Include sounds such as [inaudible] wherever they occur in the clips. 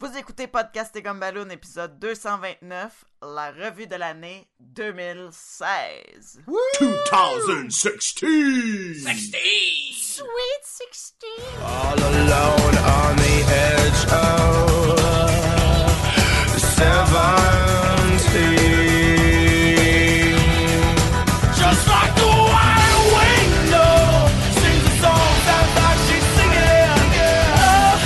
Vous écoutez Podcast et Gumballoon, épisode 229, la revue de l'année 2016. 2016! Sweet 16! All alone on the edge of seventeen. Just like the wide window sings a song sounds like she's singing. Yeah.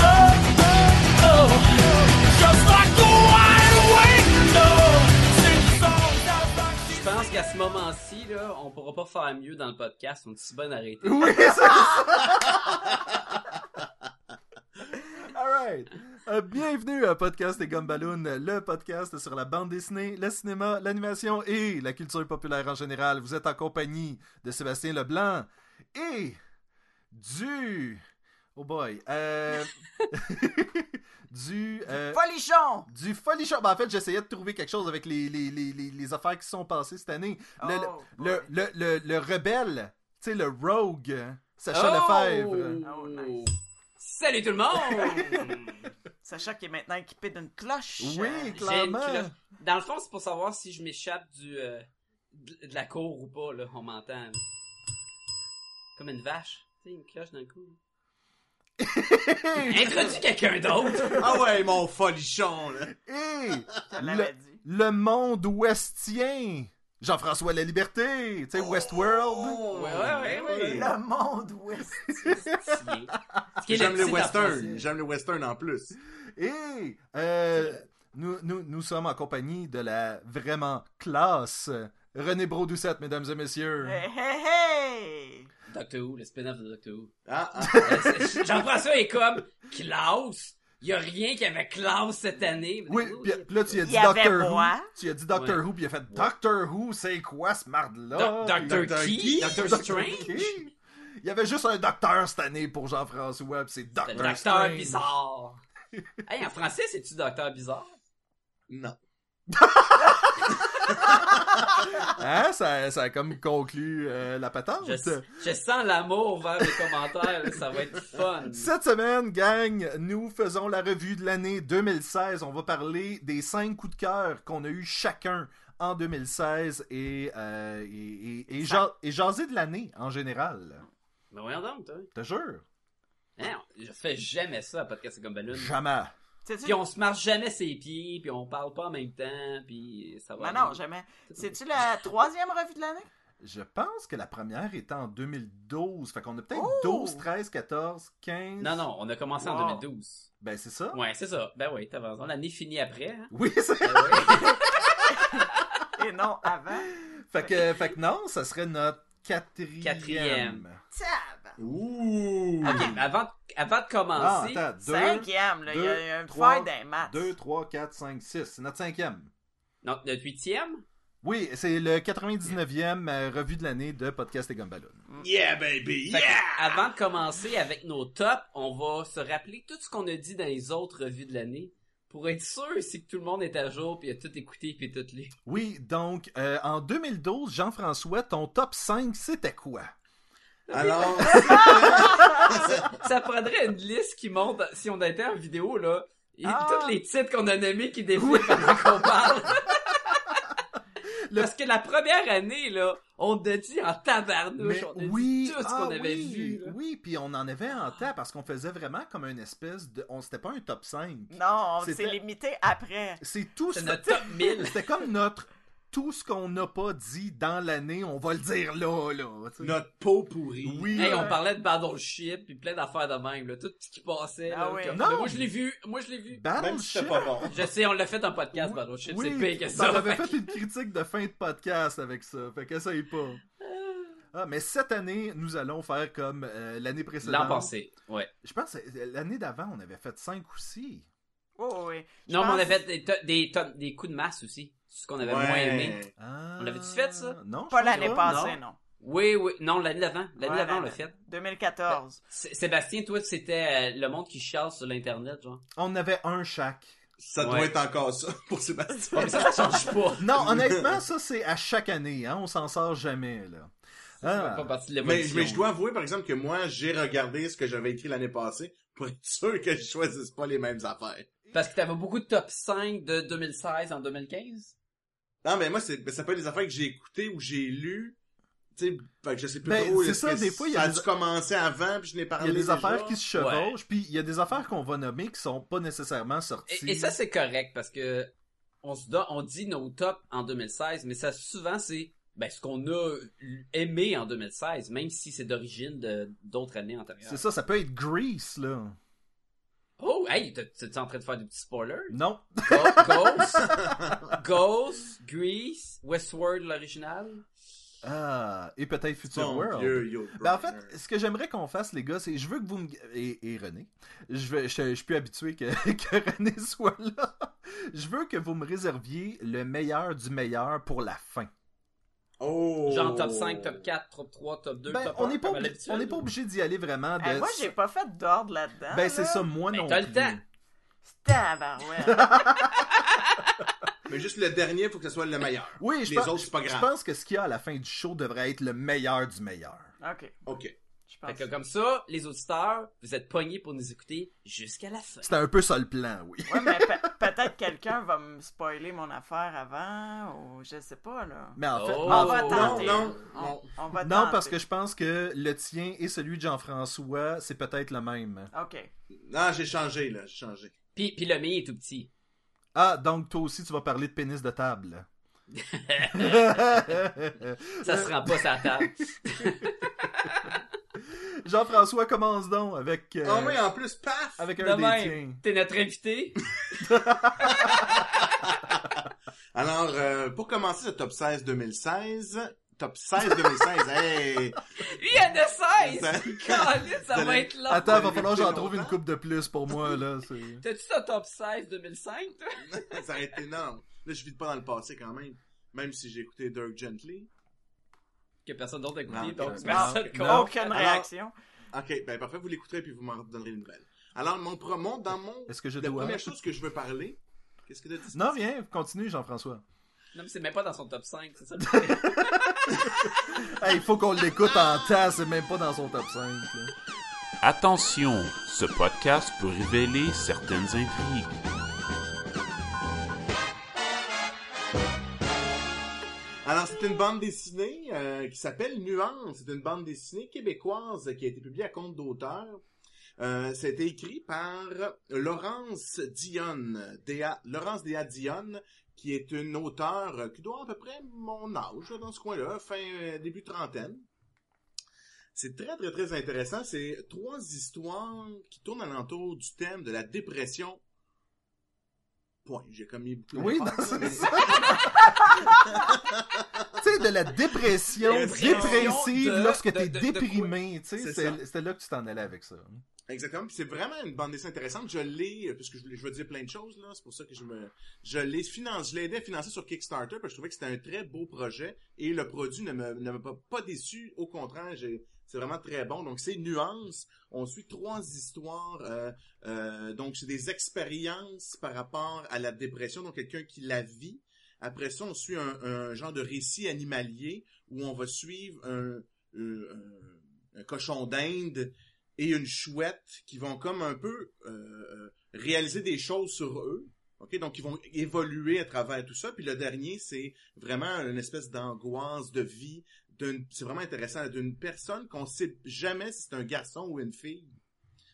Oh, oh, oh, oh. Just like the wide window sings a song sounds like she's Je pense qu'à ce moment-ci, là, on pourra pas faire mieux dans le podcast. On est si bon arrêté. Oui, c'est [laughs] ça! Alright! Euh, bienvenue à Podcast et Gumballoon, le podcast sur la bande dessinée, le cinéma, l'animation et la culture populaire en général. Vous êtes en compagnie de Sébastien Leblanc et du... Oh boy! Euh... [laughs] du... euh, Polichon! Du folichon. Ben, en fait, j'essayais de trouver quelque chose avec les, les, les, les, les affaires qui sont passées cette année. Le, Oh, le, boy. le, le, le, le rebelle, tu sais, le rogue, hein, Sacha [laughs] Lefebvre. Oh, nice. Salut tout [laughs] le monde! Sacha qui est maintenant équipé d'une cloche. Oui, Euh, J'ai une clairement. culotte. Dans le fond, c'est pour savoir si je m'échappe du euh, de de la cour ou pas, là. On m'entend. là. Comme une vache. Tu sais, une cloche d'un [laughs] coup. Introduis quelqu'un d'autre! Ah ouais, mon folichon, là. Et je le, l'avais dit. le monde ouestien. Jean-François La Liberté, tu sais, Westworld. Ouais, ouais, ouais, ouais. Le monde ouest. Tiens. Ce qui est J'aime le petit en western. français. J'aime le western en plus. Et euh, nous, nous, nous sommes en compagnie de la vraiment classe René Brodoucette, mesdames et messieurs. Hey, hey, hey! Doctor Who, le spin-off de Doctor Who. Ah, ah. [laughs] Jean-François est comme Klaus. Il y a rien qui avait Klaus cette année. Oui, Oh, pis là, tu as Il dit y avait Doctor Who. moi. Tu as dit Doctor Who, puis il a fait Doctor Who, c'est quoi ce marde-là? Do- Doctor Puis- Qui? Doctor Doctor Strange? Qui? Il y avait juste un docteur cette année pour Jean-François, puis c'est ah, Le Doctor docteur Strange. bizarre. [laughs] hey, en français, c'est-tu docteur bizarre? Non. Hein? Ça, ça a comme conclu euh, la patente. Je, je sens l'amour vers les commentaires, là, ça va être fun. Cette semaine, gang, nous faisons la revue de l'année 2016. On va parler des cinq coups de cœur qu'on a eu chacun en 2016 et, euh, et, et, et ja- et jaser de l'année en général. Mais Ben voyons donc, toi. Je te jure. Hein, je fais jamais ça à Podcast comme Balloon. Jamais. Sais-tu- Puis on se marche jamais ses pieds, puis on parle pas en même temps, puis ça va. Non, non, aller. jamais. C'est-tu la troisième revue de l'année? Je pense que la première était en 2012. Fait qu'on a peut-être Oh! 12, 13, 14, 15. Non, non, on a commencé Wow. en 2012. Ben, c'est ça. Ouais, c'est ça. Ben oui, t'as raison. L'année finit après, hein. Oui, c'est Ben oui. Et non, avant. fait que, fait que non, ça serait notre quatrième. Quatrième. Tab! Ouh. ok, mais avant, avant de Ah, commencer. attends. 2, Cinquième, là. Il y a un trois, faire d'un match. 2, 3, 4, 5, 6. C'est notre cinquième. non, notre huitième? Oui, c'est le 99e euh, revue de l'année de Podcast et Gumballoon. Yeah, baby. Fait que, Yeah. avant de commencer avec nos tops, on va se rappeler tout ce qu'on a dit dans les autres revues de l'année pour être sûr c'est que tout le monde est à jour puis a tout écouté puis tout [laughs] lu. Oui, donc, euh, en 2012, Jean-François, ton top 5, c'était quoi? Alors, Ça prendrait une liste qui monte si on était en vidéo là. Et Ah. Tous les titres qu'on a nommés qui défilent pendant qu'on parle. [laughs] Le- Parce que la première année là, on te dit en tabarnouche, Mais on a dit oui, tout ce ah qu'on avait oui, vu. là. Oui, puis on en avait en temps parce qu'on faisait vraiment comme une espèce de. On c'était pas un top 5. Non, on C'était- s'est limité après. C'est tout C'est ce- notre [laughs] top 1000. C'était comme notre. Tout ce qu'on n'a pas dit dans l'année, on va le dire là, là. tu sais. notre peau pourrie. Oui. euh, Hey, on parlait de Battleship puis plein d'affaires de même, là, tout ce qui passait. Ah là, ouais. comme- Non. Mais Moi je l'ai vu, moi je l'ai vu. Même si c'était Battleship. pas bon. Je sais, on l'a fait en podcast, Oui, Battleship, oui, Ben, c'est pire que On ça. avait fait une critique de fin de podcast avec ça, fait qu'essaye pas. Ah, mais cette année, nous allons faire comme euh, l'année précédente. L'an passé, ouais. Je pense que c'est- l'année d'avant, on avait fait 5 ou 6. Oui, oui, oui. Je non, mais on pense- a fait des, to- des, to- des coups de masse aussi, ce qu'on avait moins aimé. Ouais. Ah, On l'avait-tu fait, ça? Non. je Pas pense l'année pas. passée, non. Oui, oui, non, l'année d'avant, l'année Ouais, d'avant on l'a l'année- fait. 2014. Sé- Sébastien, toi, c'était euh, le monde qui chiale sur l'internet, genre. On avait un chaque. Ça Ouais. doit être encore ça [laughs] pour Sébastien. Ouais, mais ça, ça change pas. [laughs] Non, honnêtement, ça c'est à chaque année, hein. On s'en sort jamais, là. Ça fait Ah. pas partie de Mais, l'évolution. mais je dois avouer, par exemple, que moi, j'ai regardé ce que j'avais écrit l'année passée Pour être sûr que je choisisse pas les mêmes affaires. Parce que t'avais beaucoup de top 5 de 2016 en 2015. Non, mais moi, c'est, ben, ça peut être des affaires que j'ai écoutées ou j'ai lues. Tu sais, fait que je sais plus Ben, trop. c'est est-ce ça, que des fois, il y a ça des- a-tu commencé avant, puis je n'ai Il parlé y a des déjà? affaires qui se chevauchent, Ouais. puis il y a des affaires qu'on va nommer qui sont pas nécessairement sorties. Et, et ça, c'est correct parce que on se donne, on dit nos tops en 2016, mais ça, souvent, c'est ben, ce qu'on a aimé en 2016, même si c'est d'origine de- d'autres années antérieures. C'est ça, ça peut être Grease, là. Oh, hey, t'es- t'es-tu en train de faire des [laughs] petits spoilers? Non. Go- Ghost, [laughs] Ghost, Grease, Westworld, l'original. Ah, et peut-être Future Mon World. Dieu, yo, Ben, en brother. fait, ce que j'aimerais qu'on fasse, les gars, c'est je veux que vous me. Et, et René. Je, veux, je, je suis plus habitué que, [laughs] que René soit là. Je veux que vous me réserviez le meilleur du meilleur pour la fin. Oh. Genre top 5, top 4, top 3, top 2, Ben, top 1. on n'est pas, comme à obli- l'habitude. on n'est pas obligé d'y aller vraiment. De... Eh, moi, j'ai pas fait d'ordre là-dedans. Ben, c'est là. ça, moi Ben, non t'as le plus. temps. [laughs] Tabarouette. Mais juste le dernier, faut que ce soit le meilleur. Oui, je Les pense, autres, c'est pas je grave. pense que ce qu'il y a à la fin du show devrait être le meilleur du meilleur. OK, Ok. je Fait pense. que comme ça, les auditeurs, vous êtes pognés pour nous écouter jusqu'à la fin. C'était un peu ça le plan, oui. [laughs] Ouais, mais pe- peut-être quelqu'un va me spoiler mon affaire avant, ou je sais pas, là. Mais en fait, Oh. On va non, tenter. non, On- non. on va non, tenter. parce que je pense que le tien et celui de Jean-François, c'est peut-être le même. OK. Non, Ah, j'ai changé, là. J'ai changé. Puis, puis le mien est tout petit. Ah, donc toi aussi, tu vas parler de pénis de [laughs] table. [laughs] Ça se rend pas sa table. Jean-François commence donc avec, euh, Ah oui, en plus, paf! avec De un des même, tiens. t'es notre invité. Alors, euh, pour commencer ce top 16 2016, top 16 2016, [laughs] hey! Il y en a 16! Ça- [laughs] Caliste, ça va être long. Attends, On va va falloir que j'en l'écouter trouve une longtemps. coupe de plus pour moi, là. c'est- T'as-tu ton top 16 2005, toi? ça a été énorme. Là, je vis pas dans le passé quand même. Même si j'ai écouté Dirk Gently. Que personne d'autre a Non, écouté, donc non, personne non. compte. Aucune Alors- réaction. Ok, ben parfait, vous l'écouterez puis vous m'en redonnerez une nouvelle. Alors, mon promo, dans mon... Est-ce que je la dois... première chose que je veux parler... Qu'est-ce que t'as dit? Non, rien, continue, Jean-François. Non, mais c'est même pas dans son top 5, c'est ça le [laughs] problème. Il faut qu'on l'écoute en tas, c'est même pas dans son top 5. là. Attention, ce podcast peut révéler certaines intrigues. Alors, c'est une bande dessinée euh, qui s'appelle Nuance. C'est une bande dessinée québécoise qui a été publiée à compte d'auteur. Euh, c'était écrit par Laurence Dionne, Déa- Laurence Déa Dionne, qui est une auteure qui doit avoir à peu près mon âge, là, dans ce coin-là, fin euh, début trentaine. C'est très, très, très intéressant. C'est trois histoires qui tournent alentour du thème de la dépression. Point. J'ai commis beaucoup Oui, non, d'efforts, là, Ah, mais- c'est ça. tu sais, de la dépression Dépression dépressive de- lorsque de- t'es de- de déprimé, tu sais, C'est c'est- ça. c'était là que tu t'en allais avec ça. Exactement. Puis c'est vraiment une bande dessinée intéressante. Je l'ai, euh, parce que je, voulais- je veux dire plein de choses, là. C'est pour ça que je me, je l'ai financé, je l'ai aidé à financer sur Kickstarter, parce que je trouvais que c'était un très beau projet. Et le produit ne me, ne m'a pas, pas déçu. Au contraire, j'ai, c'est vraiment très bon. Donc, c'est nuance. On suit trois histoires. euh, euh, donc, c'est des expériences par rapport à la dépression. Donc, quelqu'un qui la vit. Après ça, on suit un, un genre de récit animalier où on va suivre un, un- un cochon d'Inde et une chouette qui vont comme un peu euh, euh, réaliser des choses sur eux. OK, donc ils vont évoluer à travers tout ça. Puis le dernier, c'est vraiment une espèce d'angoisse de vie. d'une- C'est vraiment intéressant d'une personne qu'on sait jamais si c'est un garçon ou une fille.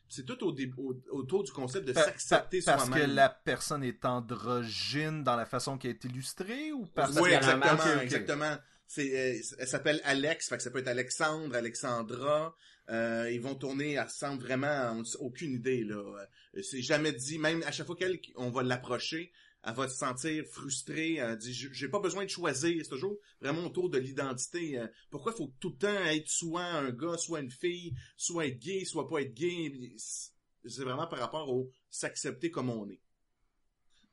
Puis C'est tout au dé- au- autour du concept de Pa- s'accepter pa- Parce soi-même. que la personne est androgyne dans la façon qui est illustrée ou parce Oui, qu'elle a exactement, un masque, ok, ok. exactement. C'est, euh, elle s'appelle Alex, fait que ça peut être Alexandre, Alexandra. Euh, ils vont tourner ensemble vraiment, on s- aucune idée là. Euh, C'est jamais dit, même à chaque fois qu'elle, on va l'approcher, elle va se sentir frustrée. Elle dit, J- j'ai pas besoin de choisir. C'est toujours vraiment autour de l'identité. Euh, pourquoi faut tout le temps être soit un gars, soit une fille, soit être gay, soit pas être gay. C'est vraiment par rapport au s'accepter comme on est.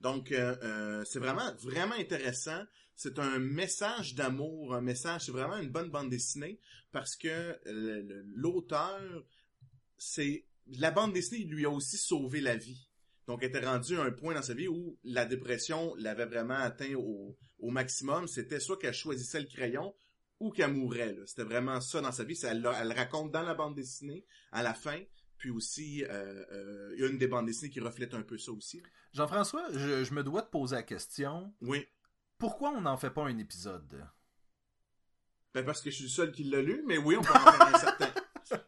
Donc, euh, euh, c'est vraiment, vraiment intéressant. C'est un message d'amour, un message, c'est vraiment une bonne bande dessinée parce que euh, le- le- l'auteur, c'est, la bande dessinée lui a aussi sauvé la vie. Donc, elle était rendue à un point dans sa vie où la dépression l'avait vraiment atteint au, au maximum. C'était soit qu'elle choisissait le crayon ou qu'elle mourait. là. C'était vraiment ça dans sa vie. Ça, elle, le- elle le raconte dans la bande dessinée à la fin. Puis aussi, euh, euh, il y a une des bandes dessinées qui reflète un peu ça aussi. Jean-François, je, je me dois de poser la question. Oui. Pourquoi on n'en fait pas un épisode? Ben parce que je suis le seul qui l'a lu, mais oui, on peut en faire un certain.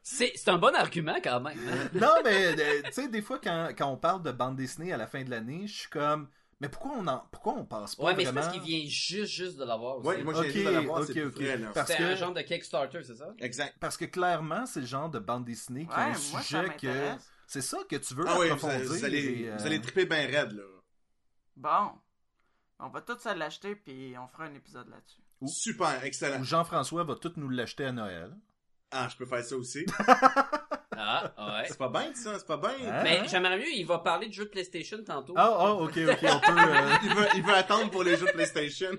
C'est c'est un bon argument quand même. hein. Non, mais euh, tu sais, des fois, quand, quand on parle de bande dessinée à la fin de l'année, je suis comme, mais pourquoi on en, pourquoi on passe pas Ouais, mais c'est vraiment... parce qu'il vient juste, juste de l'avoir aussi. Oui, moi j'ai Ok, juste à l'avoir, ok, c'est plus ok. frais, là. Parce C'est que- un genre de Kickstarter, c'est ça? Exact. Parce que clairement, c'est le genre de bande dessinée qui a Ouais, un moi, ça sujet que. m'intéresse. C'est ça que tu veux Ah oui, vous, allez- approfondir. vous allez, et, euh, vous allez triper bien raide, là. Bon. On va tous se l'acheter, puis on fera un épisode là-dessus. Ou- Super, excellent. Ou Jean-François va tout nous l'acheter à Noël. Ah, je peux faire ça aussi. Ah, ouais. C'est pas bête, ça, c'est pas bête. Hein? [laughs] Mais j'aimerais mieux, il va parler de jeux de PlayStation tantôt. Ah, ah, ok, ok, on peut. euh, [laughs] Il veut, il veut attendre pour les jeux de PlayStation.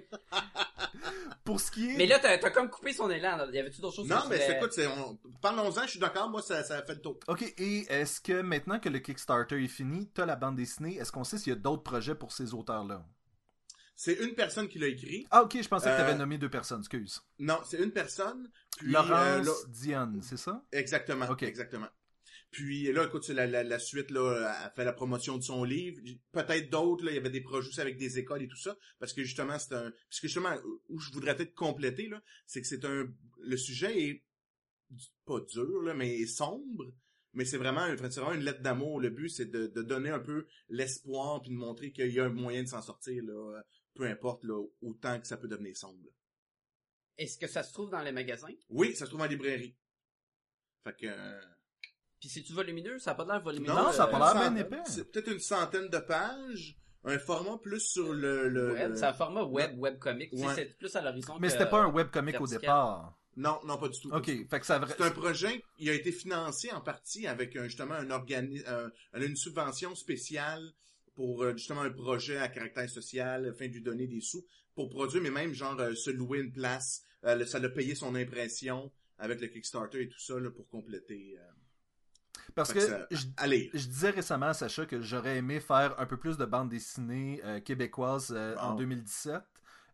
pour ce qui est. Mais là, t'as t'as comme coupé son élan. là. Y avait-tu d'autres choses que Non, tu mais voulais- c'est écoute, c'est- on- parlons-en, je suis d'accord, moi, ça, ça fait le tour. Ok, et est-ce que maintenant que le Kickstarter est fini, t'as la bande dessinée, est-ce qu'on sait s'il y a d'autres projets pour ces auteurs-là C'est une personne qui l'a écrit. Ah, ok, je pensais que t'avais Euh, nommé deux personnes, excuse. Non, c'est une personne. Puis, euh, Laurence là- Dionne, c'est ça Exactement. Ok. Exactement. Puis là, écoute, c'est la, la, la suite, là, elle fait la promotion de son livre. Peut-être d'autres, là, il y avait des projets aussi avec des écoles et tout ça. Parce que justement, c'est un. Puisque justement, où je voudrais peut-être compléter, là, c'est que c'est un. Le sujet est du- pas dur, là, mais est sombre. Mais c'est vraiment, un- c'est vraiment une lettre d'amour. Le but, c'est de, de donner un peu l'espoir puis de montrer qu'il y a un moyen de s'en sortir, là. Peu importe, là, autant que ça peut devenir sombre. Est-ce que ça se trouve dans les magasins? Oui, ça se trouve en librairie. Fait que. euh, Puis si tu volumineux, ça a pas l'air volumineux. Non, ça a euh, pas l'air une bien centaine- épais. C'est peut-être une centaine de pages, un format plus sur le... le- Web, le- c'est un format web, webcomic. Tu sais, Ouais. C'est plus à l'horizon. Mais que- c'était pas euh, un webcomic au vertical. départ. Non, non, pas du tout. Ok, fait que ça. C'est un projet qui a été financé en partie avec un- justement un organi- un- une subvention spéciale pour euh, justement un projet à caractère social afin de lui donner des sous pour produire, mais même genre euh, se louer une place. Euh, le- ça l'a payé son impression avec le Kickstarter et tout ça là, pour compléter. euh, Parce fait que que ça- je, à lire. je disais récemment à Sacha que j'aurais aimé faire un peu plus de bandes dessinées euh, québécoises euh, en Wow. 2017.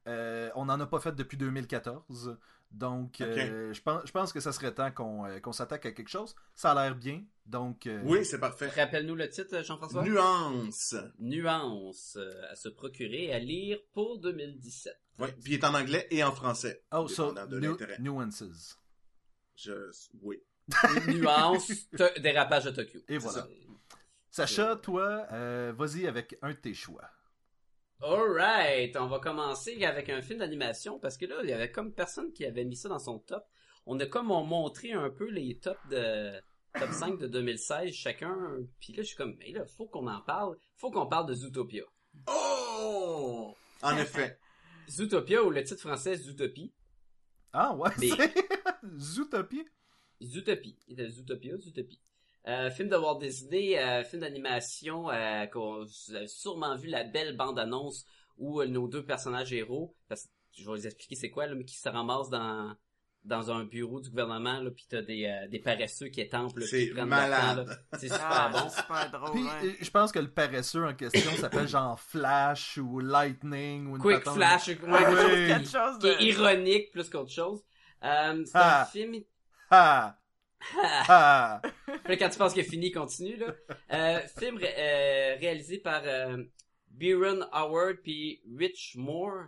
Euh, on n'en a pas fait depuis 2014. Donc, euh, je, pense, je pense que ça serait temps qu'on euh, qu'on s'attaque à quelque chose. Ça a l'air bien. Donc, euh, Oui, c'est parfait. Rappelle-nous le titre, Jean-François. Nuance. Nuance euh, à se procurer et à lire pour 2017. Oui, puis il est en anglais et en français. oh, so, dépendant de nu- l'intérêt. nuances. Je... Oui. Nuance, [laughs] te- dérapage à Tokyo. Et voilà. Sacha, toi, euh, vas-y avec un de tes choix. Alright, on va commencer avec un film d'animation parce que là, il y avait comme personne qui avait mis ça dans son top. On a comme on montré un peu les tops de top 5 de 2016 chacun. Puis là, je suis comme, mais là, faut qu'on en parle. Faut qu'on parle de Zootopia. Oh! En effet. Zootopia ou le titre français Zootopie. Ah ouais, Mais- c'est [laughs] Zootopie. Zootopie. Il était Zootopia, Zootopie. Euh, film de Walt Disney, euh, film d'animation, euh, qu'on vous avez sûrement vu la belle bande-annonce où euh, nos deux personnages héros, parce que je vais vous expliquer c'est quoi, là, mais qui se ramassent dans dans un bureau du gouvernement, là, pis t'as des, euh, des paresseux qui étampent, là, C'est qui prennent malade. leur temps, là. C'est Ah, super bon. c'est super drôle, hein. Puis ouais. euh, [laughs] je pense que le paresseux en question s'appelle genre Flash ou Lightning ou une Quick patente- flash, ouais, quelque [laughs] chose oui. Quelque qui- chose qui de... est ironique plus qu'autre chose. Euh, c'est un Ah. film Ah, [laughs] ah. Puis là, quand tu penses qu'il est fini, continue, là. Euh, film ré- euh, réalisé par euh, Byron Howard puis Rich Moore,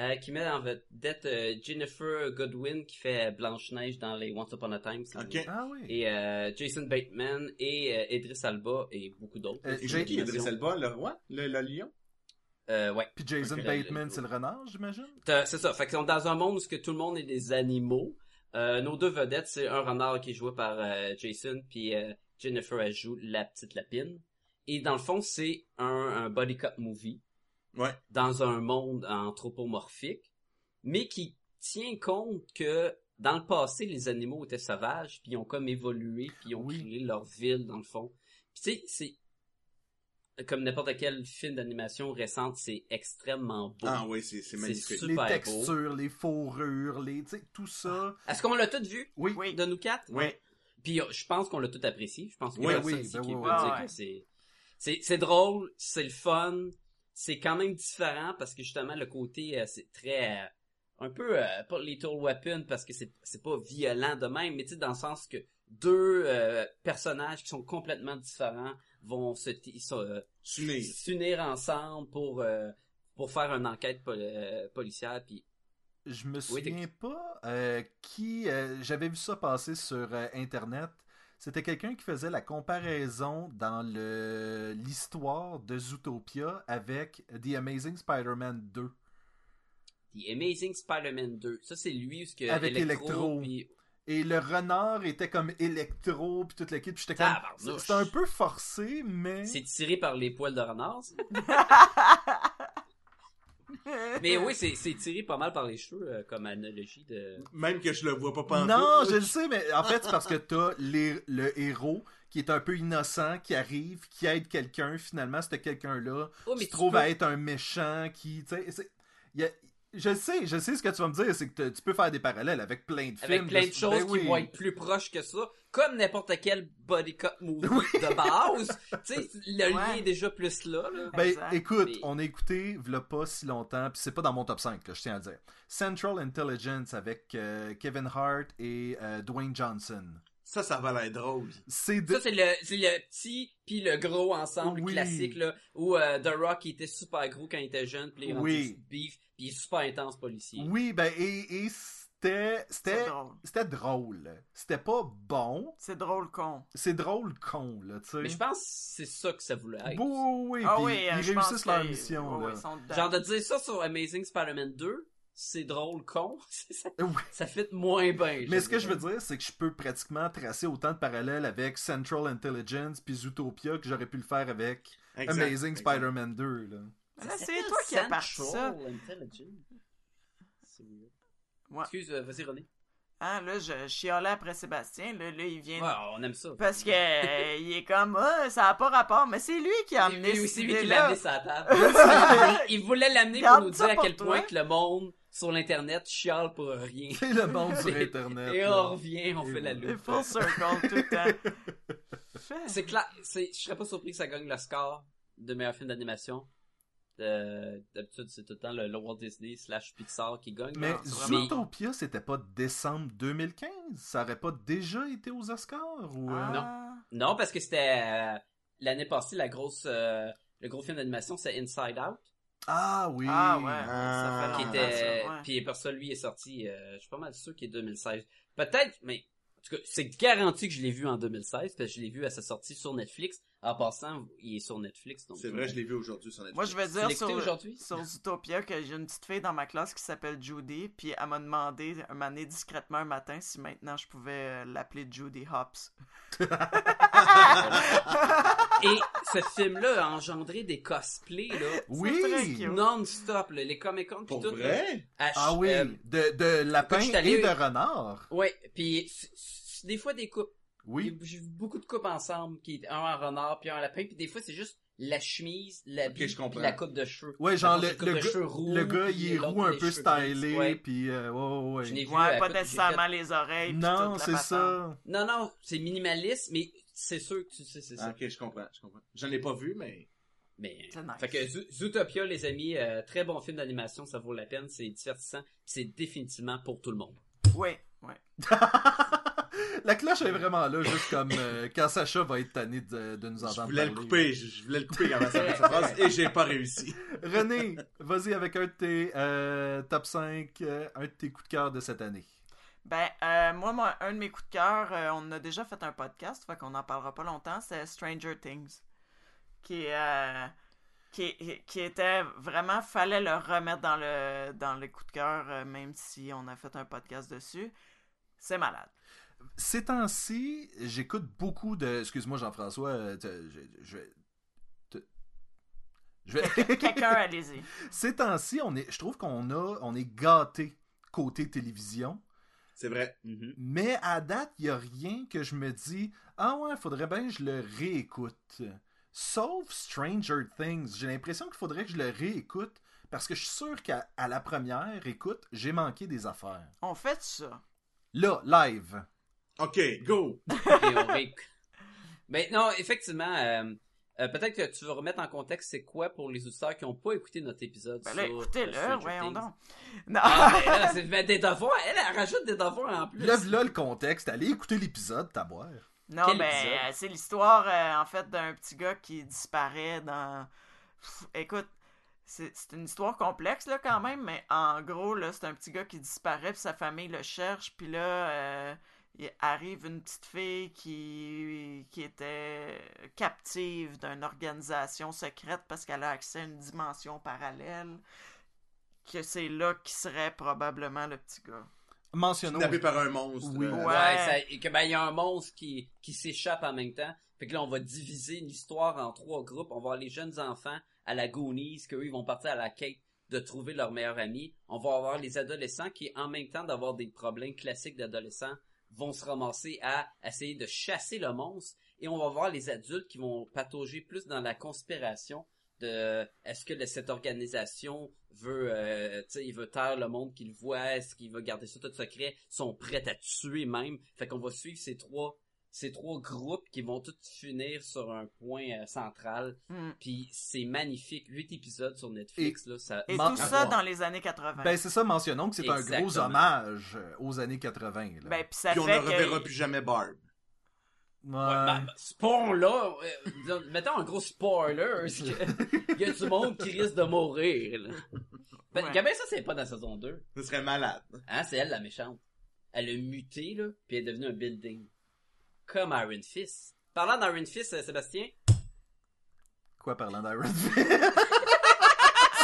euh, qui met en vedette euh, Jennifer Godwin, qui fait Blanche-Neige dans les Once Upon a Time. si vous Ok. voulez. Ah oui. Et euh, Jason Bateman et euh, Idris Alba et beaucoup d'autres. Euh, Et J'ai- J'ai qui Idriss Elba, le roi? Le, le lion? Euh, ouais. Puis Jason Ok. Bateman, c'est le renard, j'imagine? T'as- C'est ça. Fait qu'ils sont dans un monde où ce que tout le monde est des animaux. Euh, nos deux vedettes, c'est un renard qui est joué par euh, Jason, puis euh, Jennifer, elle joue la petite lapine. Et dans le fond, c'est un, un body cop movie Ouais. dans un monde anthropomorphique, mais qui tient compte que dans le passé, les animaux étaient sauvages, puis ils ont comme évolué, puis ils ont Oui. créé leur ville, dans le fond. Puis tu sais, c'est... Comme n'importe quel film d'animation récente, c'est extrêmement beau. Ah oui, c'est, c'est magnifique. C'est Les Super beau. textures, les fourrures, les, tu sais, tout ça. Est-ce qu'on l'a tout vu Oui. Oui. de nous quatre? Oui. Puis euh, je pense qu'on l'a tout apprécié. Je pense que Oui, là, oui, ça, c'est ben qui oui, peut oui. dire Ah ouais. que c'est- c'est c'est drôle, c'est le fun, c'est quand même différent parce que justement le côté euh, c'est très euh, un peu euh, pas Little Weapon parce que c'est c'est pas violent de même, mais tu sais dans le sens que deux euh, personnages qui sont complètement différents vont se t- ils sont, euh, S'unir. s'unir ensemble pour euh, pour faire une enquête pol- euh, policière puis Je me Oui, t'es- souviens pas euh, qui. euh, J'avais vu ça passer sur euh, Internet. C'était quelqu'un qui faisait la comparaison dans le l'histoire de Zootopia avec The Amazing Spider-Man 2. The Amazing Spider-Man 2 ça c'est lui ce que Avec Electro. puis- Et le renard était comme électro, puis toute l'équipe. puis J'étais comme. Tabarnouche. C'était un peu forcé, mais. c'est tiré par les poils de renard ça. mais oui c'est c'est tiré pas mal par les cheveux euh, comme analogie de Même que je le vois pas pantoute. Non, là. je le sais, mais en fait, c'est [laughs] parce que t'as les- le héros qui est un peu innocent, qui arrive, qui aide quelqu'un. Finalement, ce quelqu'un-là oh se tu trouve peux- à être un méchant qui. tu sais, c'est- il y a- je le sais, je sais ce que tu vas me dire, c'est que te- tu peux faire des parallèles avec plein de films. avec plein de Ben choses oui. qui vont être plus proches que ça, comme n'importe quel body cut movie [laughs] de base. tu sais, le lien Ouais. est déjà plus là. là. Ben, Exact. écoute, Mais- on a écouté, v'là pas si longtemps, puis c'est pas dans mon top 5, là, je tiens à le dire. Central Intelligence avec euh, Kevin Hart et euh, Dwayne Johnson. Ça, ça va l'air drôle. C'est de... Ça, c'est le, c'est le petit puis le gros ensemble Oui. classique, là, où euh, The Rock, il était super gros quand il était jeune, puis il est rendu Oui. beef, puis il est super intense policier. Oui, ben, et, et c'était... [laughs] C'est C'était... drôle. C'était drôle. C'était pas bon. C'est drôle con. C'est drôle con, là, tu sais. Mais je pense que c'est ça que ça voulait être. Bon, oui, Ah puis oui, ils euh, je pense réussissent leur que- mission, ouais, ouais, là. ils sont dedans. Genre de dire ça sur Amazing Spider-Man 2, c'est drôle con, [laughs] ça, Oui. ça fit moins bien. Mais ce que je veux dire, c'est que je peux pratiquement tracer autant de parallèles avec Central Intelligence puis Zootopia que j'aurais pu le faire avec Exact. Amazing Exact. Spider-Man 2, là. Ça, c'est toi qui as parti ça. Ouais. Excuse, euh, vas-y René. Hein, là, je chiolais après Sébastien. Là, là il vient. Ouais, on aime ça. Parce que euh, il est comme, ah, ça n'a pas rapport. Mais c'est lui qui a amené lui cette aussi, lui qui l'a idée-là. amené sur la [laughs] table. il voulait l'amener pour Garde nous ça dire à pour quel toi. point que le monde sur l'internet chiale pour rien. C'est le monde sur Euh, Internet. Et là. on revient, on fait la C'est loupe. full circle tout le temps. Fait- [laughs] C'est clair, c'est, je serais pas surpris que ça gagne le score de meilleur film d'animation. Euh, d'habitude, c'est tout le temps le, le Walt Disney slash Pixar qui gagne. Mais Non, c'est vraiment- Zootopia, c'était pas décembre 2015? Ça aurait pas déjà été aux Oscars? Ou... euh? Ah. Non, parce que c'était euh, l'année passée, la grosse, euh, le gros film d'animation, c'est Inside Out. Ah oui! Ah ouais, Ah. ça qui fait longtemps était ça, ouais. puis par ça lui est sorti euh, je suis pas mal sûr qu'il est 2016 peut-être mais en tout cas c'est garanti que je l'ai vu en 2016 parce que je l'ai vu à sa sortie sur Netflix en passant il est sur Netflix donc C'est vrai, je l'ai vu aujourd'hui sur Netflix. Moi, je vais tu l'as dire écouté sur, aujourd'hui sur Zootopia que j'ai une petite fille dans ma classe qui s'appelle Judy, puis elle m'a demandé un mané discrètement un matin si maintenant je pouvais euh, l'appeler Judy Hops. et ce film là a engendré des cosplays là C'est très Oui! cute. non-stop là, les Comic Con Pour tout vrai? là, à Ah ch- oui! euh, De, de lapin je suis allé- et de renard. ouais puis s- s- des fois des couples Oui. J'ai- j'ai vu beaucoup de coupes ensemble qui un en renard puis un en lapin puis des fois c'est juste la chemise la Ok, bille, je comprends. puis la coupe de cheveux Ouais, genre, Dans le, une coupe le de gars, cheveux roux, le gars, puis il est l'autre, roux un les peu cheveux grises. stylé, Ouais. puis euh, ouais, ouais, Je ouais. l'ai vu, Ouais, euh, pas j'ai nécessairement fait- les oreilles. puis Non, toute la c'est patente. ça. Non, non, c'est minimaliste, mais c'est sûr que tu sais, c'est Ah, ça. ok, je comprends, je comprends. J'en ai pas vu, mais. Mais, C'est nice. fait que Zoo- Zootopia, les amis, euh, très bon film d'animation, ça vaut la peine, c'est divertissant, puis c'est définitivement pour tout le monde. Oui, oui. [laughs] La cloche est vraiment là, juste comme euh, quand Sacha va être tanné de, de nous Je entendre voulais le parler. couper, je, je voulais le couper avant ça sa phrase et j'ai pas réussi. René, vas-y avec un de tes euh, top 5, euh, un de tes coups de cœur de cette année. Ben, euh, moi, moi, un de mes coups de cœur, euh, on a déjà fait un podcast, fait qu'on n'en parlera pas longtemps, c'est Stranger Things. Qui, euh, qui, qui était vraiment, fallait le remettre dans le, dans le coup de cœur, euh, même si on a fait un podcast dessus. C'est malade. Ces temps-ci, j'écoute beaucoup de... Excuse-moi Jean-François, euh, te- je, je vais... te- Je vais... [laughs] [laughs] [laughs] Quelqu'un, allez-y. Ces temps-ci, on est, je trouve qu'on a, on est gâté côté télévision. C'est vrai. [laughs] Mais à date, il n'y a rien que je me dis Ah ouais, faudrait bien que je le réécoute. Sauf Stranger Things. J'ai l'impression qu'il faudrait que je le réécoute parce que je suis sûr qu'à à la première écoute, j'ai manqué des affaires. On fait ça. Là, live. Ok, go! Et on rééc- Mais non, effectivement, euh, Euh, Peut-être que tu veux remettre en contexte c'est quoi pour les auditeurs qui n'ont pas écouté notre épisode. Ben là, sur, euh, écoutez-le, Stranger voyons Things. donc. Non, Ah, ben là, c'est ben, des devoirs. Elle, elle rajoute des devoirs en plus. Lève là le contexte, allez écouter l'épisode, t'as boire. non Quel ben, épisode? euh, c'est l'histoire, euh, en fait, d'un petit gars qui disparaît dans... Pff, écoute, c'est c'est une histoire complexe, là, quand même, mais en gros, là, c'est un petit gars qui disparaît, puis sa famille le cherche, puis là... euh, il arrive une petite fille qui, qui était captive d'une organisation secrète parce qu'elle a accès à une dimension parallèle, que c'est là qui serait probablement le petit gars. Mentionnons. Tapé par un monstre. Oui. euh, Ouais. Ouais, ça- et que ben il y a un monstre qui qui s'échappe en même temps. Fait que là on va diviser l'histoire en trois groupes. On va avoir les jeunes enfants à la Goonies que eux ils vont partir à la quête de trouver leur meilleur ami. On va avoir les adolescents qui en même temps d'avoir des problèmes classiques d'adolescents vont se ramasser à essayer de chasser le monstre et on va voir les adultes qui vont patauger plus dans la conspiration de est-ce que le- cette organisation veut euh, tu sais il veut taire le monde qu'il voit est-ce qu'il veut garder ça tout secret sont prêts à tuer même fait qu'on va suivre ces trois ces trois groupes qui vont tous finir sur un point euh, central Hmm. puis c'est magnifique huit épisodes sur Netflix là ça Et Mar- tout à ça voir. dans les années 80. Ben c'est ça, mentionnons que c'est un Exactement. gros hommage euh, aux années 80. Là. Ben, puis ça Puis on fait ne que- reverra plus jamais Barb. Ouais. bah, sport là euh, disons, mettons un gros spoiler c'est [laughs] que il y a du monde qui risque de mourir là. Ben, Ouais. Gabin, ça c'est pas dans saison 2 Ce serait malade. Hein, c'est elle la méchante. Elle a muté, là, puis elle est devenue un building. Comme Iron Fist. Parlant d'Iron Fist, euh, Sébastien, Quoi parlant d'Iron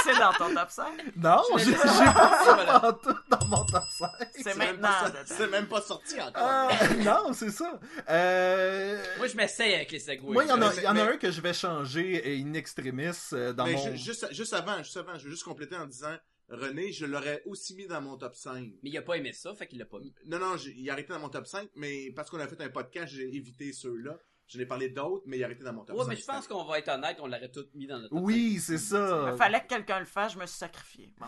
C'est dans ton top 5. [laughs] Non, Je j'ai l'ai j'ai pas. pas ça Voilà. en tout dans mon top 5. C'est même pas maintenant. sorti- dedans. C'est même pas sorti encore. Euh, non, c'est ça. Euh... moi je m'essaye avec les segways. Moi, il y en a, Mais- il y en a mais- un que je vais changer et in extremis euh, dans Mais mon... ju- juste, juste avant, juste avant, je veux juste compléter en disant, René, je l'aurais aussi mis dans mon top 5. Mais il a pas aimé ça, fait qu'il l'a pas mis. Non, non, j'ai- il a arrêté dans mon top 5, mais parce qu'on a fait un podcast, j'ai évité ceux-là. Je n'ai parlé d'autres, mais il a arrêté dans mon top Ouais, 5. mais je pense qu'on va être honnête, on l'aurait tout mis dans notre. Oui, c'est ça. Il fallait que quelqu'un le fasse, je me suis sacrifié. Bon.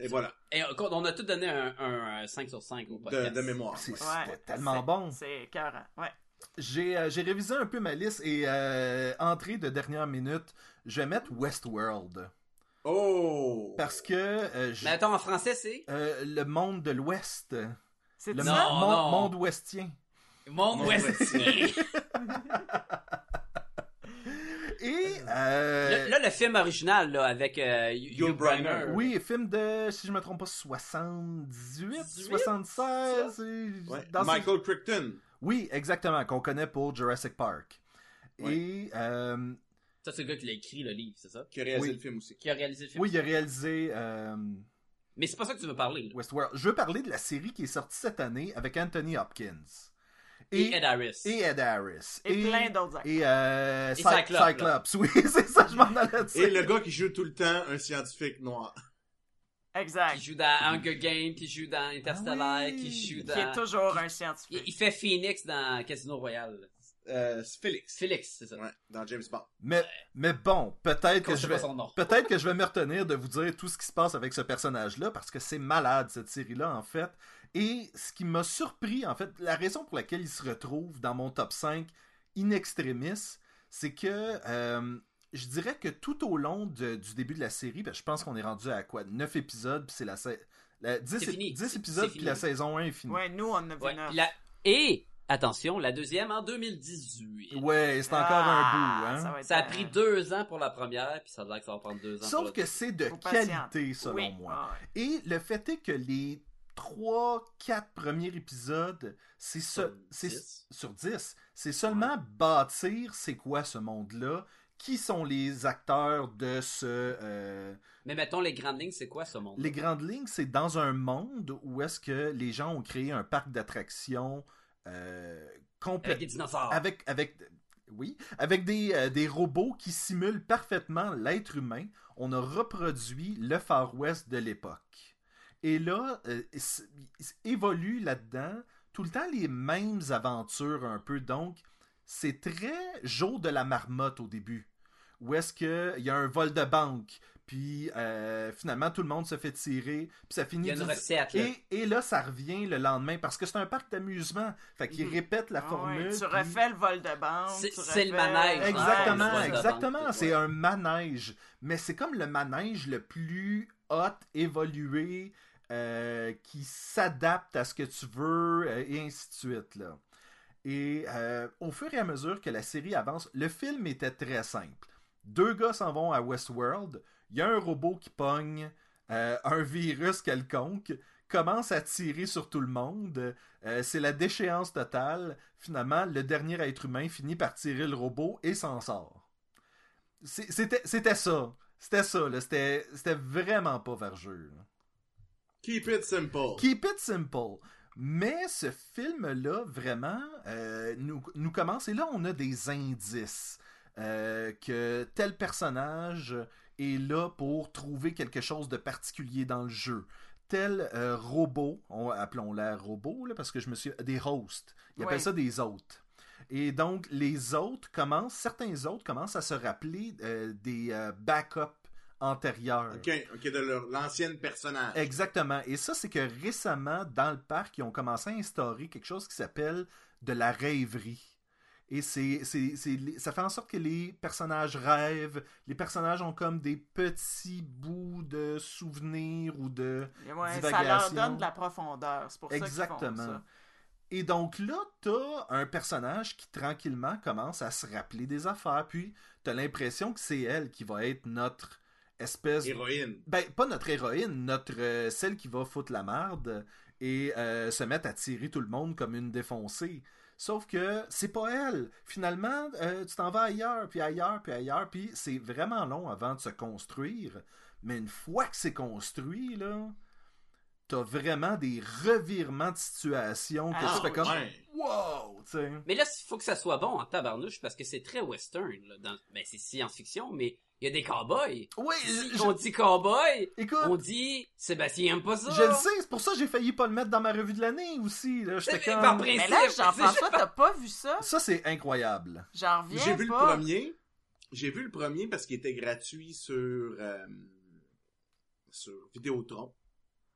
Et voilà, Et on- on a tout donné un, un, un 5 sur 5 au de, podcast. de mémoire. C'est- Ouais. C'était Ouais. tellement C'est- bon. C'est écœurant. Ouais. J'ai euh, j'ai révisé un peu ma liste et euh, entrée de dernière minute, je vais mettre Westworld. Oh! Parce que euh, je- Mais attends, en français c'est. euh, le monde de l'Ouest, C'est le ça? Non, mon- non. monde ouestien. Monde Mon Ouestien. Et... [laughs] euh, Le- Là, le film original, là, avec euh, Yul Yul Brynner. Brynner. Oui, film de, si je me trompe pas, 78, 76. et- Ouais. dans ce- Michael Crichton. Oui, exactement, qu'on connaît pour Jurassic Park. Ouais. Et euh, Ça, c'est le gars qui l'a écrit, le livre, c'est ça? qui a réalisé Oui. le film aussi. Qui a réalisé le film. oui, il a réalisé euh, Mais c'est pas ça que tu veux parler, là. Westworld. Je veux parler de la série qui est sortie cette année avec Anthony Hopkins. Et, Ed Harris. et Ed Harris. Et plein d'autres acteurs. Et, euh, Cy- Cyclope, là. Cyclops. [laughs] Oui, c'est ça, je m'en allais dire. Et le gars qui joue tout le temps un scientifique noir. Exact. qui joue dans Hunger Games, qui joue dans Interstellar, Ah oui. qui joue Mm-hmm. Qui est dans... toujours un Il, il scientifique. fait Phoenix dans Casino Royale. Euh, c'est Félix. Félix, c'est ça. Ouais, dans James Bond. Mais, mais bon, peut-être Qu'on que sait je pas vais... son nom. Peut-être que je vais me retenir de vous dire tout ce qui se passe avec ce personnage-là, parce que c'est malade, cette série-là, en fait. Et ce qui m'a surpris, en fait, la raison pour laquelle il se retrouve dans mon top 5 in extremis, c'est que euh, je dirais que tout au long de- du début de la série, ben, je pense qu'on est rendu à quoi 9 épisodes, puis c'est la, sa- la 10, C'est fini. 10 C'est- épisodes, c'est puis la fini. saison 1 est finie. Ouais, Ouais, nous, on a vu Ouais. neuf. Puis la- Et, attention, la deuxième en 2018. c'est encore Ah, un bout, ça hein. va être Ça a bien. pris deux ans pour la première, puis ça a l'air que ça va prendre deux ans pour Sauf la que c'est de Faut patienter. qualité, selon Oui. moi. Ah, ouais. Et le fait est que les 3-4 premiers épisodes, c'est Sur ce, c'est- dix. sur 10, c'est seulement bâtir c'est quoi ce monde-là, qui sont les acteurs de ce... euh, Mais mettons, les grandes lignes, c'est quoi ce monde? Les grandes lignes, c'est dans un monde où est-ce que les gens ont créé un parc d'attractions euh, Avec des complètement... dinosaures. Avec, avec, oui, avec des, euh, des robots qui simulent parfaitement l'être humain, on a reproduit le Far West de l'époque. Et là, euh, s- s- évolue là-dedans tout le temps les mêmes aventures un peu. Donc, c'est très jour de la marmotte au début. Où est-ce qu'il y a un vol de banque, Puis euh, finalement, tout le monde se fait tirer. Puis ça Il finit. y a une du- recette, là. et, et là, ça revient le lendemain parce que c'est un parc d'amusement. Fait qu'ils Mhm. répètent la Ah ouais, formule. tu puis- refais le vol de banque. C'est- tu c'est le refais- manège, dans Exactement, Ouais, exactement. ouais. C'est un manège. Mais c'est comme le manège le plus hot, évolué, euh, qui s'adapte à ce que tu veux, euh, et ainsi de suite. Là. Et euh, au fur et à mesure que la série avance, le film était très simple. Deux gars s'en vont à Westworld, il y a un robot qui pogne euh, un virus quelconque, commence à tirer sur tout le monde, euh, c'est la déchéance totale. Finalement, le dernier être humain finit par tirer le robot et s'en sort. C'est- C'était c'était ça. C'était ça, là. C'était c'était vraiment pas vergeux. là. Keep it simple. Keep it simple. Mais ce film-là, vraiment, euh, nous, nous commence. Et là, on a des indices euh, que tel personnage est là pour trouver quelque chose de particulier dans le jeu. Tel euh, robot, on- appelons-la robot, là, parce que je me suis. Des hosts. Ils Ouais. appellent ça des hôtes. Et donc, les autres commencent, certains autres commencent à se rappeler euh, des euh, backups antérieurs. Ok, ok, de leur- l'ancienne personnage. Exactement. Et ça, c'est que récemment, dans le parc, ils ont commencé à instaurer quelque chose qui s'appelle de la rêverie. Et c'est, c'est, c'est- ça fait en sorte que les personnages rêvent. Les personnages ont comme des petits bouts de souvenirs ou de... Et ouais, ça leur Divagation. donne de la profondeur. C'est pour ça qu'ils font Exactement. ça. Et donc là, t'as un personnage qui tranquillement commence à se rappeler des affaires. Puis t'as l'impression que c'est elle qui va être notre espèce Héroïne. Ben, pas notre héroïne, notre euh, celle qui va foutre la merde et euh, se mettre à tirer tout le monde comme une défoncée. Sauf que c'est pas elle. Finalement, euh, tu t'en vas ailleurs, puis ailleurs, puis ailleurs, puis c'est vraiment long avant de se construire. Mais une fois que c'est construit, là, t'as vraiment des revirements de situation que Ah, tu fais comme ouais. wow, tu sais. Mais là, il faut que ça soit bon en tabarnouche parce que c'est très western. Là, dans... Ben, c'est science-fiction, mais il y a des cowboys. Oui, Si je- on dit cowboy, écoute, on dit Sébastien aime pas ça. je le sais, c'est pour ça que j'ai failli pas le mettre dans ma revue de l'année aussi. Là, j'étais Mais par comme... principe, Mais là, c'est- Jean-François, t'as pas vu ça? Ça, c'est incroyable. J'en reviens J'ai vu le pas. premier. J'ai vu le premier parce qu'il était gratuit sur, euh, sur Vidéotron.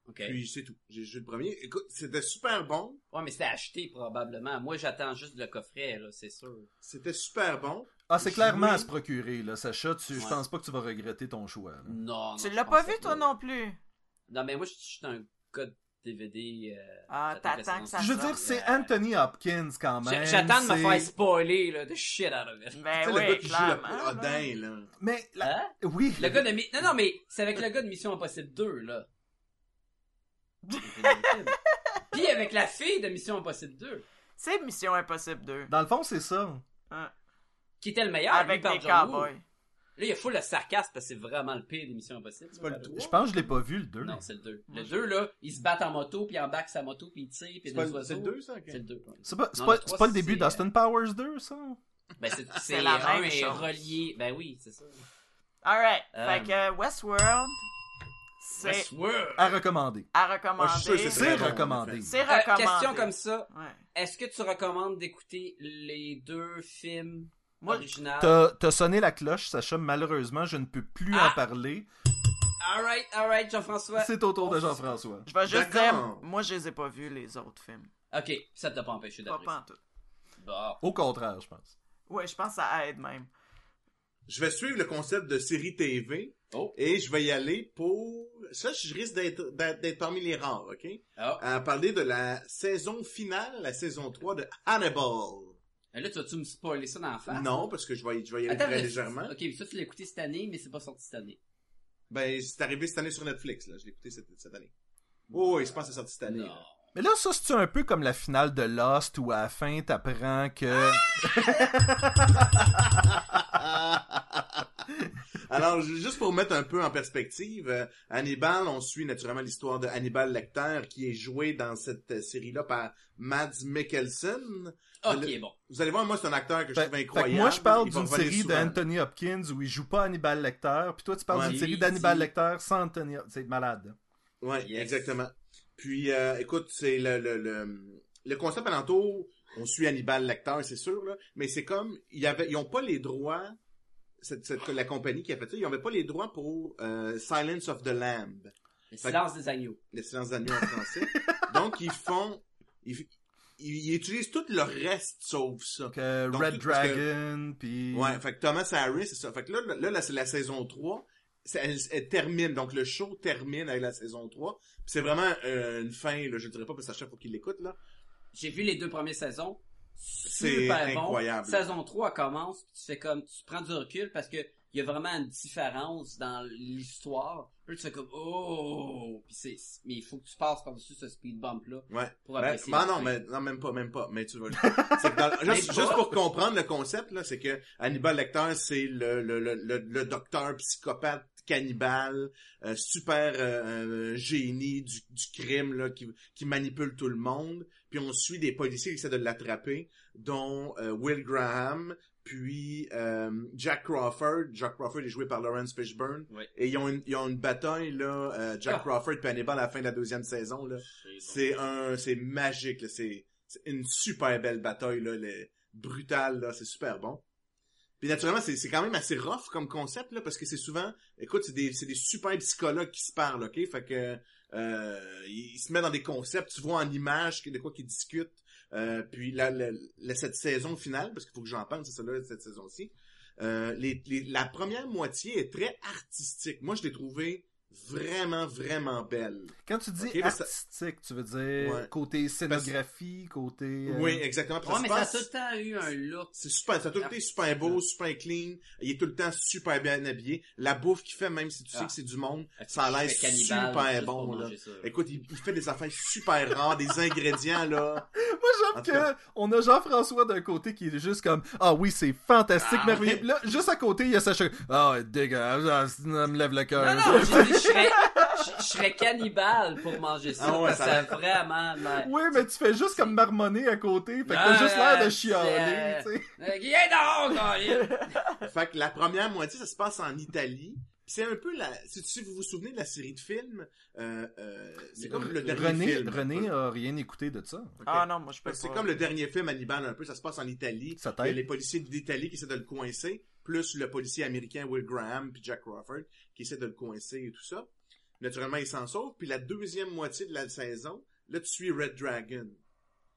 Ok. Puis c'est tout. J'ai vu le premier. Écoute, c'était super bon. Ouais, mais c'était acheté probablement. Moi, j'attends juste le coffret, là, c'est sûr. C'était super bon. Ah, c'est Jouer- clairement à se procurer, là, Sacha. Tu, Je Ouais. pense pas que tu vas regretter ton choix. là. Non. Tu l'as non, je pas pense vu, toi pas. non plus? Non, mais moi, je je suis un code DVD. euh, Ah, j'attends que t'attends ça que ça Je veux sorte. dire, c'est euh, Anthony Hopkins quand même. j'a- J'attends de me Ah, c'est- faire spoiler, là, de shit out of it. C'est Ben le gars oui, qui joue le clairement. là. Odin, là. Mais la- Hein? oui, Le gars de Mi- Non, non, mais c'est avec le gars de Mission Impossible 2, [laughs] là. Puis avec la fille de Mission Impossible 2, C'est Mission Impossible 2. dans le fond, c'est ça. qui était le meilleur, lui, Avec par des John Woo. cowboys. Là, il y a full le sarcasme parce que c'est vraiment le pire des Missions Impossibles. C'est pas le Je 3. pense que je l'ai pas vu, le 2. Non, c'est le 2. Le 2, là, ils se battent en moto, puis ils embarquent sa moto, puis ils tirent, puis C'est il y a pas des le- oiseaux. c'est le 2, ça? ok. C'est le 2. C'est pas, c'est Non, pas- le c'est trois, pas le c'est- euh, début d'Austin Powers 2, ça? Ben, [laughs] c'est, c'est, la un même est chose. relié. Ben oui, c'est ça. Alright. Euh, Fait que Westworld, c'est Westworld. À recommander. à Ah, je recommander. suis sûr que c'est C'est très bon, recommandé. en fait. C'est Euh, recommandé. question comme ça. Ouais. Est-ce que tu recommandes d'écouter les deux films Moi, originaux? T'as t'as sonné la cloche, Sacha. Malheureusement, je ne peux plus Ah! en parler. Alright, alright, Jean-François. C'est au tour de Jean-François. Je vais juste dire, D'accord. moi, je les ai pas vus, les autres films. Ok, ça t'a pas empêché Pas d'apprécier. pantoute. Bon. Au contraire, je pense. Ouais, je pense que ça aide même. Je vais suivre le concept de série TV Oh. et je vais y aller pour... Ça, je risque d'être d'être d'être parmi les rares, OK? Oh. À parler de la saison finale, la saison 3 de Hannibal. Là, tu vas-tu me spoiler ça dans la face? Non, parce que je vais, y- je vais y aller Attends, très mais- légèrement. Ok, mais ça, tu l'as écouté cette année, mais c'est pas sorti cette année. Ben, c'est arrivé cette année sur Netflix, là. Je l'ai écouté cette, cette année. Oh, oui, je pense que c'est sorti cette année. Non. là. Mais là, ça, c'est un peu comme la finale de Lost où à la fin, t'apprends que. [laughs] Ah! Alors, ju- juste pour mettre un peu en perspective, euh, Hannibal, on suit naturellement l'histoire de Hannibal Lecter qui est joué dans cette euh, série-là par Mads Mikkelsen. Ok, bon. Vous allez voir, moi, c'est un acteur que je Fait- trouve fait que incroyable. moi, je parle Il va d'une revenir série souvent. d'Anthony Hopkins où il joue pas Hannibal Lecter, puis toi, tu parles Ouais. d'une série Easy. d'Hannibal Lecter sans Anthony Hopkins. C'est malade. Ouais, Yes. exactement. Puis, euh, écoute, c'est le, le, le, le concept alentour, on suit Hannibal Lecter, c'est sûr, là, mais c'est comme, il y avait, ils ont pas les droits cette, cette- la compagnie qui a fait ça, ils n'avaient pas les droits pour euh, Silence of the Lamb, Le silence des agneaux. le silence des agneaux en français. Donc, ils font... Ils, ils- ils utilisent tout le reste sauf ça. Donc, euh, Donc, Red tout- parce que- Dragon, puis... Ouais, fait que Thomas Harris, c'est ça. Fait que là, là, là, c'est la saison 3. ça- Elle, elle termine, donc le show termine avec la saison 3. Puis c'est vraiment euh, une fin, là, je le dirais pas parce que Sacha faut qu'il l'écoute, là. J'ai vu les deux premières saisons. C'est Super incroyable. Bon. Saison 3 commence, puis tu fais comme, tu prends du recul parce que il y a vraiment une différence dans l'histoire. Puis tu fais comme, oh! Puis c'est, mais il faut que tu passes par-dessus ce speed bump-là Ouais. pour Ben, apprécier. ben la non, fin. mais, non, même pas, même pas. Mais tu vas c'est que dans- juste, pas. juste pour comprendre le concept, là, c'est que Hannibal Lecter, c'est le, le, le, le, le docteur psychopathe cannibale, euh, super euh, euh, génie du, du crime, là, qui, qui manipule tout le monde. Puis on suit des policiers qui essaient de l'attraper, dont euh, Will Graham, puis euh, Jack Crawford. Jack Crawford est joué par Lawrence Fishburne. Ouais. Et ils ont une, ils ont une bataille, là, euh, Jack Ah. Crawford et Hannibal à la fin de la deuxième saison, là. C'est un, c'est magique, là. C'est, c'est une super belle bataille, là. le- brutale, là. C'est super bon. Puis naturellement, c'est, c'est quand même assez rough comme concept, là, parce que c'est souvent, écoute, c'est des, c'est des super psychologues qui se parlent, ok? Fait que, euh, ils ils se mettent dans des concepts, tu vois en images que- de quoi qu'ils discutent. Euh, puis la, la- la- cette saison finale, parce qu'il faut que j'en parle, c'est celle-là, cette saison-ci, euh, les, les- la première moitié est très artistique. Moi, je l'ai trouvée vraiment, vraiment belle. Quand tu dis Ok, mais ça- artistique, tu veux dire Ouais. côté scénographie, côté... euh, Oui, exactement. Puis Ouais, ça se mais ça a passe- tout le temps eu un look. C'est super, ça a tout le temps été super beau, super clean. Il est tout le temps super bien habillé. La bouffe qu'il fait, même si tu sais Ah. que c'est du monde, ça a l'air Je fais cannibale super juste pour bon, là. manger ça, là. Écoute, il, il fait des affaires super rares, des ingrédients, là. [laughs] En Moi, tout j'aime que cas. on a Jean-François d'un côté qui est juste comme Ah oui, c'est fantastique, Ah, merveilleux. oui. Puis Là, juste à côté, il y a Sacha. Ah, dégueulasse, ah, ça me lève le cœur. euh, Non, non, j'ai dit, je [laughs] serais, je- je serais cannibale pour manger ça. Ah ouais, parce que ça- ça a vraiment l'air. Oui, mais tu fais juste comme marmonner à côté. Fait que t'as Non, juste l'air de euh, chialer, tu c'est, sais. Euh, viens donc, Colin! Fait que la première moitié, ça se passe en Italie. Puis c'est un peu la... Si, si vous vous souvenez de la série de films, euh, euh, c'est comme le dernier René, film. René euh, a rien écouté de ça. Ok. Ah non, moi je Fait peux que C'est pas. comme le dernier film Hannibal un peu, ça se passe en Italie. Sa Il y a tête. les policiers d'Italie qui essaient de le coincer, plus le policier américain Will Graham puis Jack Crawford qui essaient de le coincer et tout ça. Naturellement, il s'en sauve. Puis la deuxième moitié de la saison, là, tu suis Red Dragon.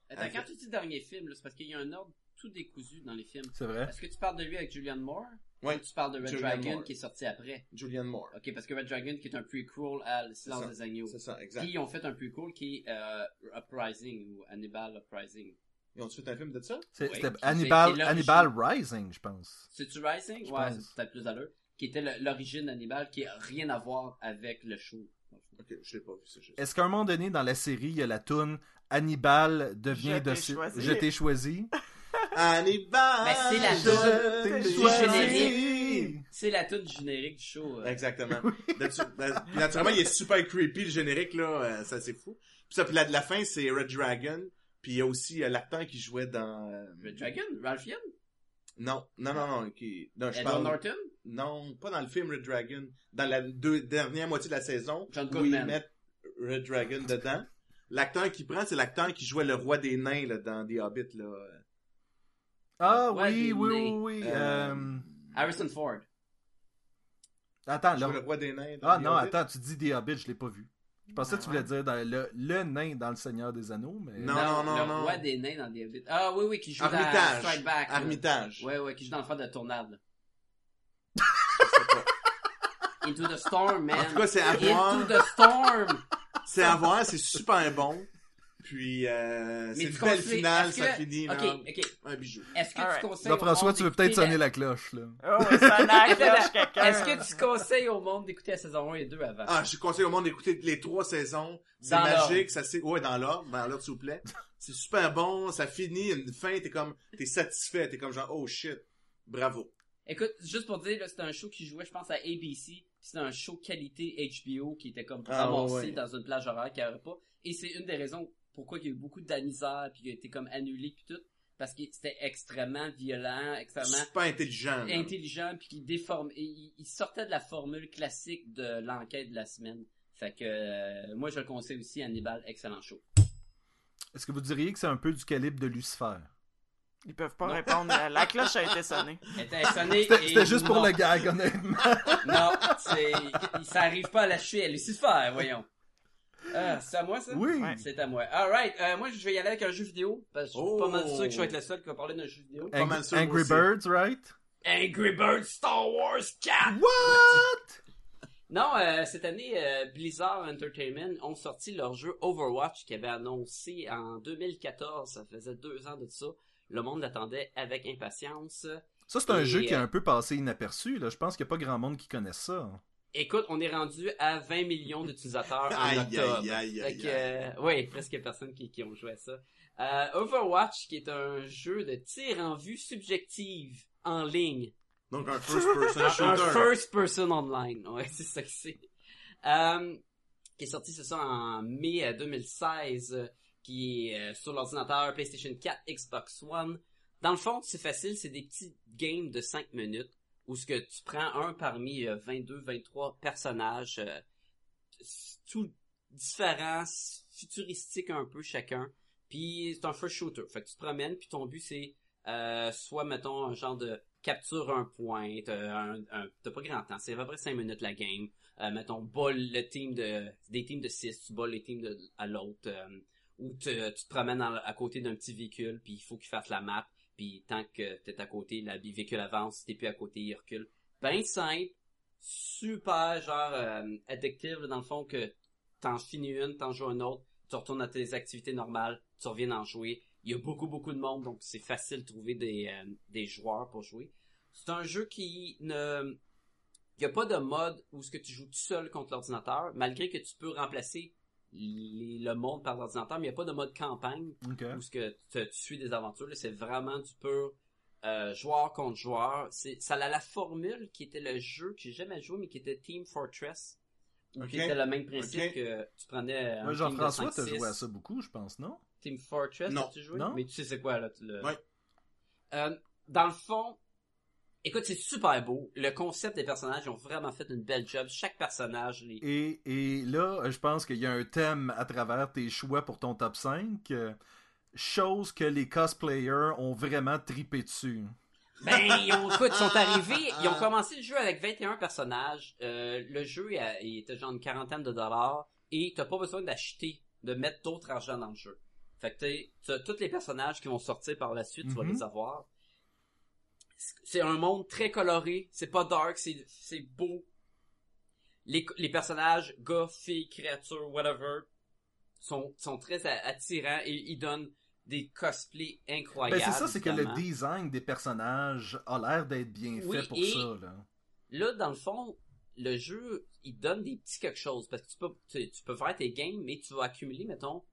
Attends, quand tu dis dernier film, là, c'est parce qu'il y a un ordre tout décousu dans les films. C'est vrai. Est-ce que tu parles de lui avec Julianne Moore? Ouais. Ou tu parles de Red Julianne Dragon Moore. qui est sorti après? Julianne Moore. Ok, parce que Red Dragon qui est un prequel à Le Silence ça. des Agneaux. C'est ça, exact. Puis ils ont fait un prequel qui est euh, Uprising ou Hannibal Uprising. Ils ont fait un film de ça? C'est- Ouais, C'était qui- Hannibal, c'est l'origine. Hannibal Rising, je pense. C'est-tu Rising? Je ouais, pense. c'est peut-être plus à l'heure. Qui était le- l'origine d'Hannibal qui a rien à voir avec le show. Ok, je l'ai pas vu, c'est juste. Est-ce qu'à un moment donné, dans la série, il y a la toune Hannibal devient Je t'ai docile. choisi. Je t'ai choisi. [laughs] Hannibal! Mais Ben, c'est la je toune. t'ai C'est générique. C'est la tune générique du show. euh. Exactement. Natu- na- puis naturellement, il est super creepy, le générique, là. euh, ça, c'est fou. Puis ça, puis la, la fin, c'est Red Dragon. Puis il y a aussi euh, l'acteur qui jouait dans... euh, Red Dragon? Ralph Ian? Non, non, non, non. Qui... non je Edward parle... Norton? Non, pas dans le film Red Dragon. Dans la deux, dernière moitié de la saison, John où ils Goodman. mettent Red Dragon dedans. L'acteur qui prend, c'est l'acteur qui jouait le roi des nains là, dans The Hobbit. Là. Ah Ouais, oui, des oui, oui, nez. oui. Euh, euh, Harrison Ford. Attends, qui là. joue le roi des nains. dans Ah The non, Hobbit. attends, tu dis des hobbits, je l'ai pas vu. Je pensais que tu voulais dire dans le, le nain dans le Seigneur des Anneaux, mais. Non, non, non, Le non. roi des nains dans des Ah oui, oui, qui joue dans Armitage. Strike Back. là. Armitage. Ouais, ouais, qui joue dans le frère de Tornade. [laughs] là. Je sais pas. Into the Storm, man. En tout cas, c'est à Into voir. the Storm. [laughs] C'est à voir, c'est super bon. Puis, euh, c'est Mais une tu belle conseilles- finale, est-ce ça que- finit Ok, en ok. un bijou. Est-ce que Alright. tu conseilles. au Jean-François, monde tu veux peut-être d'écouter sonner la cloche, là. Oh, oui, ça [laughs] en a accroche quelqu'un. Est-ce que tu conseilles au monde d'écouter la saison 1 et 2 avant? Ah, je conseille au monde d'écouter les trois saisons. C'est Dans magique, ça c'est ouais dans l'ordre, dans l'ordre s'il vous [laughs] plaît. C'est super bon, ça finit une fin, t'es comme t'es satisfait, t'es comme genre oh shit, bravo. Écoute, juste pour dire, là, c'était un show qui jouait, je pense, à ABC. puis C'était un show qualité HBO qui était comme Ah, ramassé ouais. dans une plage horaire qui n'avait pas. Et c'est une des raisons pourquoi il y a eu beaucoup de misère, puis il a été comme annulé, puis tout. Parce que c'était extrêmement violent, extrêmement Super intelligent. là. intelligent, puis qui déforme. et Il, il sortait de la formule classique de l'enquête de la semaine. Fait que euh, moi, je le conseille aussi, Hannibal, excellent show. Est-ce que vous diriez que c'est un peu du calibre de Lucifer Ils peuvent pas répondre. Euh, La cloche a été [laughs] sonnée. Elle était sonnée C'était et c'était juste pour non. le gag, honnêtement. Non, c'est- ça arrive pas à la cheville à Lucifer, voyons. Ah, c'est à moi ça? Oui. Ouais. C'est à moi. Alright, euh, moi je vais y aller avec un jeu vidéo, parce que je suis Oh. pas mal sûr que je vais être le seul qui va parler d'un jeu vidéo. Pas mal sûr, moi Angry aussi. Birds, right? Angry Birds Star Wars 4! What? Non, euh, cette année, euh, Blizzard Entertainment ont sorti leur jeu Overwatch qu'ils avaient annoncé en 2014. Ça faisait deux ans de ça. Le monde l'attendait avec impatience. Ça, c'est un Et, jeu qui est euh, un peu passé inaperçu. Là. Je pense qu'il n'y a pas grand monde qui connaisse ça. Écoute, on est rendu à 20 millions d'utilisateurs en Aïe, octobre. aïe, aïe, Fait aïe, que, aïe. euh, ouais, presque personne qui, qui ont joué à ça. Euh, Overwatch, qui est un jeu de tir en vue subjective en ligne. Donc un first person Un shooter. first person online. [laughs] Ouais, c'est ça que c'est. Euh, qui est sorti, c'est ça, en mai euh, 2016, euh, qui est euh, sur l'ordinateur, PlayStation 4, Xbox One. Dans le fond, c'est facile, c'est des petits games de 5 minutes où ce que tu prends un parmi euh, 22, 23 personnages, euh, tout différents, futuristiques un peu chacun. Puis c'est un first shooter. Fait que tu te promènes, puis ton but c'est euh, soit mettons un genre de capture un point, t'as un- un- t'as pas grand temps, c'est à peu près 5 minutes la game. Euh, mettons, bats le team de des teams de 6, tu bats les teams de, à l'autre. euh, ou te- tu te promènes en- à côté d'un petit véhicule, puis il faut qu'il fasse la map, puis tant que t'es à côté, la- le véhicule avance, si t'es plus à côté, il recule. Ben simple, super genre euh, addictive là, dans le fond que t'en finis une, t'en joues une autre, tu retournes à tes activités normales, tu reviens en jouer. Il y a beaucoup, beaucoup de monde, donc c'est facile de trouver des, euh, des joueurs pour jouer. C'est un jeu qui ne... Il n'y a pas de mode où ce que tu joues tout seul contre l'ordinateur, malgré que tu peux remplacer les- le monde par l'ordinateur, mais il n'y a pas de mode campagne OK. où ce que tu, tu suis des aventures. là, C'est vraiment du pur euh, joueur contre joueur. C'est ça a la formule qui était le jeu que j'ai jamais joué, mais qui était Team Fortress, ou qui Ok. était le même principe Ok. que tu prenais. euh, Ouais, un team de Jean-François, t'as 5-6. joué à ça beaucoup, je pense, non? Team Fortress, Non. tu joué? Non. Mais tu sais c'est quoi, là. tu le- Ouais. Euh, dans le fond, écoute, c'est super beau. Le concept des personnages, ils ont vraiment fait une belle job. Chaque personnage, les... Et, et là, euh, je pense qu'il y a un thème à travers tes choix pour ton top 5. euh, chose que les cosplayers ont vraiment tripé dessus. Ben, ils ont, écoute, ils sont arrivés, ils ont commencé le jeu avec 21 personnages. Euh, le jeu, il, a- il était genre une quarantaine de dollars. Et t'as pas besoin d'acheter, de mettre d'autres argent dans le jeu. Fait que t'es- t'as tous les personnages qui vont sortir par la suite, tu vas Mhm. les avoir. C'est un monde très coloré. C'est pas dark, c'est c'est beau. Les, les personnages, gars, filles, créatures, whatever, sont, sont très a- attirants et ils donnent des cosplays incroyables. Ben, c'est ça, c'est que le évidemment. design des personnages a l'air d'être bien Oui, fait pour et- ça. Là. là, dans le fond, le jeu, il donne des petits quelque chose. Parce que tu peux, tu, tu peux faire tes games, mais tu vas accumuler, mettons,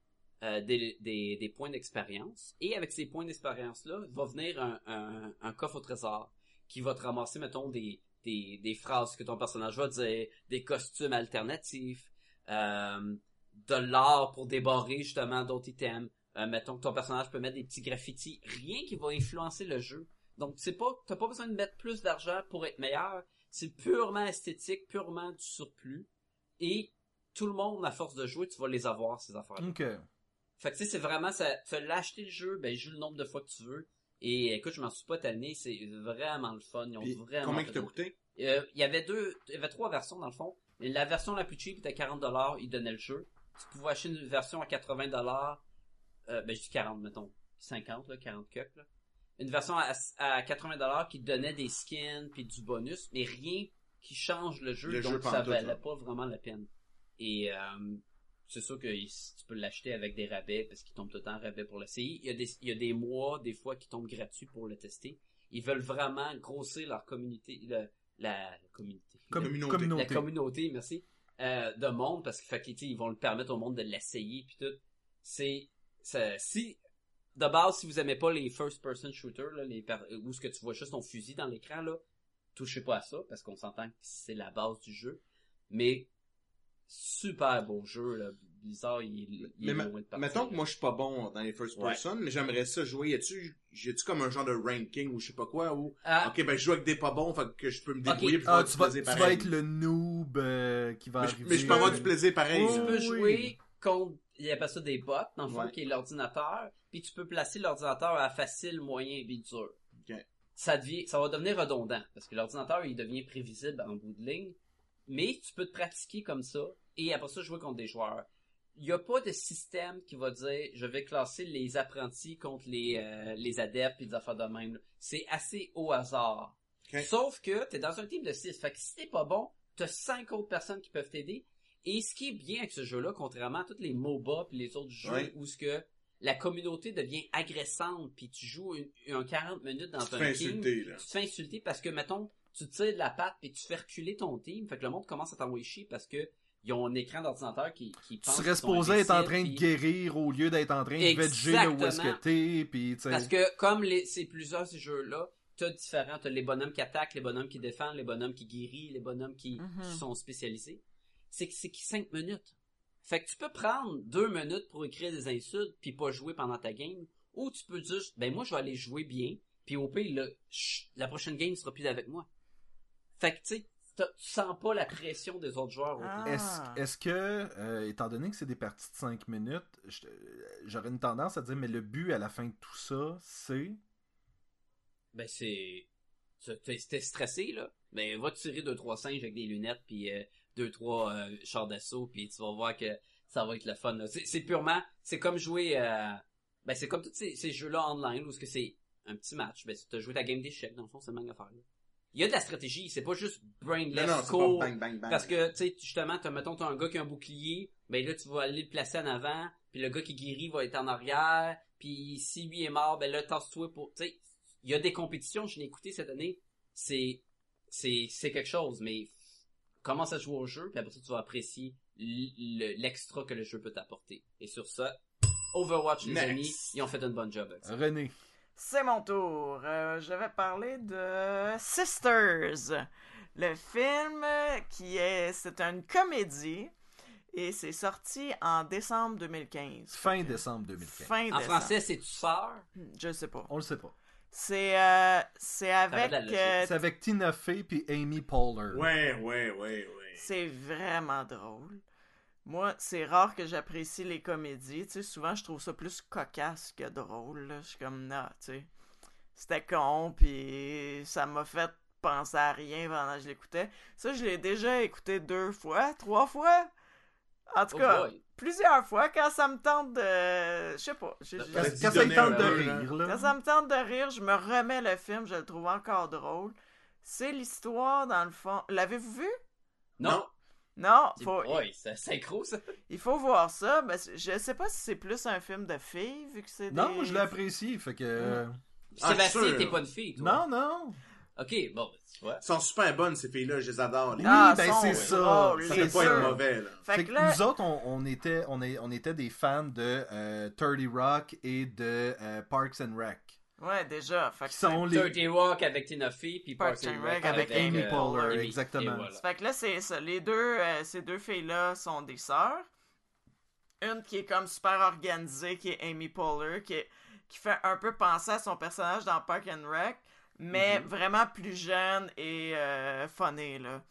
euh, des, des, des points d'expérience. Et avec ces points d'expérience-là, va venir un, un, un coffre au trésor qui va te ramasser, mettons, des, des, des phrases que ton personnage va dire, des costumes alternatifs, euh, de l'art pour débarrer justement d'autres items. Euh, mettons que ton personnage peut mettre des petits graffitis, rien qui va influencer le jeu. Donc c'est pas, t'as pas besoin de mettre plus d'argent pour être meilleur. C'est purement esthétique, purement du surplus. Et tout le monde, à force de jouer, tu vas les avoir ces affaires. là OK. Fait que tu sais, c'est vraiment ça. Tu l'as acheté le jeu, ben joue le nombre de fois que tu veux. Et écoute, je m'en suis pas tanné, c'est vraiment le fun. Ils ont Puis, vraiment. combien fait qui t'a ça. coûté? Euh, il y avait deux, il y avait trois versions dans le fond. Et La version la plus cheap était 40$, ils donnaient le jeu. Tu pouvais acheter une version à 80$, euh, ben je dis 40, mettons, 50, là, 40 cup, là. Une version à, à 80$ qui te donnait des skins puis du bonus, mais rien qui change le jeu, Le donc jeu ça pantoute, valait là. pas vraiment la peine. Et euh, c'est sûr que si tu peux l'acheter avec des rabais parce qu'il tombe tout le temps rabais pour l'essayer. Il y a des, il y a des mois, des fois, qui tombent gratuits pour le tester. Ils veulent vraiment grossir leur communauté, le- la, la communauté, Com- Communauté. la communauté. communauté, merci, euh, de monde parce que fait que, tu sais, ils vont le permettre au monde de l'essayer puis tout. C'est, ça- si de base, si vous aimez pas les first-person shooters, là, les per- où ce que tu vois juste ton fusil dans l'écran là, touchez pas à ça parce qu'on s'entend que c'est la base du jeu. Mais super beau jeu là, bizarre, il, il Mais est ma- loin de partir. Mettons que moi je suis pas bon dans les first Ouais. person, mais j'aimerais ça jouer. Y a-tu, y a-tu comme un genre de ranking ou je sais pas quoi ou Ah, ok ben je joue avec des pas bons, fait que je peux me Ok. débrouiller pour Ah, avoir tu du vas, plaisir tu vas pareil. être le noob euh, qui va mais, je, Ah, arriver. euh, mais je peux avoir du plaisir pareil. Oui. tu là. peux jouer contre, il appelle ça des bots, dans le fond, Ouais. qui est l'ordinateur, puis tu peux placer l'ordinateur à facile, moyen et dur. Ok. Ça devient, ça va devenir redondant, parce que l'ordinateur, il devient prévisible en bout de ligne, mais tu peux te pratiquer comme ça, et après ça, jouer contre des joueurs. Il n'y a pas de système qui va dire, je vais classer les apprentis contre les, euh, les adeptes puis des affaires de même. C'est assez au hasard. Ok. Sauf que t'es dans un team de 6. Fait que si t'es pas bon, t'as cinq autres personnes qui peuvent t'aider. Et ce qui est bien avec ce jeu-là, contrairement à tous les MOBA puis les autres jeux Ouais. où ce que la communauté devient agressante puis tu joues une, un 40 minutes dans Tu te un fais team, insulter, là. tu te fais insulter parce que, mettons, tu tires de la patte puis tu fais reculer ton team. Fait que le monde commence à t'envoyer chier parce que ils ont un écran d'ordinateur qui, qui Tu pense serais qu'ils sont supposé être en imbéciles, train de puis- guérir au lieu d'être en train de veger là où est-ce que Exactement. t'es, pis tu sais. Parce que comme les, c'est plusieurs ces jeux-là, t'as différents, t'as les bonhommes qui attaquent, les bonhommes qui défendent, les bonhommes qui guérissent, les bonhommes qui, Mhm. qui sont spécialisés. C'est que c'est qui cinq minutes. Fait que tu peux prendre deux minutes pour écrire des insultes puis pas jouer pendant ta game, ou tu peux dire ben moi je vais aller jouer bien, puis au pire là, chut, la prochaine game sera plus avec moi. Fait que tu sais, t'as- tu sens pas la pression des autres joueurs. autour. Ah. Est-ce est-ce que, euh, étant donné que c'est des parties de 5 minutes, je- euh, j'aurais une tendance à dire, mais le but à la fin de tout ça, c'est. Ben c'est, tu- t'es t'es stressé là. Ben va tirer deux trois singes avec des lunettes puis euh, deux trois euh, chars d'assaut puis tu vas voir que ça va être le fun. là. C'est c'est purement, c'est comme jouer, euh, ben c'est comme tous ces, ces jeux là online où ce que c'est un petit match. Ben tu as joué ta game d'échecs dans le fond c'est le même affaire. là. Il y a de la stratégie, c'est pas juste brainless Non, non, c'est court, pas bang, bang, bang. parce que, tu sais, justement, t'as, mettons, t'as un gars qui a un bouclier, ben là, tu vas aller le placer en avant, puis le gars qui guérit va être en arrière, puis si lui est mort, ben là, tasse-toi pour... Tu sais, il y a des compétitions, je l'ai écouté cette année, c'est, c'est, c'est quelque chose, mais commence à jouer au jeu, puis après ça, tu vas apprécier l- le- l'extra que le jeu peut t'apporter. Et sur ça, Overwatch, les Nice. amis, ils ont fait un bon job avec ça. René. C'est mon tour. Euh, je vais parler de Sisters. Le film qui est. C'est une comédie et c'est sorti en décembre 2015. Fin décembre 2015. Fin En décembre. français, c'est tu sors. Je sais pas. On le sait pas. C'est euh, c'est va avec. de la logique. euh, C'est avec Tina Fey puis Amy Poehler. Ouais, ouais, ouais, ouais. C'est vraiment drôle. Moi, c'est rare que j'apprécie les comédies. Tu sais, souvent, je trouve ça plus cocasse que drôle. là. Je suis comme, non, tu sais. C'était con, puis ça m'a fait penser à rien pendant que je l'écoutais. Ça, je l'ai déjà écouté deux fois, trois fois. En tout Oh cas, boy. plusieurs fois quand ça me tente de. Je sais pas. j'ai- Quand- j'ai- Quand, Ça quand dit ça lui donner tente un de peu, rire, là. quand ça me tente de rire, je me remets le film, je le trouve encore drôle. C'est l'histoire, dans le fond. L'avez-vous vu? Non. Non, faut, Ouais, c'est synchro, ça. il faut voir ça. Ben, c- je sais pas si c'est plus un film de filles, vu que c'est des... Non, moi, je l'ai apprécié, fait que... euh, Ah, Sébastien, sûr. t'es pas une fille, Non, toi. non! Ok, bon, ben, tu vois. Elles sont super bonnes, ces filles-là, je les adore. Les... Ah, oui, ben son, c'est oui. ça! Oh, ça les fait pas être sûr. mauvais, là. Fait, Fait que que là, nous autres, on, on était, on, est, on était des fans de euh, 30 Rock et de euh, Parks and Rec. ouais, déjà. Fait que, Qui sont les... Dirty Walk avec Tina Fey, puis Parks Parks and and Rec Rec avec Amy euh, Poehler, Amy. exactement. Et voilà. fait que là, c'est ça. Les deux, euh, ces deux filles-là sont des sœurs. Une qui est comme super organisée, qui est Amy Poehler, qui, est- qui fait un peu penser à son personnage dans Park and Rec, mais Mhm. vraiment plus jeune et euh, funny, là.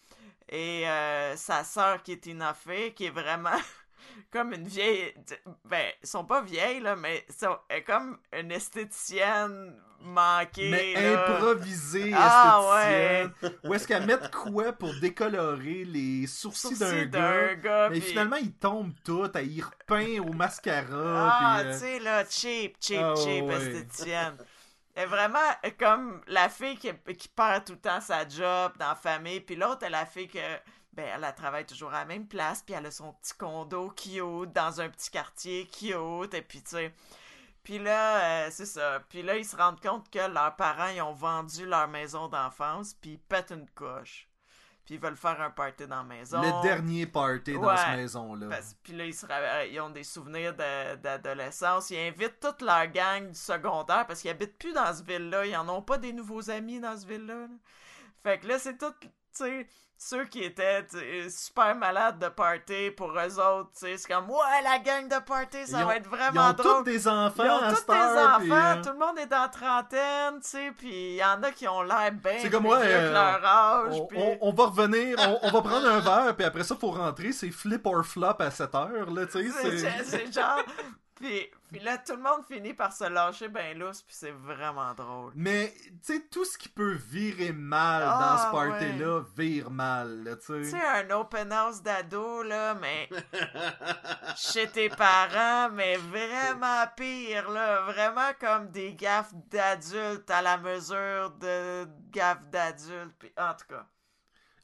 Et euh, sa sœur qui est Tina Fey, qui est vraiment [laughs] comme une vieille. Ben, elles sont pas vieilles, là, mais sont, elle est comme une esthéticienne manquée. Mais là. improvisée, Ah, esthéticienne. Où est-ce qu'elle met quoi pour décolorer les sourcils d'un Sourcils gars? d'un gars. Mais puis- finalement, il tombe tout, elle y repeint au mascara. Ah, puis, euh, tu sais, là, cheap, cheap, Ah, cheap, ouais. esthéticienne. Elle est vraiment euh, comme la fille qui, qui perd tout le temps sa job dans la famille, puis l'autre, elle a fait que, ben, elle elle travaille toujours à la même place, puis elle a son petit condo cute dans un petit quartier cute, et puis tu sais... Puis là, euh, c'est ça. Puis là, ils se rendent compte que leurs parents, ils ont vendu leur maison d'enfance, puis ils pètent une coche. Puis ils veulent faire un party dans la maison. Le dernier party dans Ouais. Ben, cette maison-là. Parce- puis là, ils, se ra- euh, ils ont des souvenirs de- d'adolescence. Ils invitent toute leur gang du secondaire parce qu'ils habitent plus dans ce ville-là. Ils en ont pas des nouveaux amis dans ce ville-là. là. Fait que là, c'est tout tu sais, ceux qui étaient tu sais, super malades de party pour eux autres, tu sais, c'est comme ouais la gang de party, ça Ils ont- va être Ils vraiment ont tous drôle. des enfants Ils ont à tous cette des heure, enfants, puis, euh, tout le monde est dans la trentaine, tu sais, puis il y en a qui ont l'air bien C'est comme, plus ouais, vieux que euh, leur âge, on, puis on- on va revenir, on, on va prendre un verre, puis après ça, faut rentrer. C'est flip or flop à 7 heures, là, tu sais. c'est c'est- c'est- c'est genre puis, puis là tout le monde finit par se lâcher ben lousse, puis c'est vraiment drôle. Mais, tu sais, tout ce qui peut virer mal dans Ah, ce party-là vire mal, là, tu Tu sais. sais, un open house d'ado, là, mais chez tes parents, mais vraiment pire, là. Vraiment comme des gaffes d'adultes à la mesure de gaffes d'adultes. Puis, en tout cas,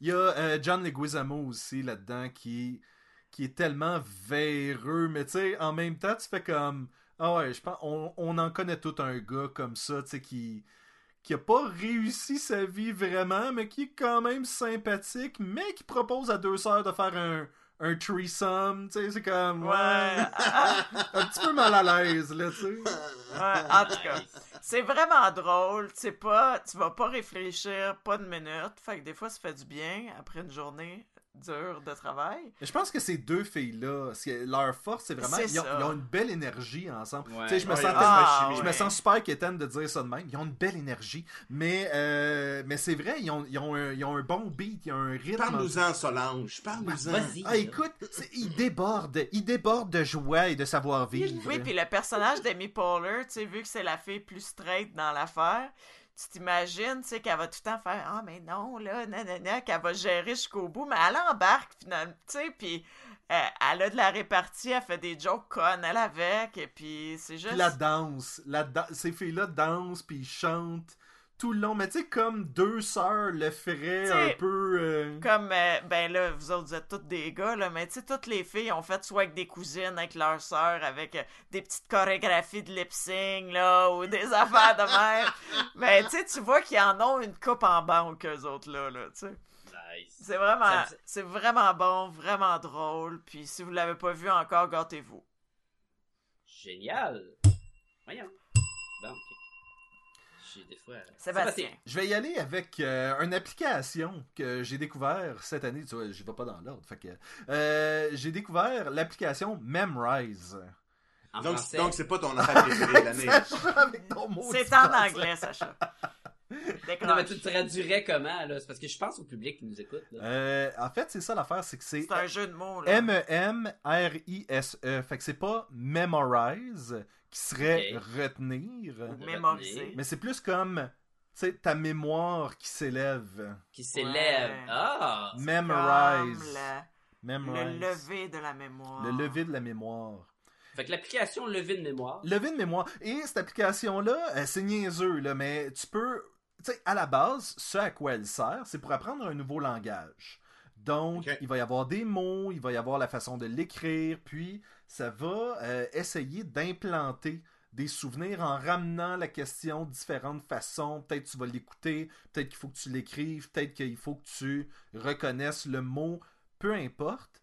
Il y a euh, John Leguizamo aussi là-dedans qui, qui est tellement véreux, mais tu sais, en même temps, tu fais comme. Ah ouais, je pense, on, on en connaît tout un gars comme ça, tu sais, qui, qui a pas réussi sa vie vraiment, mais qui est quand même sympathique, mais qui propose à deux sœurs de faire un, un threesome, tu sais, c'est comme. ouais. Ouais. ah, un petit peu mal à l'aise, là, tu sais. ah, ouais, en tout cas, c'est vraiment drôle. Tu sais pas, tu vas pas réfléchir pas de minute. Fait que des fois, ça fait du bien après une journée dure de travail. Mais Je pense que ces deux filles-là, c'est- leur force, c'est vraiment. C'est Ils ont, ça. ils ont une belle énergie ensemble. Ouais. Tu sais, je me Ouais, sens ils ont tellement- Ah, Je me ouais. sens super quétaine de dire ça de même. Ils ont une belle énergie. Mais, euh, mais c'est vrai, ils ont, ils, ont un, ils ont un bon beat, ils ont un rythme. Parle-nous-en, Solange. Parle-nous-en. Vas-y. Ah, écoute, c'est- ils débordent. Ils débordent de joie et de savoir-vivre. Oui, puis le personnage d'Amy Poehler, tu sais, vu que c'est la fille plus straight dans l'affaire, tu t'imagines, tu sais, qu'elle va tout le temps faire « Ah, mais non, là, nanana », qu'elle va gérer jusqu'au bout, mais elle embarque, finalement, tu sais, puis euh, elle a de la répartie, elle fait des jokes connes, elle avec, et puis c'est juste... Puis la danse, la dan- ces filles-là dansent puis ils chantent tout le long, mais tu sais comme deux sœurs le feraient Tu un sais, peu. euh, Comme, euh, ben là, vous autres, vous êtes toutes des gars, là, mais tu sais, toutes les filles ont fait soit avec des cousines, avec leurs sœurs, avec euh, des petites chorégraphies de lip-sync, là, [laughs] ou des affaires de même. mais tu sais, tu vois qu'ils en ont une coupe en banque, eux autres, là, là, tu sais. Nice. C'est vraiment, Ça me- c'est vraiment bon, vraiment drôle, puis si vous l'avez pas vu encore, gâtez-vous. Génial. Voyons. Bon, ok. J'ai des fois... euh, Sébastien. Je vais y aller avec euh, une application que j'ai découvert cette année. Tu vois, je vais pas dans l'ordre. Fait que euh, j'ai découvert l'application Memrise. [laughs] En Donc, français. donc, c'est pas ton affaire préférée de l'année. Sacha, avec ton mot C'est de en français. anglais, [laughs] Sacha. Décroche. Oh, Non, mais tu le traduirais comment, là? C'est parce que je pense au public qui nous écoute, là. Euh, en fait, c'est ça l'affaire, c'est que c'est C'est un jeu de mots, là. M E M R I S E. Fait que c'est pas memorize qui serait Ok. retenir, mémoriser. mais c'est plus comme tu sais, ta mémoire qui s'élève. Qui s'élève. Ouais. Ah! Comme Memorize. la- Memorize. le lever de la mémoire. Le lever de la mémoire. Fait que l'application levée de mémoire. Levé de mémoire. Et cette application-là, euh, c'est niaiseux, là, mais tu peux. Tu sais, à la base, ce à quoi elle sert, c'est pour apprendre un nouveau langage. Donc, Ok. il va y avoir des mots, il va y avoir la façon de l'écrire, puis ça va euh, essayer d'implanter des souvenirs en ramenant la question de différentes façons. Peut-être tu vas l'écouter, peut-être qu'il faut que tu l'écrives, peut-être qu'il faut que tu reconnaisses le mot, peu importe.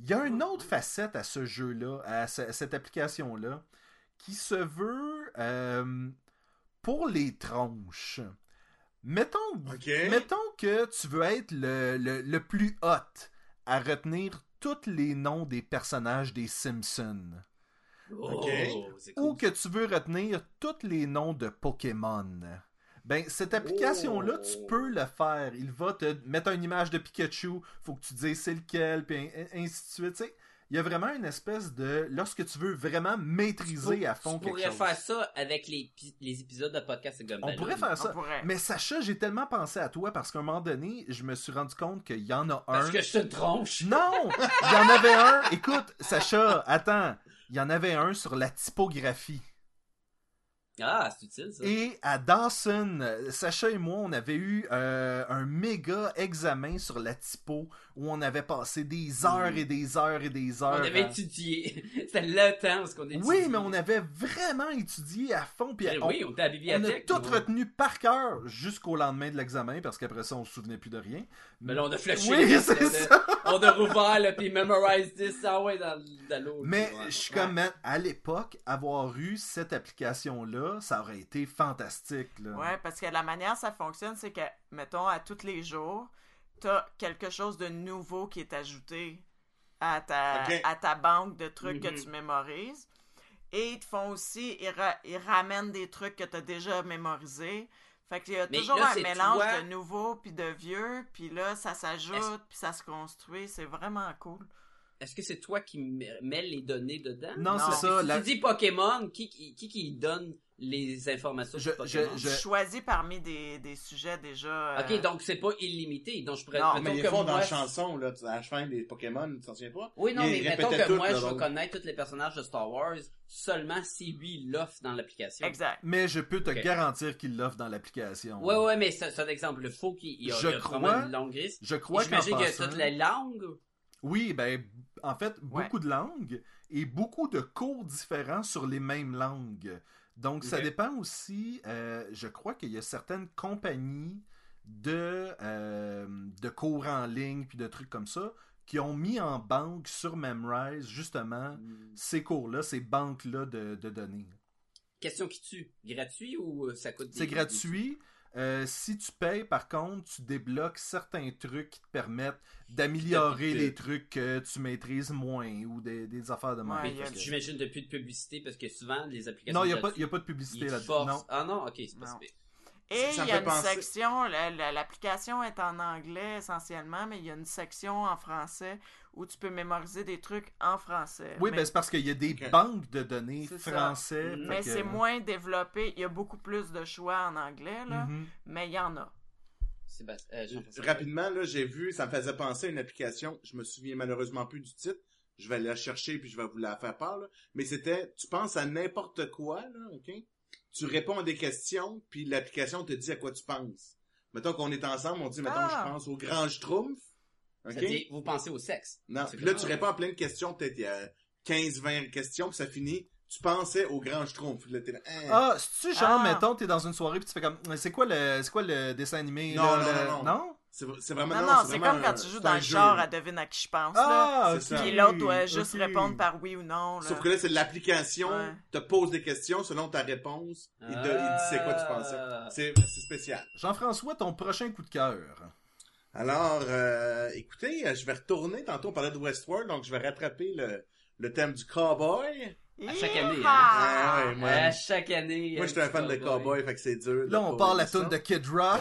Il y a une autre facette à ce jeu-là, à ce- à cette application-là, qui se veut euh, pour les tronches. Mettons, [laughs] OK. mettons que tu veux être le, le- le plus hot à retenir tous les noms des personnages des Simpsons. Oh, c'est cool. Ou que tu veux retenir tous les noms de Pokémon. Ben, cette application-là, Oh. tu peux le faire. Il va te mettre une image de Pikachu, faut que tu dises c'est lequel, puis in- ainsi de suite. Tu sais, il y a vraiment une espèce de... Lorsque tu veux vraiment maîtriser à fond Tu quelque pourrais chose. faire ça avec les, pi- les épisodes de podcast et On pourrait faire On ça. pourrait. Mais Sacha, j'ai tellement pensé à toi parce qu'à un moment donné, je me suis rendu compte qu'il y en a un. Mm. Parce que je suis une tronche. Non! Il y en avait un. Écoute, Sacha, attends. Il y en avait un sur la typographie. Ah, c'est utile, ça. Et à Dawson, Sacha et moi, on avait eu euh, un méga examen sur la typo où on avait passé des heures et des heures et des On heures. avait à- étudié. [laughs] C'était le temps où ce qu'on étudiait. Oui, mais on avait vraiment étudié à fond. Puis Eh on- Oui, on était à on la a bibliothèque. tout nous. retenu par cœur jusqu'au lendemain de l'examen parce qu'après ça, on se souvenait plus de rien. Mais là, on a flashé. Oui, là, c'est on a- ça. [laughs] On a rouvert, là, puis memorize this, ah ouais, dans, dans l'eau. Mais Ouais. je suis comme, man, à l'époque, avoir eu cette application-là, ça aurait été fantastique. Là. Ouais, parce que la manière ça fonctionne, c'est que, mettons, à tous les jours, t'as quelque chose de nouveau qui est ajouté à ta, Ok. à ta banque de trucs Mhm. que tu mémorises. Et ils te font aussi, ils, ra- ils ramènent des trucs que tu as déjà mémorisés. Fait qu'il y a Mais toujours là, un c'est mélange toi- de nouveau puis de vieux, puis là, ça s'ajoute, puis ça se construit. C'est vraiment cool. Est-ce que c'est toi qui m- mêles les données dedans? Non, Non. c'est ça. la- Tu dis Pokémon, qui qui, qui qui donne les informations Je- sur Pokémon? Je... Je- Choisis parmi des, des sujets déjà. euh, Ok, donc c'est pas illimité. Donc je pourrais. Non, Ah, mettons mais ils que font dans moi, la chanson, là, à la fin des Pokémon, tu t'en souviens pas? Oui, non, Ils mais mettons répétaient que tout, moi, là, je veux donc. connaître tous les personnages de Star Wars seulement si lui il l'offre dans l'application. euh, Exact. Mais je peux te Ok. garantir qu'ils l'offrent dans l'application. Ouais, ouais, mais c'est c'est un exemple. Le faux qui il y a, Je il y a crois- vraiment une longue liste. Je Et crois qu'en J'imagine qu'il y a passant- toutes les langues. Oui, ben, en fait, Ouais. beaucoup de langues et beaucoup de cours différents sur les mêmes langues. Donc, ça Ok. dépend aussi, euh, je crois qu'il y a certaines compagnies de, euh, de cours en ligne, puis de trucs comme ça, qui ont mis en banque sur Memrise, justement, ces cours-là, ces banques-là de, de données. Question qui tue. Gratuit ou euh, ça coûte des- C'est des- gratuit. Euh, si tu payes, par contre, tu débloques certains trucs qui te permettent d'améliorer D'appliquer. les trucs que tu maîtrises moins ou des, des affaires de Ouais, même. Mais il y a- parce que J'imagine depuis de publicité parce que souvent les applications. Non, il n'y a, pas- gratuites, il y a pas de ils publicité te là-dedans. forcent. Non. Ah non, ok, c'est pas Non. si pire. Et il Ça me y a fait une penser- section, la- la- l'application est en anglais essentiellement, mais il y a une section en français où tu peux mémoriser des trucs en français. Oui, mais ben c'est parce qu'il y a des Ok. banques de données C'est ça. français. fait mais que- c'est moins développé. Il y a beaucoup plus de choix en anglais, Mm-hmm. là, Mhm. mais il y en a. Sébastien, euh, Jean-François. Rapidement, là, j'ai vu, ça me faisait penser à une application, je me souviens malheureusement plus du titre, je vais la chercher puis je vais vous la faire part, là. mais c'était, tu penses à n'importe quoi, là, ok? Tu réponds à des questions, puis l'application te dit à quoi tu penses. Mettons qu'on est ensemble, on dit, mettons, Ah! je pense au grand Schtroumpf, Ça ok? dit, vous pensez au sexe. Non, C'est puis là, comme- tu réponds à plein de questions, peut-être, il y a 15, 20 questions, puis ça finit, tu pensais au grand Schtroumpf, là, t'es là, hein. Ah, c'est-tu genre, Ah. mettons, t'es dans une soirée puis tu fais comme. C'est quoi le, c'est quoi le dessin animé Non, là, non, le- non, non. C'est c'est vraiment Non, non, c'est vraiment comme quand un- tu joues c'est dans un le jeu, genre là. à devine à qui je pense. là. Ah, C'est ok, ça. Puis l'autre doit juste ok. répondre par oui ou non. là. Sauf que là, c'est l'application Ouais. te pose des questions selon ta réponse. Il, te, il dit c'est quoi tu pensais. Ah. C'est c'est spécial. Jean-François, ton prochain coup de cœur. Alors, euh, écoutez, euh, je vais retourner. Tantôt, on parlait de Westworld, donc je vais rattraper le, le thème du cowboy. À chaque année, hein. Yeehaw! Ah, ouais, moi, À chaque année. moi, je suis un fan de cowboy, fait que c'est dur. Là, on parle la tout tune de Kid Rock.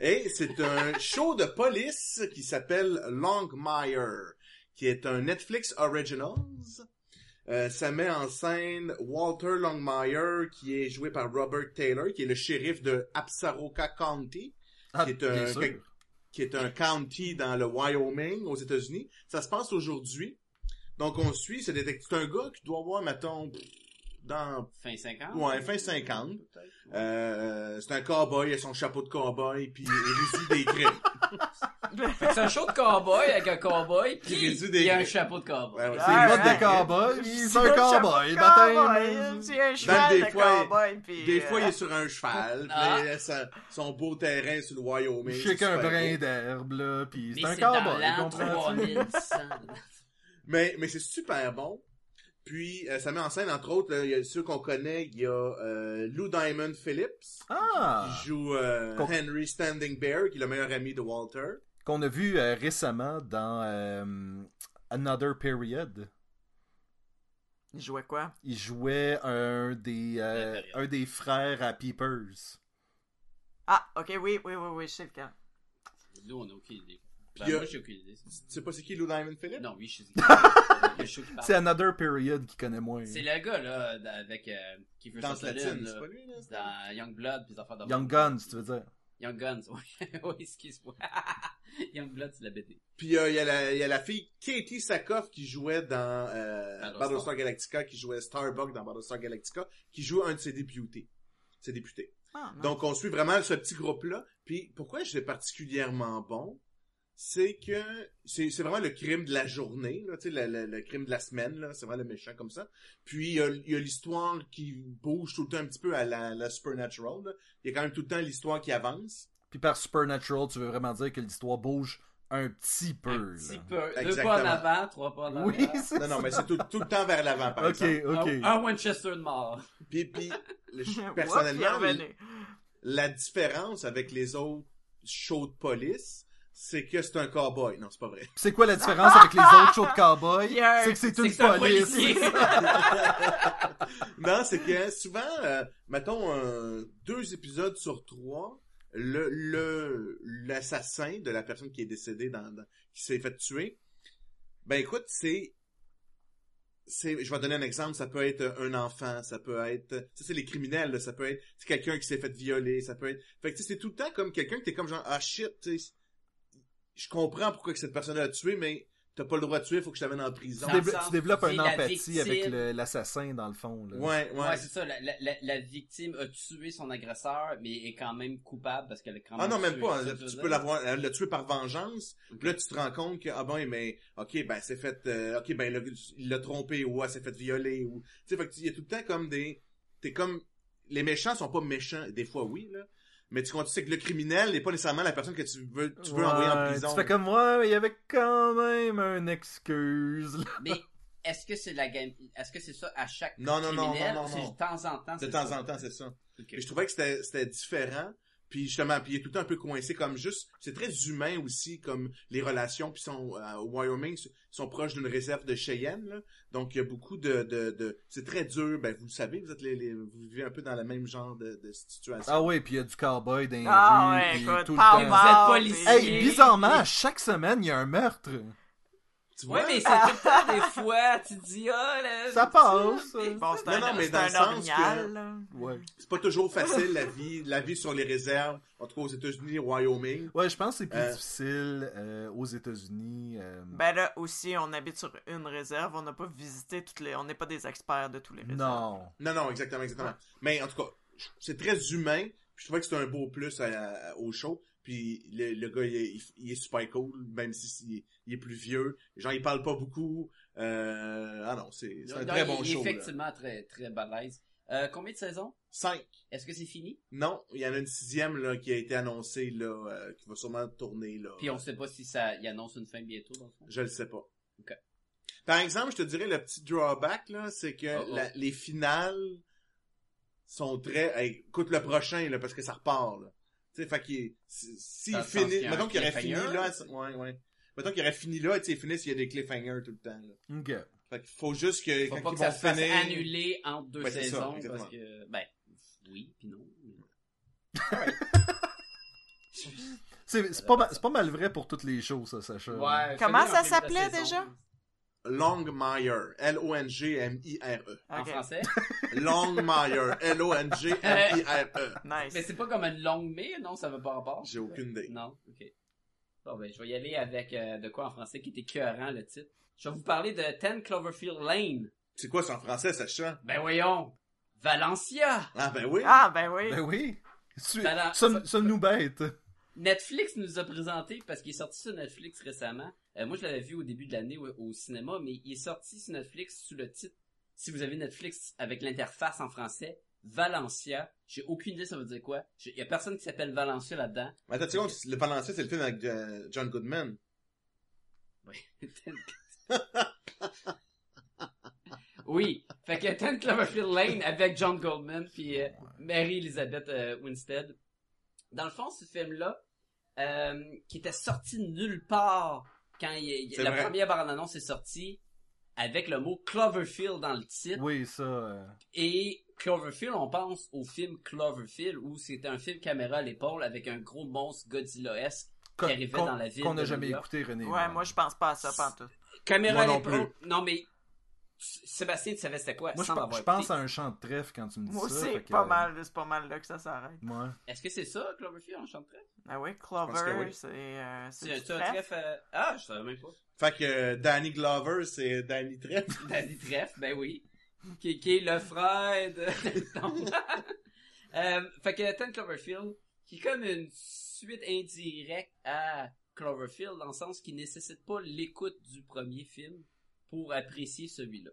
Et c'est un show de police qui s'appelle Longmire, qui est un Netflix Originals. Euh, ça met en scène Walter Longmire, qui est joué par Robert Taylor, qui est le shérif de Absaroka County, Ah, qui est bien un- sûr. quelque- qui est un county dans le Wyoming, aux États-Unis. Ça se passe aujourd'hui. Donc, on suit ce détective. C'est un gars qui doit avoir, mettons, dans Fin 50. Ouais, fin 50. euh, c'est un cowboy, il a son chapeau de cowboy, puis il élucide des crimes. Fait que c'est un show de cowboy avec un cowboy Qui puis résout des- il y a un chapeau de cowboy. Ouais, ouais, C'est Ah, le mode ouais. de cowboy. Il C'est un cowboy. baptême. C'est un Ben, des cheval de fois, cowboy. puis, Des fois, euh, il est sur [laughs] un cheval, puis Ah. là, il a sa- son beau terrain sur le Wyoming. Je sais c'est qu'un super brin beau. d'herbe, là, pis Mais c'est un c'est dans cowboy, l'an comprends-tu? 3100. Mais, mais c'est super bon. Puis, euh, ça met en scène, entre autres, là, il y a ceux qu'on connaît, il y a euh, Lou Diamond Phillips, Ah! qui joue euh, Qu'on- Henry Standing Bear, qui est le meilleur ami de Walter. Qu'on a vu euh, récemment dans euh, Another Period. Il jouait quoi? Il jouait un des, euh, La période. un des frères à Peepers. Ah, ok, oui, oui, oui, oui, je sais lequel. Nous, on a aucune idée. Ben, Puis, euh, moi, j'ai aucune idée. Tu sais pas c'est qui Lou Diamond Phillips? Non, oui, je sais. Le show qui [laughs] parle. C'est Another Period qui connaît moins. Ah. C'est le gars, là, d- avec, euh, qui veut Dans se Slatine, là. c'est pas lui, là? c'est- Dans Young Blood, pis des affaires de- Young Guns, tu veux dire. Young Guns, [laughs] oui. oui, excuse-moi. [laughs] Young Blood, c'est la BD. Puis euh, il y, a la- il y a la fille Katie Sackhoff qui jouait dans euh, Battlestar. Battlestar Galactica, qui jouait Starbuck dans Battlestar Galactica, qui joue un de ses députés. Ses députés. Ah, [laughs] non. Donc on suit vraiment ce petit groupe-là. Puis pourquoi je l'ai particulièrement bon, c'est que c'est c'est vraiment le crime de la journée, là, tu sais, le, le- le crime de la semaine, là, c'est vraiment le méchant comme ça. Puis il y a, il y a l'histoire qui bouge tout le temps un petit peu à la, la Supernatural. là. Il y a quand même tout le temps l'histoire qui avance. Puis par Supernatural, tu veux vraiment dire que l'histoire bouge Un petit peu. Un petit là. peu. Deux Exactement. pas en avant, trois pas en avant. Oui, c'est Non, non, mais c'est tout, tout le temps vers l'avant, [laughs] par Ok, exemple. [laughs] ok. Un, un Winchester de mort. Puis, puis, [laughs] le- je- Oups, il est personnellement, revenu. la différence avec les autres shows de police, c'est que c'est un cowboy. Non, c'est pas vrai. C'est quoi la différence avec les autres shows de cowboy? Il y a un- C'est que c'est C'est que une c'est un police. policier. [laughs] non, c'est que souvent, euh, mettons, euh, deux épisodes sur trois, le le l'assassin de la personne qui est décédée dans, dans- qui s'est fait tuer, ben écoute, c'est c'est, je vais donner un exemple, ça peut être un enfant, ça peut être, ça c'est les criminels, là, ça peut être c'est quelqu'un qui s'est fait violer, ça peut être, fait que tu sais, c'est tout le temps comme quelqu'un que t'es comme genre, ah shit, tu sais, je comprends pourquoi que cette personne a tué, mais t'as pas le droit de tuer, faut que je t'amène en prison. Tu, Dans le déblo- sens tu développes où un c'est la empathie victime. avec le- l'assassin, dans le fond. Là. Ouais, Ouais, ouais. c'est ça. La, la, la, la victime a tué son agresseur, mais est quand même coupable parce qu'elle a quand même. Ah non, même tué. pas. C'est ça que Tu veux peux dire? l'avoir, euh, le tuer par vengeance. Puis Là, tu te rends compte que, ah ben, mais, ok, ben, c'est fait, euh, ok, ben, le- il l'a trompé, ou, ah, c'est fait violer, ou, tu sais, fait que tu- il y a tout le temps comme des, t'es comme, les méchants sont pas méchants, des fois oui, là. Mais tu, tu sais que le criminel n'est pas nécessairement la personne que tu veux, tu veux Ouais, envoyer en prison. Tu fais comme moi, mais il y avait quand même une excuse. là. Mais est-ce que c'est la game Est-ce que c'est ça à chaque Non, non, non, criminel non, non, ou C'est non. de temps en temps. De c'est temps ça? en temps, c'est ça. Ok. Puis je trouvais que c'était c'était différent. Puis justement, puis il est tout le temps un peu coincé comme juste. C'est très humain aussi, comme les relations. Puis sont euh, au Wyoming, ils sont proches d'une réserve de Cheyenne. là. Donc il y a beaucoup de, de, de- c'est très dur. Ben vous le savez, vous êtes les, les- vous vivez un peu dans le même genre de, de situation. Ah ouais, puis il y a du cowboy dans les Ah rues, ouais, puis écoute, tout le parle temps. Vous êtes mort, policier. puis- Hey, bizarrement, à chaque semaine, il y a un meurtre. Tu Ouais, mais c'est tout le temps [laughs] des fois, tu dis, ah, là. Ça passe. hein? Bon, c'est Non, un, non, mais c'est dans un le sens orignal, que- là. Ouais. c'est pas toujours facile la vie, la vie sur les réserves. En tout cas aux États-Unis, au Wyoming. Ouais, je pense que c'est plus Euh. difficile euh, aux États-Unis. euh, Ben là aussi, on habite sur une réserve, on n'a pas visité toutes les. On n'est pas des experts de tous les réserves. non. Non, non, exactement, exactement. Mais en tout cas, c'est très humain. Puis je trouvais que c'était un beau plus à- à- au show. Puis le, le gars, il est, il- il est super cool, même si si- il est, plus vieux. Genre, il parle pas beaucoup. Euh, ah non, c'est c'est un Non, très il- bon il est show. là. Effectivement, très, très balèze. Euh, combien de saisons? Cinq. Est-ce que c'est fini? Non, il y en a une sixième là, qui a été annoncée, là, euh, qui va sûrement tourner. Là. Puis on sait pas si ça, il annonce une fin bientôt, dans le fond. Je le sais pas. Ok. Par exemple, je te dirais le petit drawback, là, c'est que Oh, oh. la- les finales sont très. hey, écoute le prochain, là, parce que ça repart, là. Tu sais, fait qu'il. si- S'il Dans le sens qu'il finit. y a un Mettons qu'il aurait fini cliffhanger. là. à ce- Ouais, ouais. Mettons qu'il aurait fini là, et tu sais, il finit s'il y a des cliffhangers tout le temps, là. Ok. Fait qu'il faut juste que. Faut quand pas ils que ça vont se fasse finir- annuler entre deux Ouais, c'est ça, saisons, exactement. parce que, ben, oui, puis non. [laughs] C'est c'est pas, ma- c'est pas mal vrai pour toutes les choses, ça, Sacha. Comment finir ça en fin de s'appelait saison. Longmire. L-O-N-G-M-I-R-E. En Ok, français? E. Longmire. [laughs] L-O-N-G-M-I-R-E. Mais nice. c'est pas comme une longue mais, non, ça veut pas rapport. E. J'ai aucune idée. Non, ok. Bon, ben, je vais y aller avec euh, de quoi en français qui était cohérent, le titre. Je vais vous parler de 10 Cloverfield Lane. C'est quoi, c'est en français, Sacha? Ben voyons! Valencia! Ah, ben oui. Ah, ben oui. Ben oui. Tu- Ben non, Sommes- Sommes-nous bêtes? Netflix nous a présenté, parce qu'il est sorti sur Netflix récemment. Euh, moi, je l'avais vu au début de l'année au, au cinéma, mais il est sorti sur Netflix sous le titre, si vous avez Netflix avec l'interface en français, Valencia. J'ai aucune idée ça veut dire quoi. J'ai- Il y a personne qui s'appelle Valencia là-dedans. Mais attends, tu sais, le Valencien, c'est le film avec euh, John Goodman. [laughs] oui, fait que 10 Cloverfield Lane avec John Goldman puis euh, Mary Elizabeth euh, Winstead. Dans le fond, ce film-là, euh, qui était sorti de nulle part quand il, il- C'est la vrai. première bande-annonce est sortie, avec le mot Cloverfield dans le titre. Oui, ça. euh, Et Cloverfield, on pense au film Cloverfield, où c'était un film caméra à l'épaule avec un gros monstre Godzilla-esque qui qu'on- arrivait qu'on- dans la ville. Qu'on de n'a jamais New York. écouté, René. Ouais, moi je pense pas à ça pantoute. Caméra Moi non à l'épaule. Non, mais S- Sébastien, tu savais c'était quoi Moi, je, sans pe- l'avoir je pense écouté. à un champ de trèfle quand tu me dis Moi ça. aussi, fait que- euh, pas mal, c'est pas mal là que ça s'arrête. Ouais. Est-ce que c'est ça, Cloverfield, enchanterelle? Ah oui, Je pense que Clover, oui. c'est euh, c'est C'est un du c'est un trèfle. trèfle... euh, Ah, je savais même pas. Fait que euh, Danny Glover, c'est Danny Treff. Danny Trèfle, ben oui. Qui, qui est le frère de... [laughs] Non. Euh, fait que Ten Cloverfield, qui est comme une suite indirecte à Cloverfield, dans le sens qu'il nécessite pas l'écoute du premier film pour apprécier celui-là.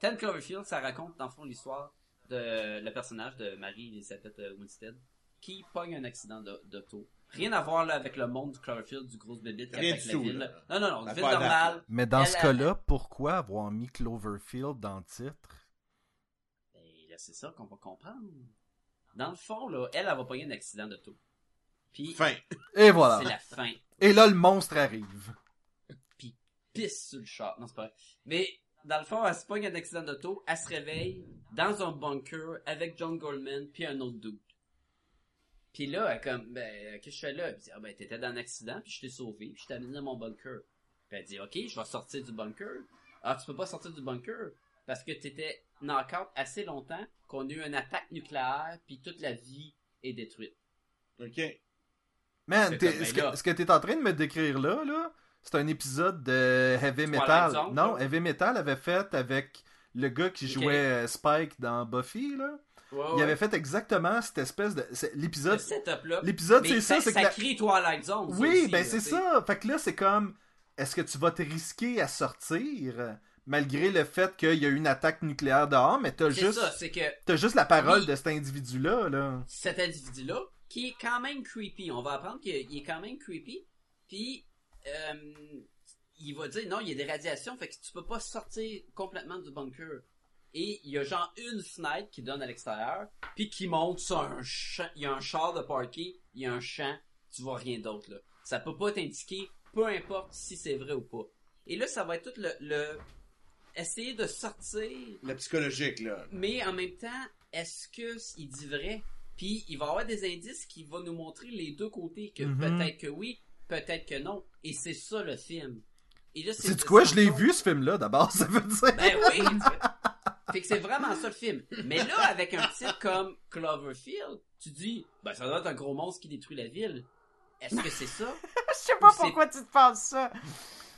Ten Cloverfield, ça raconte dans le fond l'histoire euh, de le personnage de Marie Elizabeth Winstead qui pogne un accident d'au- d'auto. Rien à voir là, avec le monde du Cloverfield, du gros bébé, Rien avec du la tout, ville. là. Non, non, non, Affaire ville normale. Mais dans Elle, ce elle- cas-là, pourquoi avoir mis Cloverfield dans le titre? Ben, là, c'est ça qu'on va comprendre. Dans le fond, là, elle, elle va pogner un accident d'auto. Puis, Fin. Et voilà. c'est la fin. Et là, le monstre arrive. Pisse sur le char. Non, c'est pas vrai. Mais, dans le fond, elle se pogne un accident d'auto, elle se réveille dans un bunker avec John Goldman puis un autre dude. Puis là, elle comme, ben, qu'est-ce que je fais là? Elle dit, ah ben, t'étais dans un accident, puis je t'ai sauvé, puis je t'ai amené dans mon bunker. Puis elle dit, ok, je vais sortir du bunker. Ah, tu peux pas sortir du bunker, parce que t'étais knock-out assez longtemps qu'on a eu une attaque nucléaire, puis toute la vie est détruite. OK. Man, C'est t'es- comme, ben ce, que, là. ce que t'es en train de me décrire là, là, c'est un épisode de Heavy Twilight Metal. Zone, non, là? Heavy Metal avait fait avec le gars qui Ok. jouait euh, Spike dans Buffy, là. Il avait fait exactement cette espèce de... c'est- L'épisode, ce setup-là. l'épisode Mais c'est ça, c'est que... ça la- crie Twilight Zone. ça Oui, aussi, ben là, c'est t'sais. ça. Fait que là, c'est comme, est-ce que tu vas te risquer à sortir euh, malgré le fait qu'il y a eu une attaque nucléaire dehors, mais t'as C'est juste, ça, c'est que t'as juste la parole Oui. de cet individu-là, là. cet individu-là, qui est quand même creepy, on va apprendre qu'il est quand même creepy, puis euh, il va dire non, il y a des radiations, fait que tu peux pas sortir complètement du bunker. Et il y a genre une fenêtre qui donne à l'extérieur, puis qui monte sur un champ, il y a un char de parquet, il y a un champ, tu vois rien d'autre là. Ça peut pas t'indiquer, peu importe si c'est vrai ou pas. Et là, ça va être tout le- le... essayer de sortir La psychologique, là. mais en même temps, est-ce que s- il dit vrai Puis il va y avoir des indices qui vont nous montrer les deux côtés que Mhm. peut-être que oui, peut-être que non. Et c'est ça le film. Et là, C'est de quoi, s'en je l'ai rendre vu ce film-là d'abord, [laughs] ça veut dire. ben oui. tu vois. fait que c'est vraiment ça le film. Mais là, avec un titre comme Cloverfield, tu dis, ben ça doit être un gros monstre qui détruit la ville. Est-ce que c'est ça? [laughs] Je sais pas C'est- pourquoi tu te penses ça.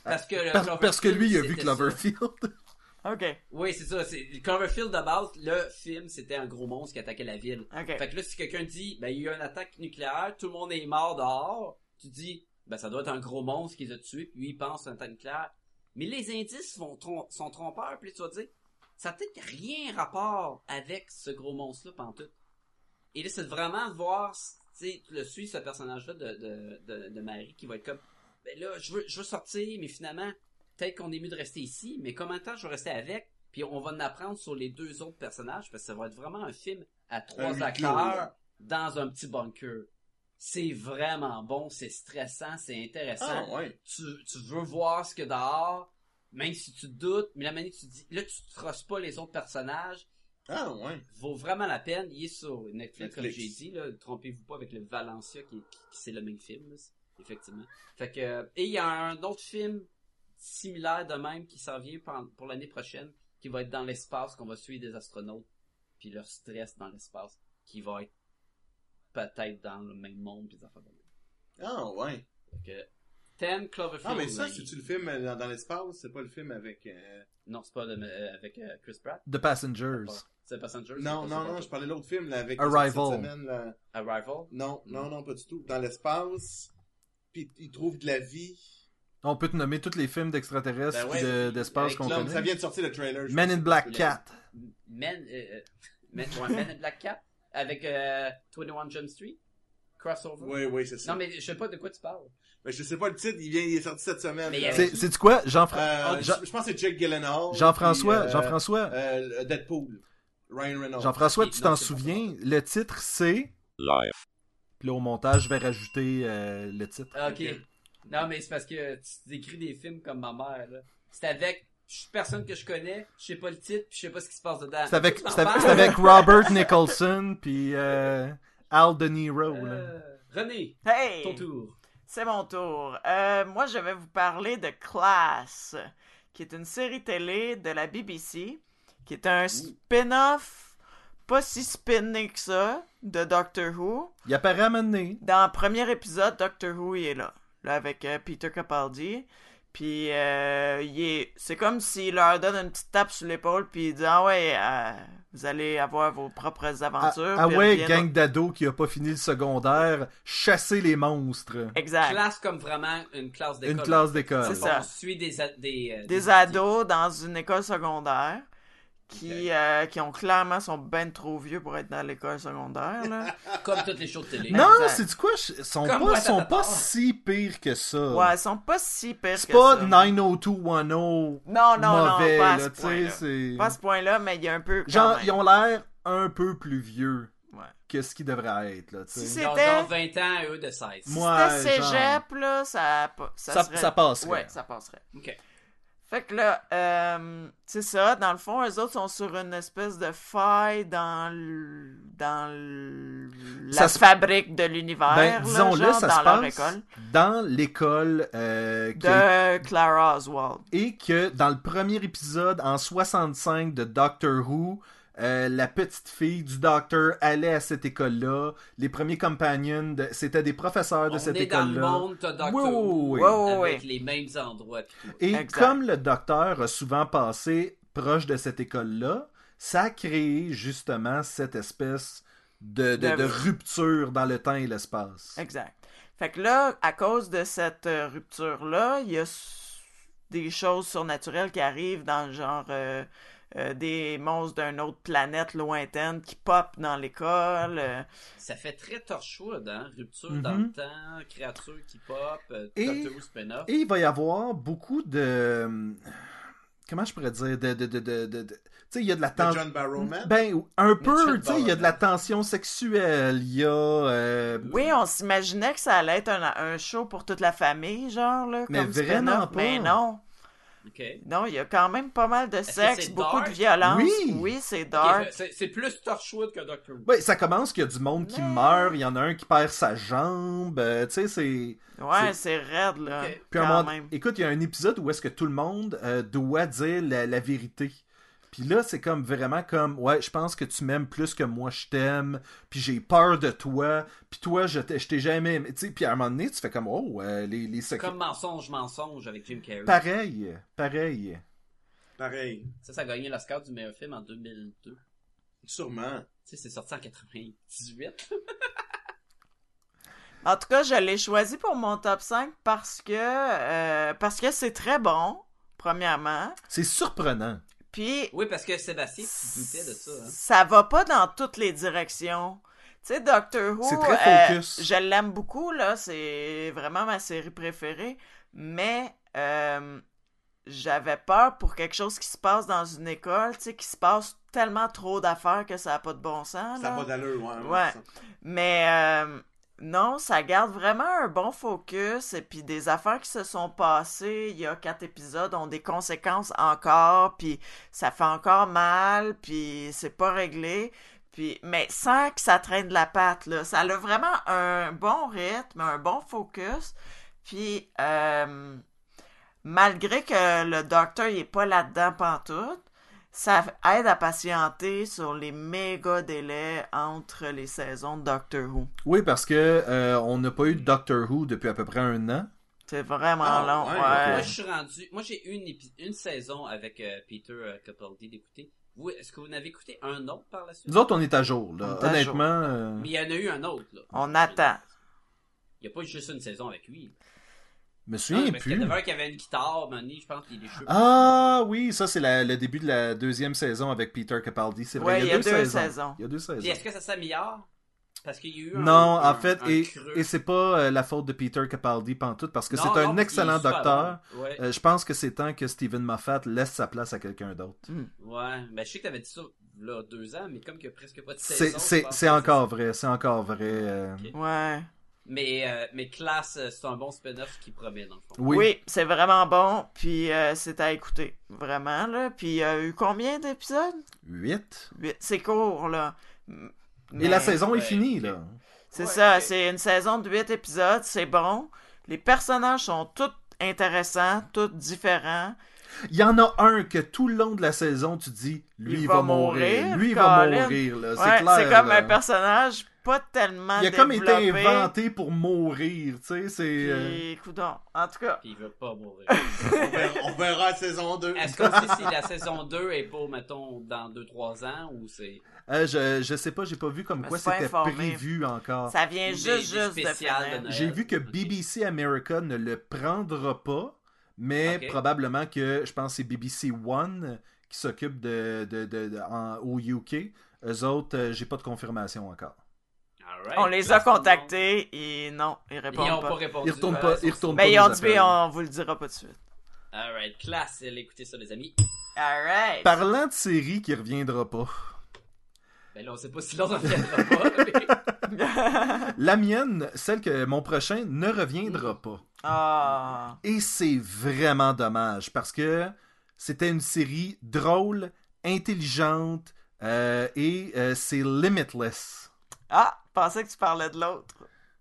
Parce que le Par- parce que Cloverfield, lui, il a vu c'était ça. Cloverfield. [laughs] OK, Oui, c'est ça. C'est Cloverfield de base, le film, c'était un gros monstre qui attaquait la ville. OK. Fait que là, si quelqu'un dit, ben, il y a eu une attaque nucléaire, tout le monde est mort dehors, tu dis, ben, ça doit être un gros monstre qui les a tués, puis lui, il pense à une attaque nucléaire. Mais les indices vont trom- sont trompeurs, puis là, tu vas dire, ça n'a peut-être rien rapport avec ce gros monstre-là, pantoute. Et là, c'est vraiment de voir, tu sais, le suivre ce personnage-là de, de, de, de Marie qui va être comme, ben là, je veux, je veux sortir, mais finalement, peut-être qu'on est mieux de rester ici, mais combien de temps je vais rester avec? Puis on va en apprendre sur les deux autres personnages, parce que ça va être vraiment un film à Un trois huis clos, acteurs là. dans un petit bunker. C'est vraiment bon, c'est stressant, c'est intéressant. Ah, ouais. Tu, tu veux voir ce que dehors, même si tu te doutes, mais la manière que tu dis, là, tu te trosses pas les autres personnages Ah, ouais. vaut vraiment la peine. Il est sur Netflix, comme Netflix. j'ai dit. là. Trompez-vous pas avec le Valencia qui, qui- qui- c'est le même film, là, c'est- effectivement. Fait que euh, et il y a un autre film similaire de même qui s'en vient pour, pour l'année prochaine, qui va être dans l'espace, qu'on va suivre des astronautes puis leur stress dans l'espace, qui va être peut-être dans le même monde puis des affaires de même. Ah, ouais. Fait que Ten Cloverfield. Ah, mais ça, Lane. c'est-tu le film euh, dans, dans l'espace? C'est pas le film avec... euh, Non, c'est pas le- euh, avec euh, Chris Pratt. The Passengers. Pas- C'est Passenger. Non, c'est pas non, ça, non, pas je parlais de l'autre film, là, avec... Arrival. cette semaine, là. ça. Arrival. Non, non, non, pas du tout. Dans l'espace, puis ils trouvent de la vie. On peut te nommer tous les films d'extraterrestres Ben ouais, puis de- d'espace avec qu'on Là, ça connaît. vient de sortir le trailer. je Men pense. in Black Cat. Men, euh, euh, Men, ouais, Men in Black Cap avec euh, 21 Jump Street crossover. Oui, oui, c'est ça. Non mais je sais pas de quoi tu parles. Mais je sais pas le titre, il vient, il est sorti cette semaine. Mais il y là. avait- C'est c'est-tu quoi? Jean-Fra- Euh, Jean- je, je pense que c'est Jake Gyllenhaal. Jean-François, puis, euh, Jean-François, euh, Deadpool. Ryan Reynolds. Jean-François, ok, tu non, t'en c'est pas ça. souviens? Le titre, c'est... Life. Puis là, au montage, je vais rajouter euh, le titre. Ah, Ok. Ok. Non mais c'est parce que tu décris des films comme ma mère là. C'est avec je- personne que je connais, je sais pas le titre, puis je sais pas ce qui se passe dedans. C'est Ah, avec, Tu m'en c'est avec- parles? c'est avec Robert Nicholson puis euh, Al De Niro. là. Euh, René, Hey! ton tour. C'est mon tour. Euh, moi, je vais vous parler de Class, qui est une série télé de la BBC, qui est un spin-off, pas si spinné que ça, de Doctor Who. Il apparaît à un moment donné. Dans le premier épisode, Doctor Who, il est là, là avec euh, Peter Capaldi. Puis, euh, il est... c'est comme s'il leur donne une petite tape sur l'épaule, puis il dit Ah ouais, euh, vous allez avoir vos propres Ah, aventures. ah puis il ouais, revient- gang d'ados qui a pas fini le secondaire, chasser les monstres. Exact. Classe comme vraiment une classe d'école. Une classe On d'école. C'est ça. suit des a- des, euh, des ados dans une école secondaire qui, euh, qui ont clairement sont ben trop vieux pour être dans l'école secondaire. [laughs] Là. Comme toutes les shows de télé. Non, Exact. c'est du quoi? je- Sont Comme pas, sont Watatata. pas si pires que ça. Ouais, elles sont pas si pires c'est que pas ça. 90210 Non, non, mauvais, non, pas à là, ce tu point-là. sais, c'est... Pas à ce point-là, mais il y a un peu. quand Genre, même. ils ont l'air un peu plus vieux Ouais. que ce qu'ils devraient être, là, tu Si sais. c'est- Ils ont C'était- genre 20 ans, eux, de 16. Moi- C'était Ouais, genre. cégep, là, ça, pa- ça, Ça- serait- ça passerait. Ouais, ça passerait. Ok. Fait que là, euh, c'est ça, dans le fond, eux autres sont sur une espèce de faille dans l- dans l- Ça la se- fabrique de l'univers, Ben, là, disons-le, genre, ça dans se leur passe école. dans l'école euh, qui a De Clara Oswald. et que dans le premier épisode en 65 de Doctor Who, euh, la petite fille du docteur allait à cette école-là. Les premiers compagnons, de- c'était des professeurs de On cette est dans le école-là. monde, t'as Doctor Oui, oui, oui. Ouais, ouais, ouais. avec les mêmes endroits. pis tout. Et Exact. comme le docteur a souvent passé proche de cette école-là, ça a créé justement cette espèce de, de- De- de rupture dans le temps et l'espace. Exact. Fait que là, à cause de cette euh, rupture-là, il y a s- des choses surnaturelles qui arrivent dans le genre euh, euh, des monstres d'une autre planète lointaine qui popent dans l'école. euh, Ça fait très Torchwood, hein? Rupture Mhm. dans le temps, créature qui pop, euh, Et- Doctor Who spin-off. Et il va y avoir beaucoup de... euh, Comment je pourrais dire? De, de, de, de, de- de- Tu sais, il y a de la De tension... John Barrowman. Ben, un peu, Richard tu sais, il y a de la tension sexuelle, il y a... euh, Oui, on s'imaginait que ça allait être un, un show pour toute la famille, genre, là. Mais comme vraiment spin-off, pas. Mais non. Ok. Ok, Non, il y a quand même pas mal de que sexe, c'est beaucoup dark? de violence. Oui. c'est dark. c'est- C'est plus Torchwood que Doctor Who. Ouais, ça commence qu'il y a du monde qui Mais- meurt, il y en a un qui perd sa jambe, euh, tu sais, c'est... ouais, c'est raide, là. Ok. Puis à un quand moment- même. Écoute, il y a un épisode où est-ce que tout le monde euh, doit dire la, la vérité. Puis là, c'est comme vraiment comme, ouais, je pense que tu m'aimes plus que moi je t'aime, puis j'ai peur de toi, puis toi, je t'ai je t'ai jamais aimé. Tu sais, puis à un moment donné, tu fais comme, oh, euh, les, les secrets... Comme mensonge, mensonge avec Jim Carrey. Pareil, pareil. Pareil. Ça, ça a gagné l'Oscar du meilleur film en 2002. Tu Sûrement. sais, c'est sorti en 98. En tout cas, je l'ai choisi pour mon top 5 parce que euh, parce que c'est très bon, premièrement. C'est surprenant. Puis Oui, parce que Sébastien, tu doutais de ça. hein. Ça va pas dans toutes les directions. Tu sais, Doctor Who, C'est très euh, focus. je l'aime beaucoup, là. C'est vraiment ma série préférée. Mais euh, j'avais peur pour quelque chose qui se passe dans une école, tu sais, qui se passe tellement trop d'affaires que ça n'a pas de bon sens. là. Ça n'a pas d'allure, ouais. Ouais. Mais euh, non, ça garde vraiment un bon focus. Et puis des affaires qui se sont passées il y a quatre épisodes ont des conséquences encore. Puis ça fait encore mal. Puis c'est pas réglé. Puis, mais sans que ça traîne de la patte, là. Ça a vraiment un bon rythme, un bon focus. Puis, euh, malgré que le docteur il est pas là-dedans pantoute, ça aide à patienter sur les méga délais entre les saisons de Doctor Who. Oui, parce que euh, on n'a pas eu de Doctor Who depuis à peu près un an. C'est vraiment Ah, long, ouais, ouais. Moi, je suis rendu. Moi, j'ai eu une, épi- une saison avec euh, Peter euh, Capaldi d'écouter. Vous, est-ce que vous n'avez écouté un autre par la suite? Nous autres, on est à jour, là. On est à Honnêtement, euh, Mais il y en a eu un autre, là. On attend. Il n'y a pas eu juste une saison avec lui. je me Non, Ah, souviens parce qu'il y en plus. avait un qui avait une guitare, Manny, je pense qu'il est cheveux. Ah oui, ça c'est la- le début de la deuxième saison avec Peter Capaldi. C'est vrai, Ouais, il y a, deux, saisons. saisons. Il y a deux saisons. Puis est-ce que ça s'améliore? Parce qu'il y a eu un. Non, un- en fait, un et, creux. et c'est pas euh, la faute de Peter Capaldi pantoute parce que Non, c'est non, un puis il est excellent super docteur. bon. Ouais. Euh, je pense que c'est temps que Steven Moffat laisse sa place à quelqu'un d'autre. Ouais, ben je sais que t'avais dit ça là deux ans, mais comme qu'il n'y a presque pas de saison. C'est- je C'est pense c'est que encore vrai, c'est encore vrai. euh, Ok. Ouais. Mais, euh, mais Classe, euh, c'est un bon spin-off qui promet dans le fond. Oui, Oui. c'est vraiment bon, puis euh, c'est à écouter, vraiment, là. Puis il y a eu combien d'épisodes? 8. Huit. C'est court, là. M- Et la mais- saison ouais, est finie, ok. là. C'est Ouais, ça, ok. c'est une saison de 8 épisodes, c'est bon. Les personnages sont tous intéressants, tous différents. Il y en a un que tout le long de la saison, tu dis, lui, Il il va va mourir. mourir, Lui, il va Colin. mourir, là. Ouais, c'est clair. c'est comme là. un personnage pas tellement Il a comme développé. été inventé pour mourir, tu sais. C'est. euh, Puis, coudonc, en tout cas, Puis il veut [laughs] pas mourir. On verra, on verra la saison 2. Est-ce qu'on sait si la saison 2 est pas, mettons, dans 2-3 ans ou c'est. euh, je, je sais pas, j'ai pas vu comme me quoi suis pas c'était informé. prévu encore. ça vient Ou des- juste, des juste de spéciales de finir. Noël. J'ai vu que Ok. BBC America ne le prendra pas, mais Ok. probablement que je pense que c'est BBC One qui s'occupe de, de, de- de- en- au UK. Eux autres, euh, j'ai pas de confirmation encore. Alright. On les a Merci tout le contactés et non, ils monde. Ils répondent n'ont pas. pas répondu. Ils retournent euh, pas, sans- ils retournent pas Mais ils nos ont dit, appels. on vous le dira pas tout de suite. Alright, classe, elle, écoutez ça, les amis. Alright. Parlant de série qui reviendra pas, Ben là, on sait pas si l'on en [laughs] viendra pas. mais- la mienne, celle que mon prochain, ne Mm. reviendra pas. [laughs] Ah. Et c'est vraiment dommage parce que c'était une série drôle, intelligente euh, et euh, c'est limitless. Ah, pensais que tu parlais de l'autre.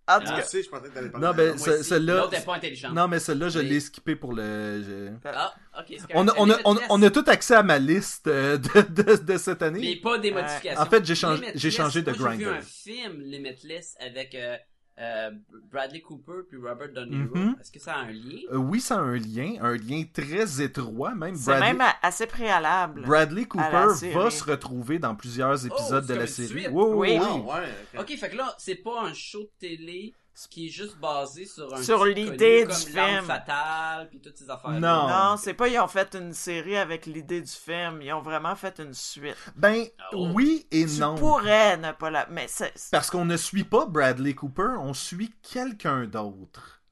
En tout Ah. Je cas, sais, je pensais que t'allais parler. Non, ben, Moi ce- aussi. celle-là. L'autre est pas intelligente. Non, mais celle-là, je Mais- l'ai skippée pour le. je- Ah, ok, c'est correct. On a, on, a, Elle on, a- est on a tout accès à ma liste euh, de, de- de cette Mais année. pas des modifications. Euh, En fait, j'ai changé- j'ai Limitless, changé de moi, J'ai vu grinder. un film Limitless avec euh, euh, Bradley Cooper puis Robert De Niro. Mhm. Est-ce que ça a un lien? Euh, oui, ça a un lien, un lien très étroit, même. c'est Bradley, même a- assez préalable. Bradley à la Cooper va série. se retrouver dans plusieurs épisodes Oh, c'est de comme la une série. suite. oui, Oui. oui. Ah, ouais. ok. Ok, fait que là, c'est pas un show de télé qui est juste basé sur un Sur type l'idée connu du comme L'Arme film. fatale puis toutes ces affaires. Non. Non, c'est pas ils ont fait une série avec l'idée du film. Ils ont vraiment fait une suite. Ben, Oh. oui et Tu non. pourrais ne pas la... Mais c'est... Parce qu'on ne suit pas Bradley Cooper, on suit quelqu'un d'autre.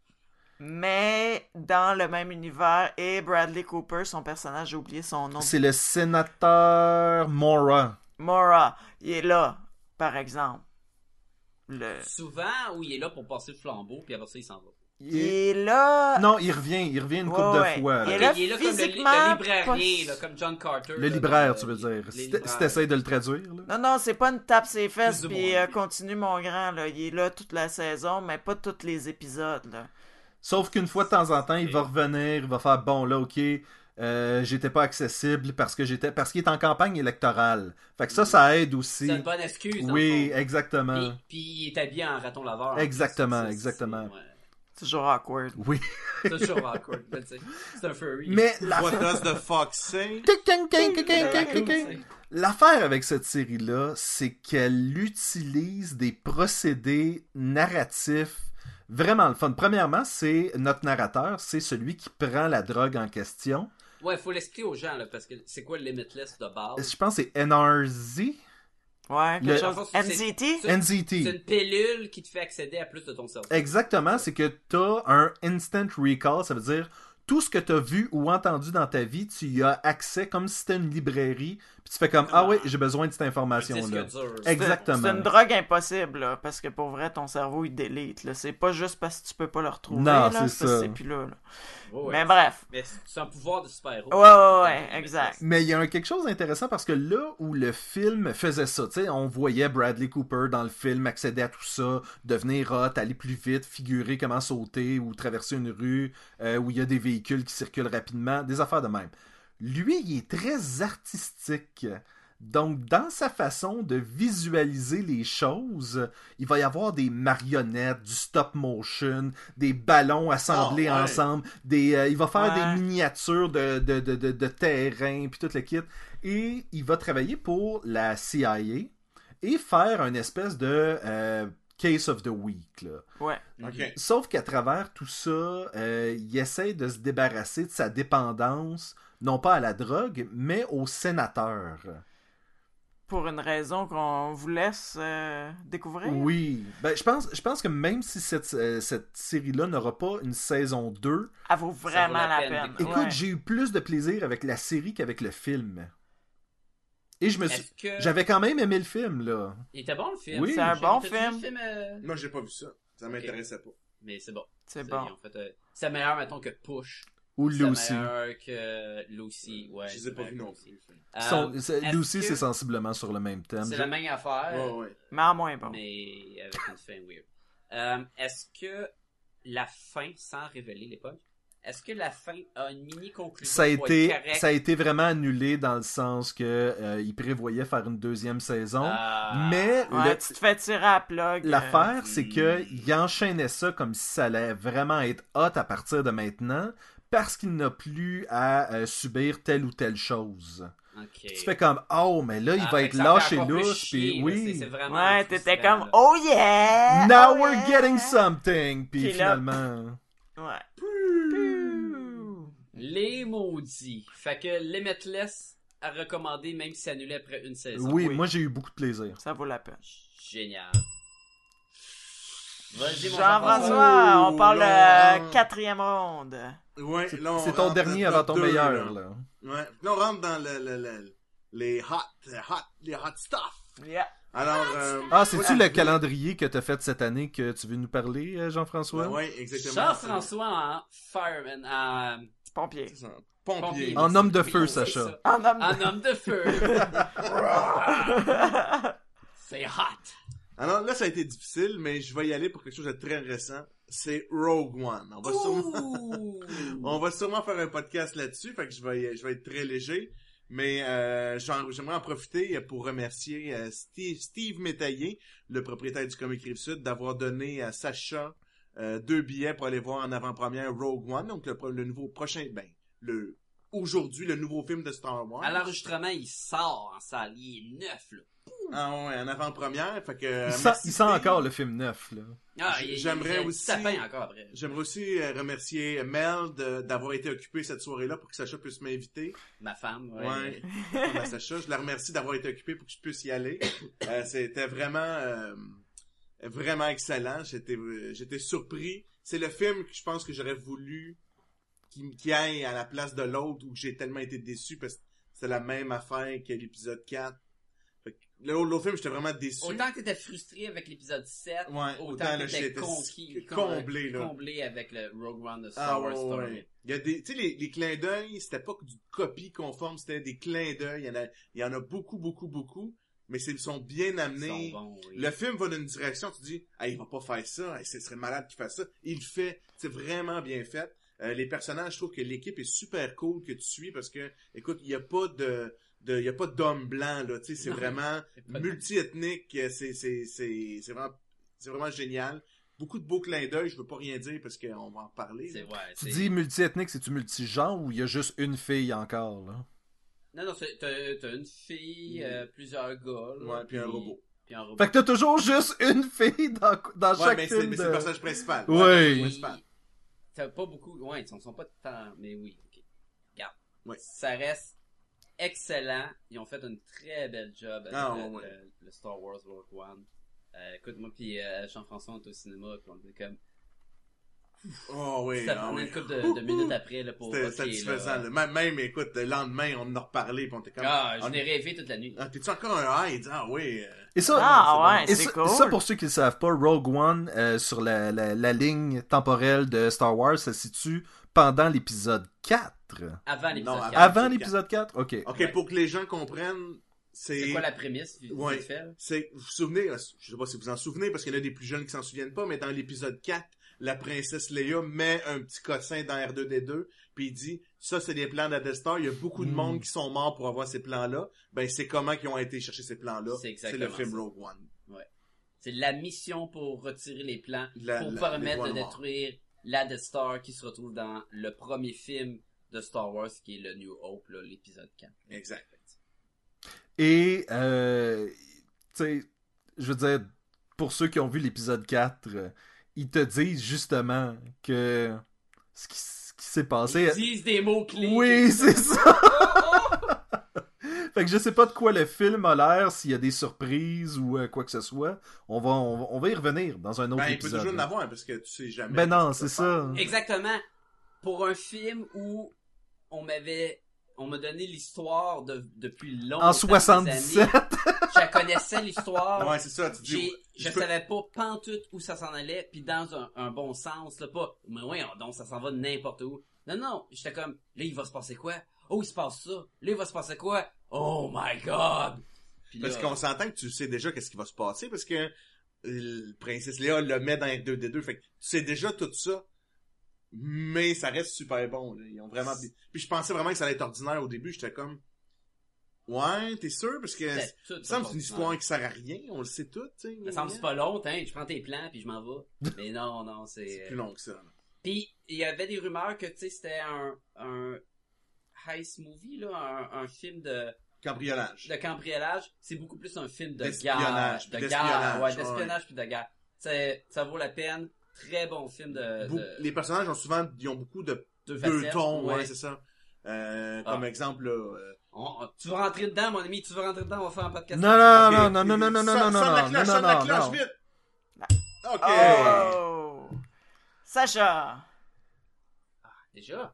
Mais dans le même univers et Bradley Cooper, son personnage, j'ai oublié son nom. C'est le sénateur Mora. Mora, il est là, par exemple. Le... Souvent où il est là pour passer le flambeau puis après ça il s'en va. Il est là... Non, il revient, il revient une Ouais, couple ouais. de fois. Il là. est Ok, là il est là comme le, li- physiquement, le librairien, pas- là, comme John Carter. Le là, libraire, dans, tu euh, veux dire. les Si t- libraires. si t'essayes de le traduire, là. Non, non, c'est pas une tape ses fesses, Plus ou puis moins. euh, continue mon grand, là. Il est là toute la saison, mais pas tous les épisodes, là. Sauf qu'une fois de temps en temps, il va revenir, il va faire bon là, ok, euh, j'étais pas accessible parce que j'étais parce qu'il est en campagne électorale. Fait que ça, ça aide aussi. C'est une bonne excuse. dans Oui, le fond. exactement. Puis, puis il est habillé en raton laveur. Exactement, Ça, c'est- exactement. ouais. Toujours awkward. Oui. C'est toujours awkward, mais tu sais, c'est un furry. Mais la What does the fuck say? L'affaire avec cette série-là, c'est qu'elle utilise des procédés narratifs vraiment le fun. Premièrement, c'est notre narrateur, c'est celui qui prend la drogue en question. Ouais, faut l'expliquer aux gens, là, parce que c'est quoi le limitless de base? Je pense que c'est NRZ. Ouais, quelque Le- chose. MZT? C'est- NZT. C'est une pilule qui te fait accéder à plus de ton cerveau. Exactement, c'est que t'as un instant recall, ça veut dire tout ce que t'as vu ou entendu dans ta vie, tu y as accès comme si c'était une librairie, puis tu fais comme ah ouais, j'ai besoin de cette C'est information ce là. que dure. [laughs] Exactement. C'est une drogue impossible, là, parce que pour vrai, ton cerveau, il délite, là. C'est pas juste parce que tu peux pas le retrouver, Non, là, c'est parce que ça. c'est plus là, là. [laughs] Ouais, ouais. Mais bref. Mais c'est un pouvoir de super-héros. Ouais, ouais, ouais, exact. Mais il y a un- quelque chose d'intéressant parce que là où le film faisait ça, tu sais, on voyait Bradley Cooper dans le film accéder à tout ça, devenir hot, aller plus vite, figurer comment sauter ou traverser une rue euh, où il y a des véhicules qui circulent rapidement, des affaires de même. Lui, il est très artistique. Donc, dans sa façon de visualiser les choses, il va y avoir des marionnettes, du stop motion, des ballons assemblés Ah, ouais. ensemble, des, euh, il va faire Ouais. des miniatures de, de, de, de, de terrain, puis tout le kit. Et il va travailler pour la CIA et faire une espèce de euh, case of the week. Là. Ouais. Ok. Sauf qu'à travers tout ça, euh, il essaie de se débarrasser de sa dépendance, non pas à la drogue, mais au sénateur. Pour une raison qu'on vous laisse euh, découvrir. Oui. Ben, je, pense, je pense que même si cette, euh, cette série-là n'aura pas une saison 2, Elle vaut vraiment Ça vaut la la peine peine. d'écouter. écoute, Ouais. j'ai eu plus de plaisir avec la série qu'avec le film. Et je me suis... Est-ce que... J'avais quand même aimé le film, là. Il était bon, le film. Oui. C'est un bon T'as-tu vu film. le euh, Moi, j'ai pas vu ça. Ça m'intéressait pas. Mais c'est bon. C'est bon. ils ont fait, euh, C'est meilleur, mettons, que Push. Ou C'est Lucy. meilleur que Lucy, ouais. Je les ai pas vus meilleur non que plus. Lucy. Ils sont- Euh, c'est- est-ce Lucy, que c'est sensiblement sur le même thème. C'est Je- la même affaire, Ouais, ouais. Mais en moins bon. mais avec une fin weird. Euh, est-ce que la fin, sans révéler l'époque, est-ce que la fin a une mini-conclusion Ça a, pour été, être correct? ça a été vraiment annulé dans le sens que euh, ils prévoyaient faire une deuxième saison. Ah. mais Ouais, le- tu te fais tirer à la plug. euh, hmm. l'affaire, c'est qu'ils enchaînaient ça comme si ça allait vraiment être hot à partir de maintenant parce qu'il n'a plus à euh, subir telle ou telle chose. Ok. Tu fais comme Oh, mais là, il Ah, va fait être que ça fait lâché encore plus lousse. chier, Puis là, oui. c'est- c'est vraiment Ouais, t'étais frustrant, comme là. Oh yeah! Oh Now we're yeah! getting something. Puis Puis là- finalement. Ouais. Les maudits. Fait que Limitless, à recommander même si c'est annulé après une saison. Oui, oui. moi j'ai eu beaucoup de plaisir. Ça vaut la peine. Génial. Vas-y, mon Jean-François, Oh, on parle là. euh, quatrième ronde. Ouais, C'est là, on c'est ton rentre dernier dans le avant ton top deux, meilleur, là. là. Ouais. Là, on rentre dans le, le- le- les hot, hot, les hot stuff. Yeah. Alors, euh, Ah, c'est-tu Ouais. le calendrier que t'as fait cette année que tu veux nous parler, euh, Jean-François? Ben ouais, exactement. Jean-François en fireman, en Pompier. C'est ça. Pompier. pompier. Ah. En homme de Oui, feu, c'est Sacha. ça. En homme En homme de feu. [laughs] c'est hot. Alors là, ça a été difficile, mais je vais y aller pour quelque chose de très récent. C'est Rogue One. On va sûrement... Ouh. On va sûrement faire un podcast là-dessus, fait que je vais, je vais être très léger. Mais euh, j'en- j'aimerais en profiter pour remercier euh, Steve, Steve Métaillé, le propriétaire du Comic Rive Sud, d'avoir donné à Sacha euh, deux billets pour aller voir en avant-première Rogue One, donc le, pro- le nouveau prochain, ben, le aujourd'hui le nouveau film de Star Wars. À l'enregistrement, il sort en salle. Il est neuf, là. Ah ouais, en avant-première, fait que. euh, Il, sent, merci, il sent Steve. encore le film neuf, là. Ah, J- il- il- j'aimerais il y a du aussi- Sapin encore après. J'aimerais aussi euh, remercier Mel de- d'avoir été occupé cette soirée-là pour que Sacha puisse m'inviter. Ma femme, ouais. Ouais. Ben, Sacha, je la remercie d'avoir été occupée pour que je puisse y aller. Euh, c'était vraiment, euh, vraiment excellent. J'étais, euh, j'étais surpris. C'est le film que je pense que j'aurais voulu qui, m- qui aille à la place de l'autre où j'ai tellement été déçu parce que c'est la même affaire que l'épisode 4. Fait que le- L'autre film, j'étais vraiment déçu. Autant que t'étais frustré avec l'épisode 7, Ouais, autant autant, là, que t'étais j'étais conquis, euh, comblé, là. comblé avec le Rogue One de Star Ah ouais, Wars Story. ouais. Il y a des, tu sais, les, les clins d'œil, c'était pas que du copie conforme, c'était des clins d'œil. Il y en a, il y en a beaucoup, beaucoup, beaucoup, mais c'est- ils sont bien Ils amenés. sont bons, oui. Le film va dans une direction, tu dis, ah, il va pas faire ça, Hey, ce serait malade qu'il fasse ça. Il le fait, c'est vraiment bien fait. Euh, les personnages, je trouve que l'équipe est super cool que tu suis parce que, écoute, il n'y a pas de, de il y a pas d'homme blanc là, tu sais, c'est Non. vraiment [laughs] Pas de- multi-ethnique, euh, c'est c'est c'est c'est vraiment c'est vraiment génial. Beaucoup de beaux clins d'œil, je veux pas rien dire parce qu'on va en parler. C'est, ouais, Tu c'est- dis multi-ethnique, c'est-tu multi-genre ou il y a juste une fille encore, là? Non, non, c'est- t'as, t'as une fille, euh, plusieurs gars. là, Mm. Ouais, puis un robot. Puis un robot. Fait que t'as toujours juste une fille dans, dans Ouais, chaque mais c'est film. mais c'est de- le personnage principal. Ouais. Ouais, Puis, le personnage principal. T'as pas beaucoup. Ouais, ils sont, sont pas de temps, mais oui. ok. Regarde. Ouais. Ça reste excellent. Ils ont fait une très belle job avec Ah, le, ouais, ouais. le- le Star Wars Rogue One. Euh, écoute, moi, puis euh, Jean-François, on est au cinéma, puis on était comme. Oh oui, ça ah prenait oui. une couple de, de minutes après, là, pour. C'était ok, satisfaisant. là. là. Même, même, écoute, le lendemain, on en a reparlé, puis on était comme... Ah, je on- l'ai rêvé toute la nuit. Ah, t'es-tu encore un high? Ah oui. euh, Et ça, Ah ouais, et c'est ça, cool. ça, pour ceux qui ne savent pas, Rogue One, euh, sur la, la- la ligne temporelle de Star Wars, ça se situe pendant l'épisode 4. Avant l'épisode Non, 4. Avant l'épisode l'épisode 4? Ok. OK, Ouais. pour que les gens comprennent, c'est... C'est quoi la prémisse, vite Ouais. fait, là? C'est, vous vous souvenez, euh, je sais pas si vous en souvenez, parce qu'il y en a des plus jeunes qui s'en souviennent pas, mais dans l'épisode 4, la princesse Leia met un petit cossin dans R2-D2, puis il dit, ça c'est des plans d'Adestar, il y a beaucoup de Hmm. Mm. monde qui sont morts pour avoir ces plans-là, ben c'est comment qu'ils ont été chercher ces plans-là. C'est le exactement film ça. Rogue One. C'est la mission pour retirer les plans La- pour la- permettre les de voiles noires. détruire la Death Star qui se retrouve dans le premier film de Star Wars qui est le New Hope, là, l'épisode 4. Exact. Et, euh, tu sais, je veux dire, pour ceux qui ont vu l'épisode 4, euh, ils te disent justement que ce qui, ce qui s'est passé... Ils disent des mots clés. Ah, Oui, c'est ça. Oh, [laughs] fait que je sais pas de quoi le film a l'air, s'il y a des surprises ou euh, quoi que ce soit. On va, on, va- on va y revenir dans un autre Ben, il peut épisode. toujours en avoir, parce que tu sais jamais. ben non, ce que c'est tu peux faire. ça. Exactement. Pour un film où on m'avait, on m'a donné l'histoire de, depuis longtemps. En des 77. années. Je [laughs] connaissais l'histoire. Ouais, c'est ça, tu dis... Ah, J'ai- je peux- savais pas pantoute où ça s'en allait, puis dans un, un bon sens, là, pas, mais oui, donc ça s'en va de n'importe où. Non, non, j'étais comme, là, il va se passer quoi? Oh, il se passe ça. Là, il va se passer quoi? Oh my god! Puis Parce là, qu'on s'entend que tu sais déjà qu'est-ce qui va se passer parce que euh, le Princesse Léa le met dans R2D2. Fait que tu sais déjà tout ça. Mais ça reste super bon. là. Ils ont vraiment. Puis je pensais vraiment que ça allait être ordinaire au début. J'étais comme. Ouais, t'es sûr? Parce que c'était ça ben, tout me semble que c'est une histoire ordinaire. qui sert à rien. On le sait tout, tu sais. Ça me semble que c'est pas long, hein, je prends tes plans, puis je m'en [laughs] vais. mais non, non, C'est c'est... euh, plus long que ça. là. Puis, il y avait des rumeurs que, tu sais, c'était un, un heist movie, là, un, un film de... Cambriolage. de cambriolage, c'est beaucoup plus un film de guerre, D'espionnage, de puis guerre, d'espionnage, ouais, d'espionnage puis de guerre. C'est- ça vaut la peine. Très bon film de, Bou- de- Les personnages ont souvent. Ils ont beaucoup de de deux facettes, tons, ouais, ouais. c'est ça. Euh, Ah. Comme exemple, là, euh, On- tu veux rentrer dedans, mon ami, tu veux rentrer dedans, on va faire un podcast. Non, non, Ok. non, non, non, non, non, non, non, Sonne- sonne la non, cloche, non, sonne la non, cloche, non. vite. Ok. Oh! Sacha, Déjà.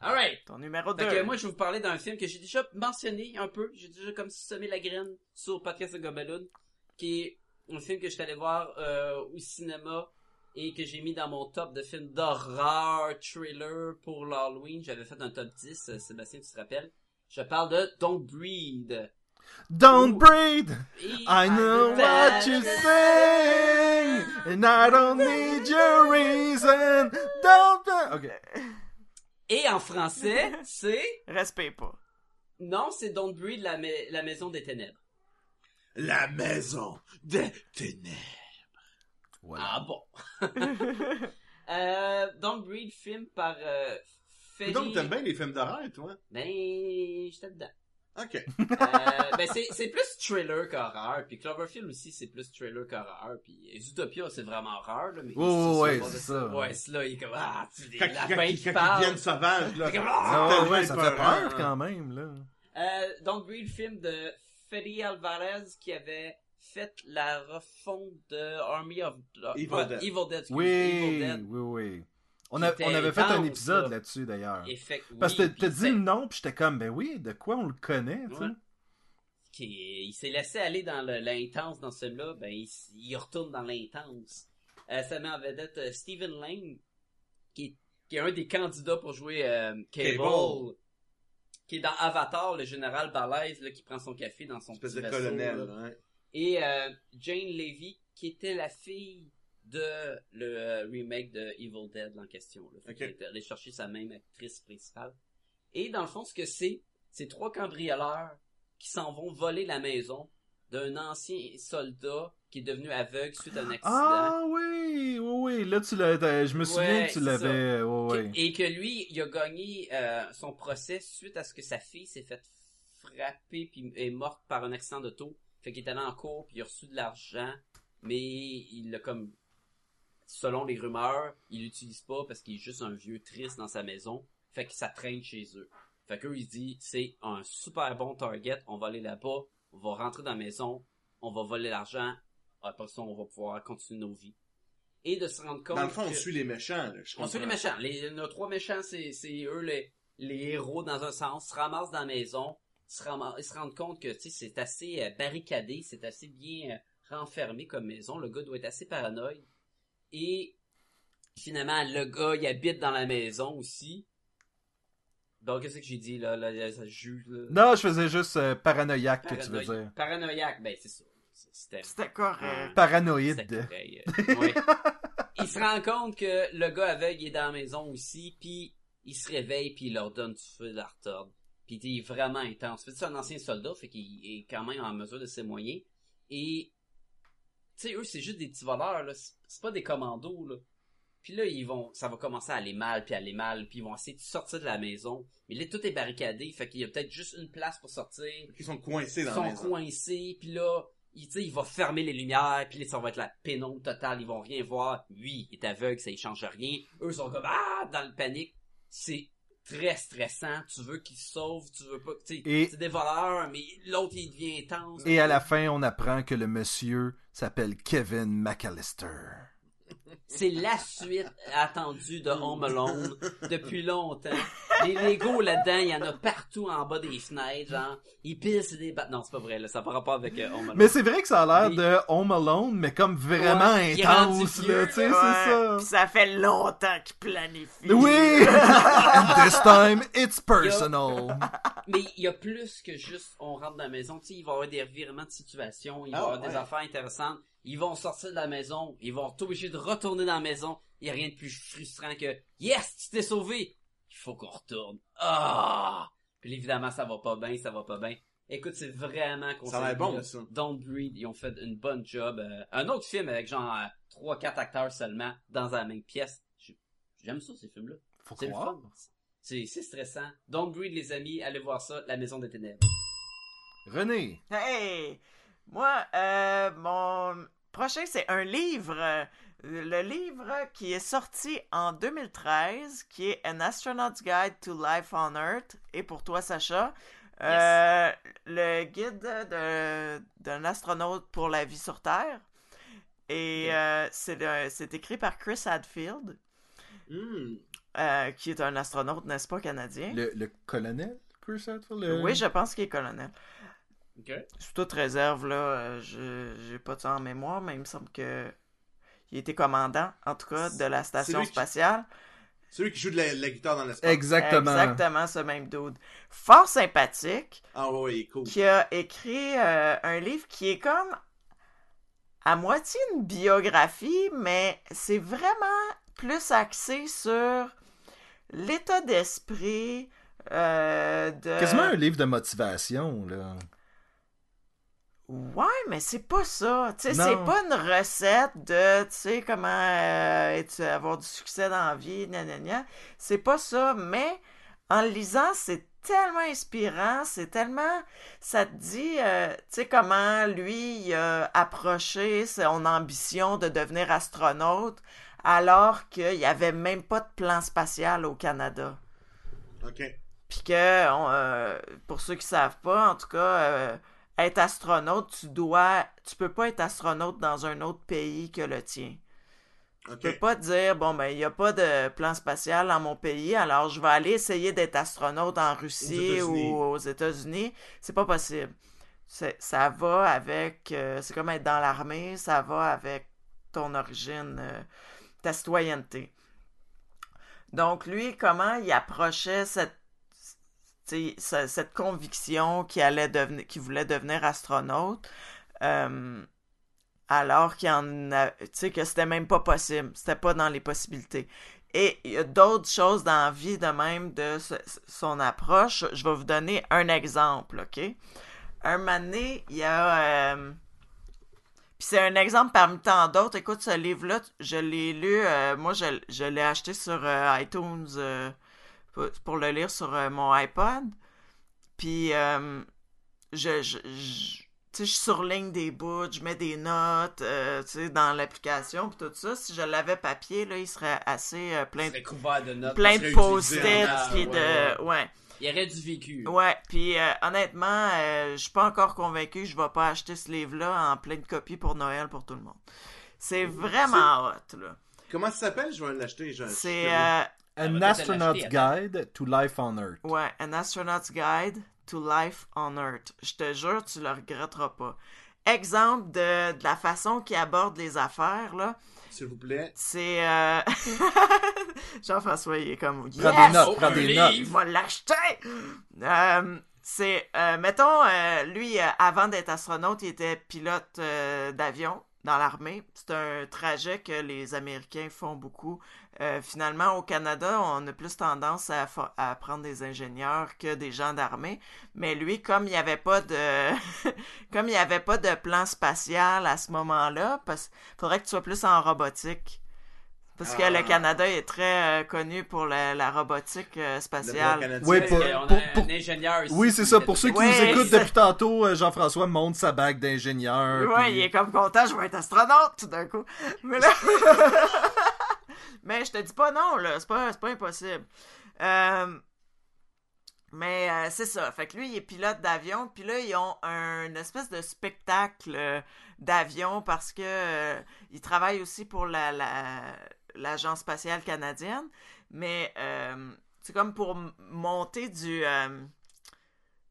Alright. ton numéro Fait que 2. moi, je vais vous parler d'un film que j'ai déjà mentionné un peu. J'ai déjà comme semé la graine sur le podcast de Gobelin, qui est un film que je suis allé voir euh, au cinéma et que j'ai mis dans mon top de films d'horreur, thriller pour l'Halloween. J'avais fait un top 10, euh, Sébastien, tu te rappelles. Je parle de Don't Breed. Don't Ouh. breathe. Et I know that- what you say, and I don't need your reason. Don't. be- Ok. Et en français, c'est... Respect pas. [laughs] Non, c'est Don't Breed, la, mai- la maison des ténèbres. La maison des ténèbres. Voilà. Ah bon. euh, Don't Breed, film par euh, Ferry... Donc, t'aimes bien les films d'horreur, toi? Ben, j'étais dedans. Ok. Euh, ben, c'est, c'est plus thriller qu'horreur, puis Cloverfield aussi, c'est plus thriller qu'horreur, puis Zootopia, c'est vraiment horreur, là, mais... Ouais, ouais, ça, ouais, ça, c'est ça. ça. Ouais, c'est là, il est comme, ah, tu des Quand, quand, quand, lapins qui quand ils parlent. viennent sauvages, là. Fait que, Ah, ah! tellement ouais, ça fait épeurant, peur hein. quand même, là. Euh, donc, oui, le film de Freddy Alvarez qui avait fait la refonte de Army of... Evil Ouais, Dead. Evil Dead, excuse, Evil Oui, oui, Dead. oui. On, Qui a- était on avait fait un intense, épisode là. là-dessus, d'ailleurs. Et fait- Parce que oui, t'as- t'as puis dit fait- le nom, puis j'étais comme, ben oui, de quoi on le connaît, tu sais. Ouais. qui- il s'est laissé aller dans le- l'intense dans ce film-là, ben il, s- il retourne dans l'intense. Euh, ça met en vedette euh, Stephen Lane, qui, est- qui est un des candidats pour jouer euh, Cable, Cable. qui est dans Avatar, le général balèze là, qui prend son café dans son Espèce petit de vaisseau, colonel, là. là, hein. Et euh, Jane Levy, qui était la fille de le euh, remake de Evil Dead en question. Là. Fait Ok. qu'elle est allée chercher sa même actrice principale. Et dans le fond, ce que c'est, c'est trois cambrioleurs qui s'en vont voler la maison d'un ancien soldat qui est devenu aveugle suite à un accident. Ah oui, oui, oui. Là, tu l'as. t'as- Je me souviens Ouais, que tu c'est l'avais. Ouais, ouais. Et que lui, il a gagné euh, son procès suite à ce que sa fille s'est faite frapper puis est morte par un accident d'auto. Fait qu'il est allé en cours puis il a reçu de l'argent, mais il l'a comme, selon les rumeurs, il l'utilise pas parce qu'il est juste un vieux triste dans sa maison. Fait que ça traîne chez eux. Fait qu'eux, ils se disent, c'est un super bon target, on va aller là-bas, on va rentrer dans la maison, on va voler l'argent, après ça, on va pouvoir continuer nos vies. Et de se rendre compte Dans le fond, on que- suit les méchants, là. je on suit les comprends. méchants. Les, nos trois méchants, c'est, c'est eux les, les héros dans un sens, se ramassent dans la maison, se rama- ils se rendent compte que tu sais, c'est assez euh, barricadé, c'est assez bien euh, renfermé comme maison. Le gars doit être assez paranoïe. Et finalement, le gars, il habite dans la maison aussi. Donc, qu'est-ce que j'ai dit là? là, là, ça juge. là. Non, je faisais juste euh, paranoïaque, que tu veux Paranoïa- dire. Paranoïaque, ben c'est ça. C'est- C'était C'était correct. c'est Paranoïde. pareil, euh, ouais. il se rend compte que le gars aveugle est dans la maison aussi, puis il se réveille, puis il leur donne du feu de la retorde. Puis il est vraiment intense. Fait que C'est un ancien soldat, fait qu'il est quand même en mesure de ses moyens. Et, tu sais, eux, c'est juste des petits voleurs, là. C'est c'est pas des commandos, là. Puis là, ils vont, ça va commencer à aller mal, puis aller mal, puis ils vont essayer de sortir de la maison. Mais là, tout est barricadé, fait qu'il y a peut-être juste une place pour sortir Ils sont coincés dans la sont maison. coincés, puis là, il, tu sais, il va fermer les lumières, puis là, ça va être la pénombre totale, ils vont rien voir. Lui, il est aveugle, ça ne change rien. Eux sont comme, ah, dans le panique. C'est très stressant, tu veux qu'il se sauve, tu veux pas, tu sais, Et- c'est des voleurs, mais l'autre, il devient intense. Et à la fin, on apprend que le monsieur s'appelle Kevin McAllister. C'est la suite attendue de Home Alone [laughs] depuis longtemps. Les Legos là-dedans, il y en a partout en bas des fenêtres, genre, ils pissent des ba- Non, c'est pas vrai, là, ça n'a pas rapport avec euh, Home Alone. Mais c'est vrai que ça a l'air Oui. de Home Alone, mais comme vraiment Ouais, il est rendu intense, vieux, là, tu sais, Ouais, c'est ça. pis ça fait longtemps qu'il planifie. Oui! [laughs] And this time, it's personal. Mais il y a plus que juste on rentre dans la maison. Tu sais, il va y avoir des revirements de situation, il va y Ah, avoir ouais. des affaires intéressantes. Ils vont sortir de la maison, ils vont être obligés de retourner dans la maison. Il n'y a rien de plus frustrant que Yes, tu t'es sauvé! Il faut qu'on retourne. Ah! Puis évidemment, ça va pas bien, ça va pas bien. Écoute, c'est vraiment Ça a conseillé, l'air bon, là. ça. Don't Breed, ils ont fait une bonne job. Euh, un autre film avec genre 3-4 acteurs seulement dans la même pièce. J'ai- J'aime ça, ces films-là. Faut C'est le croire. fun. C'est c'est stressant. Don't breed, les amis. Allez voir ça, La Maison des Ténèbres. René. Hey! Moi, euh, mon prochain, c'est un livre. euh, Le livre qui est sorti en 2013, qui est An Astronaut's Guide to Life on Earth. Et pour toi, Sacha, Euh, le guide de- d'un astronaute pour la vie sur Terre. Et euh, c'est le- c'est écrit par Chris Hadfield, Hmm. euh, qui est un astronaute, n'est-ce pas, canadien? Le, euh, le colonel Chris Hadfield, le- Hein? Oui, je pense qu'il est colonel. Ok. Sous toute réserve, là, euh, je j'ai pas ça en mémoire, mais il me semble que il était commandant, en tout cas, de la station lui qui- spatiale. Celui qui joue de la, la guitare dans l'espace. Exactement. ce même dude. Fort sympathique, Ah ouais, ouais, cool. qui a écrit euh, un livre qui est comme à moitié une biographie, mais c'est vraiment plus axé sur l'état d'esprit euh, de... Quasiment un livre de motivation, là. Ouais, mais c'est pas ça. Tu sais, Non. c'est pas une recette de, tu sais, comment euh, être- avoir du succès dans la vie, gna gna gna. C'est pas ça, mais en le lisant, c'est tellement inspirant, c'est tellement... Ça te dit, euh, tu sais, comment lui il a approché son ambition de devenir astronaute alors qu'il n'y avait même pas de plan spatial au Canada. Ok. Puis que, on, euh, pour ceux qui savent pas, en tout cas, euh, être astronaute, tu dois, tu peux pas être astronaute dans un autre pays que le tien. Ok. Tu peux pas dire, bon, ben, il n'y a pas de plan spatial dans mon pays, alors je vais aller essayer d'être astronaute en Russie États-Unis. ou aux États-Unis. C'est pas possible. C'est- Ça va avec, euh, c'est comme être dans l'armée, ça va avec ton origine, euh, ta citoyenneté. Donc, lui, comment il approchait cette, tu sais, ce- cette conviction qu'il allait devenir, qu'il voulait devenir astronaute, euh, alors qu'il y en a, tu sais, que c'était même pas possible, c'était pas dans les possibilités. Et il y a d'autres choses dans la vie de même de ce- son approche. Je vais vous donner un exemple, OK? Un moment donné, il y a... euh, puis c'est un exemple parmi tant d'autres. Écoute, ce livre-là, tu- je l'ai lu. euh, moi, je, l- je l'ai acheté sur euh, iTunes euh, pour, pour le lire sur euh, mon iPod. Puis, euh, je, je, je- tu sais, je surligne des bouts, je mets des notes, euh, tu sais, dans l'application, puis tout ça. Si je l'avais papier, là, il serait assez euh, plein, serait couvert de notes. plein parce de que post-it, utilisé en art, puis ouais, de... ouais. Il aurait du vécu. Ouais, puis euh, honnêtement, euh, je suis pas encore convaincu que je vais pas acheter ce livre-là en pleine copie pour Noël pour tout le monde. C'est vraiment hot, là. Comment ça s'appelle? Je vais l'acheter. je- je- C'est euh, An va peut-être astronaut's l'acheter, guide to life on Earth. ouais, An Astronaut's Guide to Life on Earth. Je te jure, tu le regretteras pas. Exemple de, de la façon qu'il aborde les affaires, là, S'il vous plaît. c'est... euh, [laughs] Jean-François, il est comme... Prends Yes! des notes, Oh, prends un des livre! notes. il va l'acheter! Euh, c'est, euh, mettons, euh, lui, euh, avant d'être astronaute, il était pilote euh, d'avion dans l'armée. C'est un trajet que les Américains font beaucoup. Euh, finalement, au Canada, on a plus tendance à, fo- à prendre des ingénieurs que des gens d'armée. Mais lui, comme il n'y avait pas de, [laughs] comme il n'y avait pas de plan spatial à ce moment-là, parce faudrait que tu sois plus en robotique. Parce que Ah. le Canada est très euh, connu pour la, la robotique euh, Le plan spatiale. canadien. Oui, Parce pour- qu'on a pour- un pour- ingénieur ici Oui, c'est ça. Pour ceux qui Ouais, nous écoutent c'est- depuis tantôt, euh, Jean-François monte sa bague d'ingénieur. Ouais, puis- il est comme content, je vais être astronaute tout d'un coup. Mais là- [laughs] Mais je te dis pas non, là, c'est pas, c'est pas impossible. Euh, Mais euh, c'est ça, fait que lui, il est pilote d'avion, puis là, ils ont un une espèce de spectacle euh, d'avion parce que euh, il travaille aussi pour la, la- l'Agence spatiale canadienne, mais euh, c'est comme pour m- monter du... euh,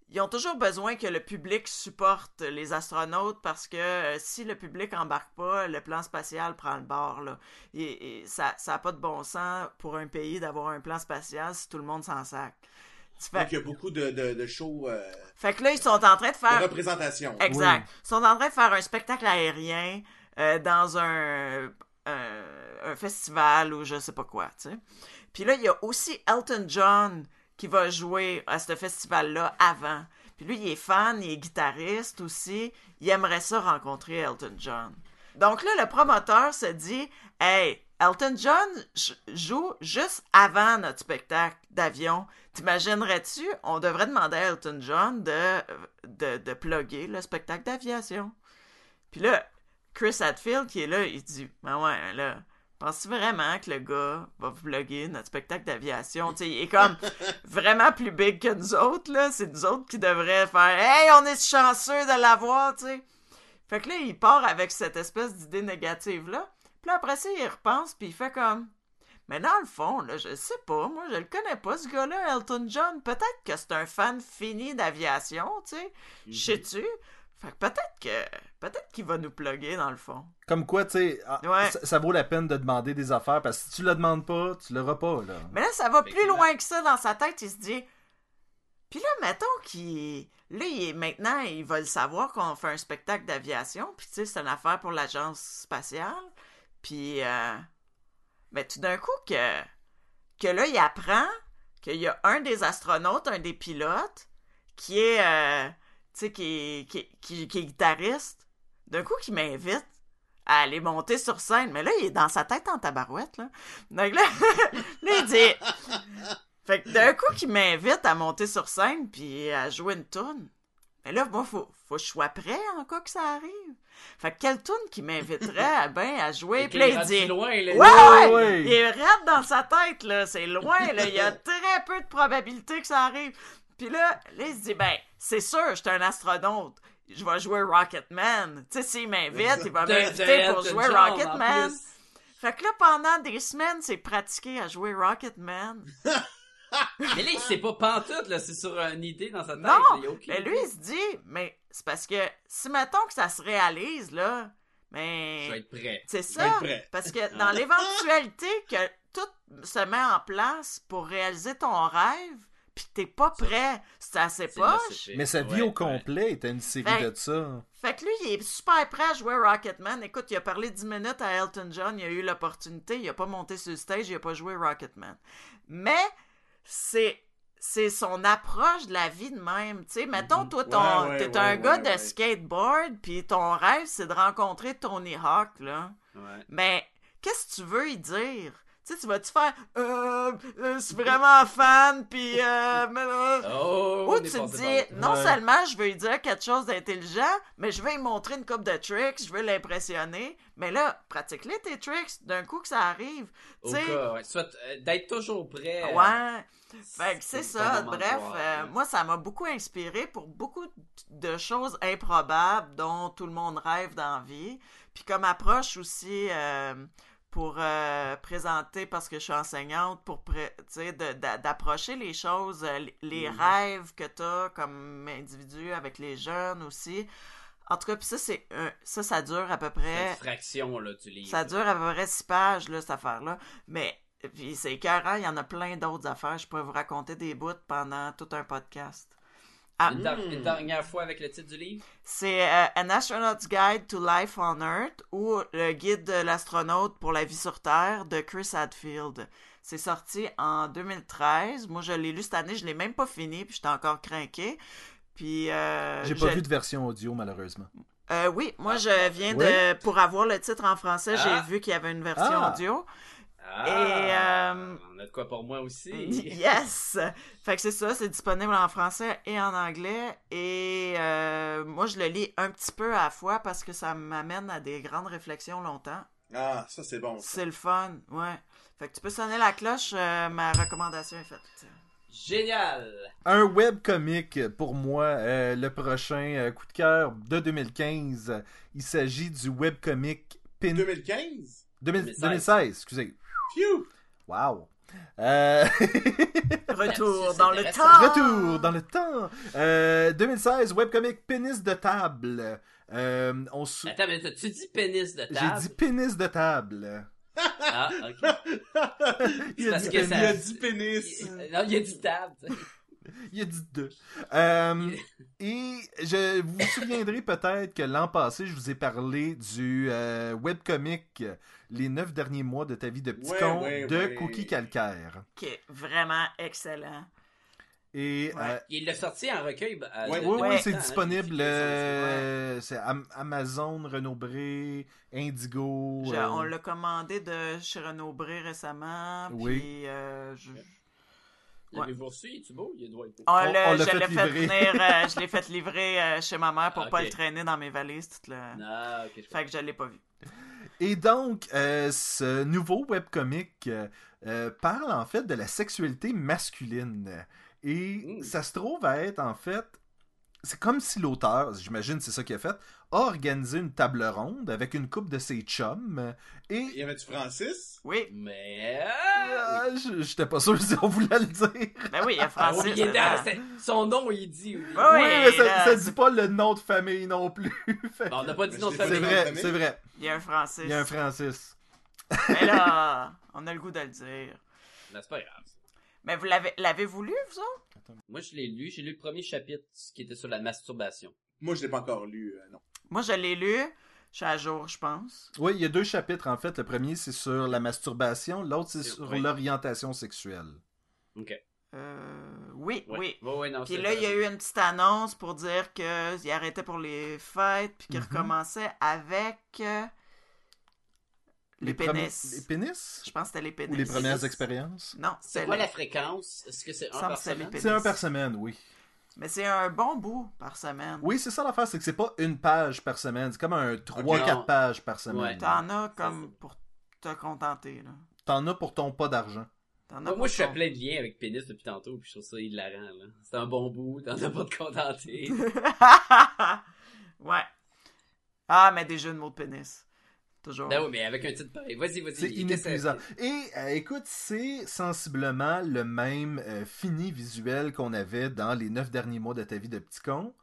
ils ont toujours besoin que le public supporte les astronautes parce que euh, si le public embarque pas, le plan spatial prend le bord. Là. Et, et ça n'a pas de bon sens pour un pays d'avoir un plan spatial si tout le monde s'en sac. Tu fais- Donc, il y a beaucoup de, de, de shows, euh, Fait que là, ils sont en train de de faire représentation. Exact. Ils sont en train de faire un spectacle aérien euh, dans un, un, un festival ou je sais pas quoi, tu sais. Puis là, il y a aussi Elton John qui va jouer à ce festival-là avant. Puis lui, il est fan, il est guitariste aussi. Il aimerait ça rencontrer Elton John. Donc là, le promoteur se dit Hey, Elton John j- joue juste avant notre spectacle d'avion. T'imaginerais-tu, on devrait demander à Elton John de, de, de plugger le spectacle d'aviation. Puis là, Chris Hadfield qui est là, il dit Ben ouais, là, Penses-tu vraiment que le gars va vlogger notre spectacle d'aviation? Tu sais, il est comme vraiment plus big que nous autres, là. C'est nous autres qui devraient faire Hey, on est chanceux de l'avoir, tu sais. Fait que là, il part avec cette espèce d'idée négative-là. Puis là, après ça, il repense, puis il fait comme Mais dans le fond, là, je sais pas, moi, je le connais pas, ce gars-là, Elton John. Peut-être que c'est un fan fini d'aviation, tu sais. Sais-tu? Fait que peut-être que. Peut-être qu'il va nous plugger, dans le fond. Comme quoi, tu sais, ah, Ouais. ça, ça vaut la peine de demander des affaires parce que si tu le demandes pas, tu l'auras pas, là. Mais là, ça va plus Effectivement. loin que ça dans sa tête. Il se dit. Puis là, mettons qu'il. Là, il est... maintenant, il va le savoir qu'on fait un spectacle d'aviation. Puis, tu sais, c'est une affaire pour l'agence spatiale. Puis. euh, Mais tout d'un coup, que. Que là, il apprend qu'il y a un des astronautes, un des pilotes, qui est. euh, Tu sais, qui est... Qui, est- qui est- qui est guitariste. D'un coup, qui m'invite à aller monter sur scène. Mais là, il est dans sa tête en tabarouette, là. Donc là, [laughs] là il dit. Fait que d'un coup, qu'il m'invite à monter sur scène puis à jouer une toune. Mais là, moi, faut, faut que je sois prêt en cas que ça arrive. Fait que quelle toune qui m'inviterait à, ben, à jouer? Puis là, il dit. loin, là. Ouais, ouais, ouais. Il est raide dans sa tête, là. C'est loin, là. Il y a très peu de probabilités que ça arrive. Puis là, là, il se dit, ben, c'est sûr, je suis un astronaute. Je vais jouer Rocketman. Tu sais, s'il m'invite, il va De- de m'inviter pour Elton jouer John, en Rocketman. plus. Fait que là, pendant des semaines, c'est pratiqué à jouer Rocketman. Mais là, il sait pas pantoute, là. C'est sur une idée dans sa tête. Non, là, il y a aucune Mais lui, il se dit, mais c'est parce que si mettons que ça se réalise, là, Je vais mais être prêt. c'est Je vais ça. être prêt. Parce que [laughs] dans l'éventualité que tout se met en place pour réaliser ton rêve, pis que t'es pas prêt, c'est assez C'est ma poche. CP. Mais sa vie Ouais, au ouais. complet était une série Ben, de ça. Fait que lui, il est super prêt à jouer Rocketman. Écoute, il a parlé 10 minutes à Elton John, il a eu l'opportunité, il a pas monté sur le stage, il a pas joué Rocketman. Mais c'est c'est son approche de la vie de même. Tu sais, mettons, toi, ton, Mm-hmm. Ouais, ouais, t'es ouais, un ouais, gars de ouais. skateboard, puis ton rêve, c'est de rencontrer Tony Hawk, là. Ouais. Mais Ben, qu'est-ce que tu veux y dire? Tu sais, tu vas-tu faire euh, euh, je suis vraiment fan, puis [laughs] euh, mais, euh, Oh, on ou est tu passé te dis, par là. non Ouais. seulement je veux lui dire quelque chose d'intelligent, mais je veux lui montrer une coupe de tricks, je veux l'impressionner. Mais là, pratique-les tes tricks d'un coup que ça arrive. Au Tu sais, cas, ouais. Soit euh, d'être toujours prêt. euh, ouais. Fait que c'est pas ça. vraiment Bref, croire, euh, ouais. moi, ça m'a beaucoup inspiré pour beaucoup de choses improbables dont tout le monde rêve d'envie. Puis comme approche aussi euh, pour euh, présenter, parce que je suis enseignante, pour pré- tu sais, de- d'a- d'approcher les choses, euh, les- les rêves que tu as comme individu avec les jeunes aussi. En tout cas, puis ça, c'est un- ça, ça dure à peu C'est près une fraction, là, du livre. euh, ça dure à peu près six pages, là, cette affaire-là. Mais, puis c'est écœurant, il y en a plein d'autres affaires. Je pourrais vous raconter des bouts pendant tout un podcast. Ah, Une, der- une dernière fois avec le titre du livre. c'est euh, An Astronaut's Guide to Life on Earth ou Le Guide de l'astronaute pour la vie sur Terre de Chris Hadfield. C'est sorti en 2013. Moi, je l'ai lu cette année, je l'ai même pas fini, puis j'étais encore craqué. Puis, euh, J'ai pas je- vu de version audio, malheureusement. euh, oui, moi, je viens Ouais. de... Pour avoir le titre en français, Ah. j'ai vu qu'il y avait une version Ah. audio. Ah, euh, On a de quoi pour [laughs] moi aussi. Yes! Fait que c'est ça, c'est disponible en français et en anglais. Et euh, moi, je le lis un petit peu à la fois parce que ça m'amène à des grandes réflexions longtemps. Ah, ça c'est bon. ça. C'est le fun, ouais. Fait que tu peux sonner la cloche, euh, ma recommandation est faite. Génial. Un webcomic pour moi, euh, le prochain euh, coup de cœur de 2015. Il s'agit du webcomic Pin... 2015? 2000- 2016. 2016, excusez. Phew! Wow. Euh, [laughs] Retour Merci, dans le c'est temps! [laughs] Retour dans le temps. Euh, 2016, webcomic Pénis de table. Euh, on se... Attends, mais tu dis pénis de J'ai table. dit pénis de table. Ah, ok. Il a Parce dit, que Il ça- a dit pénis! Il- Non, il a dit table. [laughs] il a dit deux. Euh, et je vous vous souviendrez peut-être que l'an passé, je vous ai parlé du euh, webcomic Les neuf derniers mois de ta vie de petit Ouais, con ouais, de ouais. Cookie Calcaire. Qui est vraiment excellent. Et Ouais. euh, Il l'a sorti en recueil. euh, Ouais, de- oui, de oui, c'est temps, hein, j'ai vu disponible. qu'il l'a sorti, ouais. euh, c'est Am- Amazon, Renaud Bré, Indigo. Je- euh, on l'a commandé de chez Renaud Bré récemment. Oui. Puis, euh, je- ouais. L'avez-vous reçu? Il est beau? Il doit être beau. On On- l'a- on l'a je fait l'ai fait livrer. venir, euh, [laughs] je l'ai fait livrer euh, chez ma mère pour Ah, pas ok. le traîner dans mes valises. Tout le... Non, ok, je Fait que je l'ai pas vu. Et donc, euh, ce nouveau webcomic euh, euh, parle en fait de la sexualité masculine. Et Mm. ça se trouve à être en fait. C'est comme si l'auteur, j'imagine c'est ça qu'il a fait, a organisé une table ronde avec une coupe de ses chums. euh, Il Et. y avait-tu Francis? Oui, Mais... Ah, je- J'étais pas sûr [laughs] si on voulait le dire. ben oui, il y a [laughs] Ah, Francis. oui, il est dedans. dans- c'est- Son nom, il dit. oui. Ah oui, mais ça, là, ça c'est- dit pas le nom de famille non plus. [laughs] Fait Bon, on que- n'a pas dit Mais nom de c'est- c'est famille. vrai, c'est vrai. Il y a un Francis. Il y a un Francis. Mais là, [laughs] on a le goût de le dire. Mais c'est pas grave. Mais vous l'avez, l'avez-vous lu, vous autres? Moi, je l'ai lu. J'ai lu le premier chapitre ce qui était sur la masturbation. Moi, je l'ai pas encore lu, euh, non. Moi, je l'ai lu. Je suis à jour, je pense. Oui, il y a deux chapitres en fait. Le premier c'est sur la masturbation, l'autre c'est C'est sur vrai. l'orientation sexuelle. Euh, oui, Ouais. oui. Ouais, ouais, non, Puis c'est là, vrai. il y a eu une petite annonce pour dire qu'il arrêtait pour les fêtes, puis qu'il Mm-hmm. Mhm. recommençait avec euh, les, pénis. premi- Les pénis Je pense que c'était les pénis. Ou les premières expériences Non, C'est c'est quoi les- la fréquence? Est-ce que c'est un semble par que c'est les semaine? pénis. C'est un par semaine, oui. Mais c'est un bon bout par semaine. Oui, c'est ça l'affaire, c'est que c'est pas une page par semaine, c'est comme un 3-4 Ok. pages par semaine. Ouais. T'en as comme pour te contenter, là. T'en as pour ton pas d'argent. T'en as Moi, pour moi, je fais ton- plein de liens avec pénis depuis tantôt, puis je trouve ça hilarant, là. C'est un bon bout, t'en as pas [laughs] de contenté. ouais. Ah, mais des jeux de mots de pénis. Toujours. ben oui, mais avec un titre pareil. Vas-y, vas-y. C'est qu'est-ce que inépuisable. Et euh, écoute, c'est sensiblement le même euh, fini visuel qu'on avait dans les neuf derniers mois de ta vie de petit con.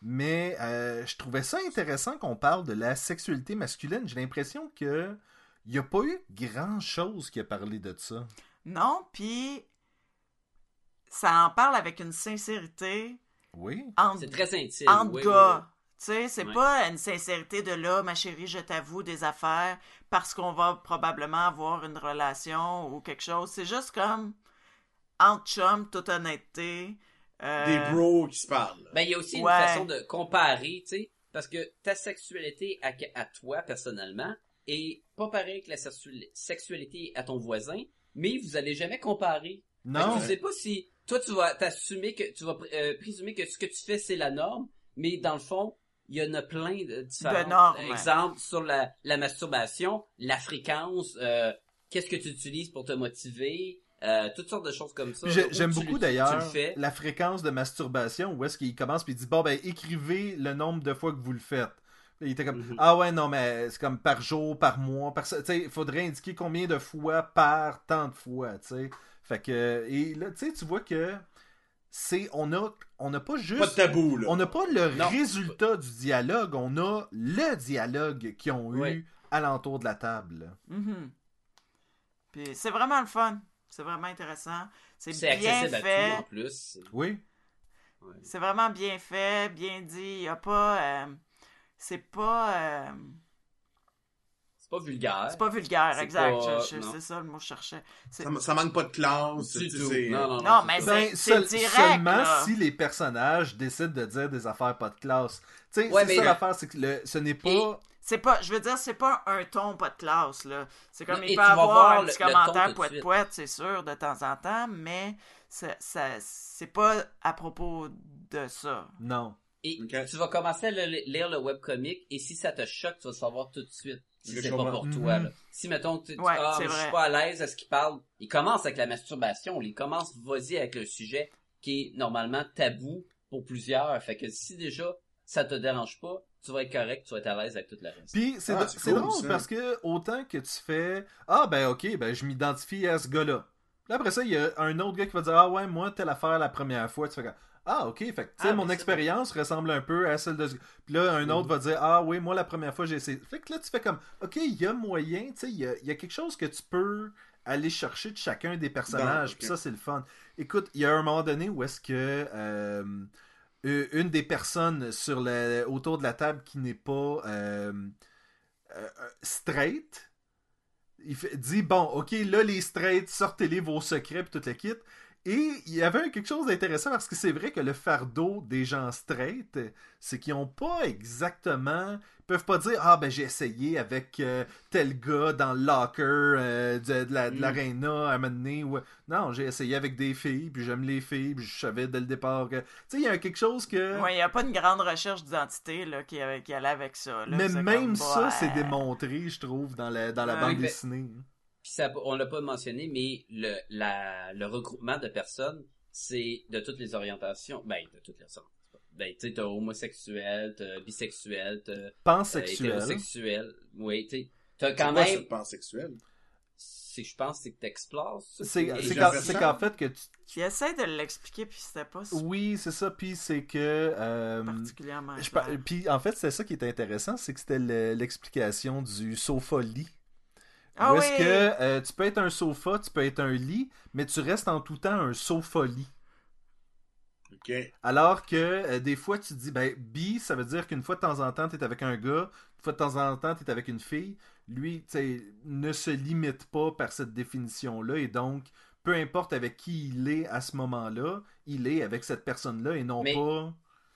Mais euh, je trouvais ça intéressant qu'on parle de la sexualité masculine. J'ai l'impression que il n'y a pas eu grand-chose qui a parlé de ça. Non, puis ça en parle avec une sincérité Oui. entre, C'est très intime. entre oui, gars. Tu sais, c'est Ouais. pas une sincérité de là, ma chérie, je t'avoue des affaires parce qu'on va probablement avoir une relation ou quelque chose. C'est juste comme entre chum, toute honnêteté. euh, Des bros qui se parlent. oui. Ben, il y a aussi une Ouais. façon de comparer, tu sais, parce que ta sexualité à, à toi, personnellement, est pas pareille que la sexu- sexualité à ton voisin, mais vous allez jamais comparer. Non. Fait que Ben, Tu sais pas si toi tu vas t'assumer que tu vas euh, présumer que ce que tu fais c'est la norme, mais dans le fond il y en a plein de différentes De normes. Exemple sur la, la masturbation, la fréquence, euh, qu'est-ce que tu utilises pour te motiver, euh, toutes sortes de choses comme ça. Puis là, j'ai- où J'aime tu- beaucoup Tu d'ailleurs le fais. la fréquence de masturbation où est-ce qu'il commence puis il dit bon ben écrivez le nombre de fois que vous le faites. Il était comme Mhm. ah ouais non mais c'est comme par jour, par mois, par se- tu sais il faudrait indiquer combien de fois par tant de fois, tu sais. Fait que et là tu sais tu vois que c'est on a on n'a pas juste Pas de tabou, là. on n'a pas le Non. résultat du dialogue, on a le dialogue qu'ils ont eu Oui. alentour de la table. Mhm. Puis c'est vraiment le fun. C'est vraiment intéressant. C'est C'est bien accessible à fait. tout en plus. Oui. C'est vraiment bien fait, bien dit. Il y a pas. euh, c'est pas. euh, C'est pas vulgaire. c'est pas vulgaire, C'est exact. pas- Je- je- non. c'est ça le mot que je cherchais. C'est- Ça, m- ça manque pas de classe. du tu tout. sais, euh, Non, non, non, Non, c'est mais ça. Ben, C'est- seul- c'est direct, seulement là. si les personnages décident de dire des affaires pas de classe. Tu sais, Ouais, c'est mais- ça l'affaire, c'est que le- ce n'est pas. Et- C'est pas. Je veux dire, c'est pas un ton pas de classe, là. C'est comme Non, il et peut tu vas avoir voir un le- petit le ton commentaire tout de poète suite. poète, c'est sûr, de temps en temps, mais ça, ça- c'est pas à propos de ça. Non. Et Ok. tu vas commencer à le- lire le webcomic et si ça te choque, tu vas le savoir tout de suite. Si Je c'est comprends. pas pour toi. Mhm. là. Si mettons tu tu- Ouais, ah, c'est mais je suis vrai. pas à l'aise à ce qu'il parle, il commence avec la masturbation, il commence vas-y avec le sujet qui est normalement tabou pour plusieurs. Fait que si déjà ça te dérange pas, tu vas être correct, tu vas être à l'aise avec tout le reste. Puis c'est Ah, dr- c'est c'est cool, drôle ça. parce que autant que tu fais Ah ben ok, ben je m'identifie à ce gars-là. Là, après ça, il y a un autre gars qui va dire Ah ouais, moi, telle affaire la première fois. Tu fais comme, Ah ok, fait que tu sais, Ah, mon mais ça- expérience ressemble un peu à celle de ce gars. Puis là, un Mhm. autre va dire Ah oui, moi, la première fois, j'ai essayé. Fait que là, tu fais comme Ok, il y a moyen, tu sais, il y a, il y a quelque chose que tu peux aller chercher de chacun des personnages. Bon, ok. Puis ça, c'est le fun. Écoute, il y a un moment donné où est-ce que. euh, euh, une des personnes sur le, autour de la table qui n'est pas euh, euh, euh, straight, il fait- dit bon, ok, là les straights, sortez-les vos secrets puis tout le kit. Et il y avait quelque chose d'intéressant parce que c'est vrai que le fardeau des gens straight, c'est qu'ils n'ont pas exactement. Ils peuvent pas dire Ah, ben j'ai essayé avec euh, tel gars dans le locker euh, de, de la- de Mm. l'arena à un moment donné. ou- Non, j'ai essayé avec des filles, puis j'aime les filles, puis je savais dès le départ que. Tu sais, il y a quelque chose que. Ouais, il n'y a pas une grande recherche d'identité là, qui, euh, qui allait avec ça. là. Mais C'est même comme, euh, ça, ouais. c'est démontré, je trouve, dans la, dans la Ouais. ben, bande Oui, mais- dessinée. Puis ça, on l'a pas mentionné, mais le, la, le regroupement de personnes, c'est de toutes les orientations. Ben, de toutes les orientations. Ben, tu sais, t'as homosexuel, t'as bisexuel, t'as euh, Pansexuel. hétérosexuel. Oui, tu sais. T'as C'est quand quoi, ce même... pansexuel? C'est, je pense, c'est que t'explores ça. C'est Et c'est je qu'en fais c'est ça. qu'en fait que tu. Qui essaie de l'expliquer, puis c'était pas si Oui, c'est ça. Puis c'est que. euh, particulièrement. je par- clair. Puis en fait, c'est ça qui est intéressant, c'est que c'était le- l'explication du sofa lit. Ah Où oui! est-ce que euh, tu peux être un sofa, tu peux être un lit, mais tu restes en tout temps un sofa lit. Ok. Alors que euh, des fois, tu te dis, ben, bi, ça veut dire qu'une fois de temps en temps, t'es avec un gars, une fois de temps en temps, t'es avec une fille. Lui, tu sais, ne se limite pas par cette définition-là et donc, peu importe avec qui il est à ce moment-là, il est avec cette personne-là et non Mais- pas.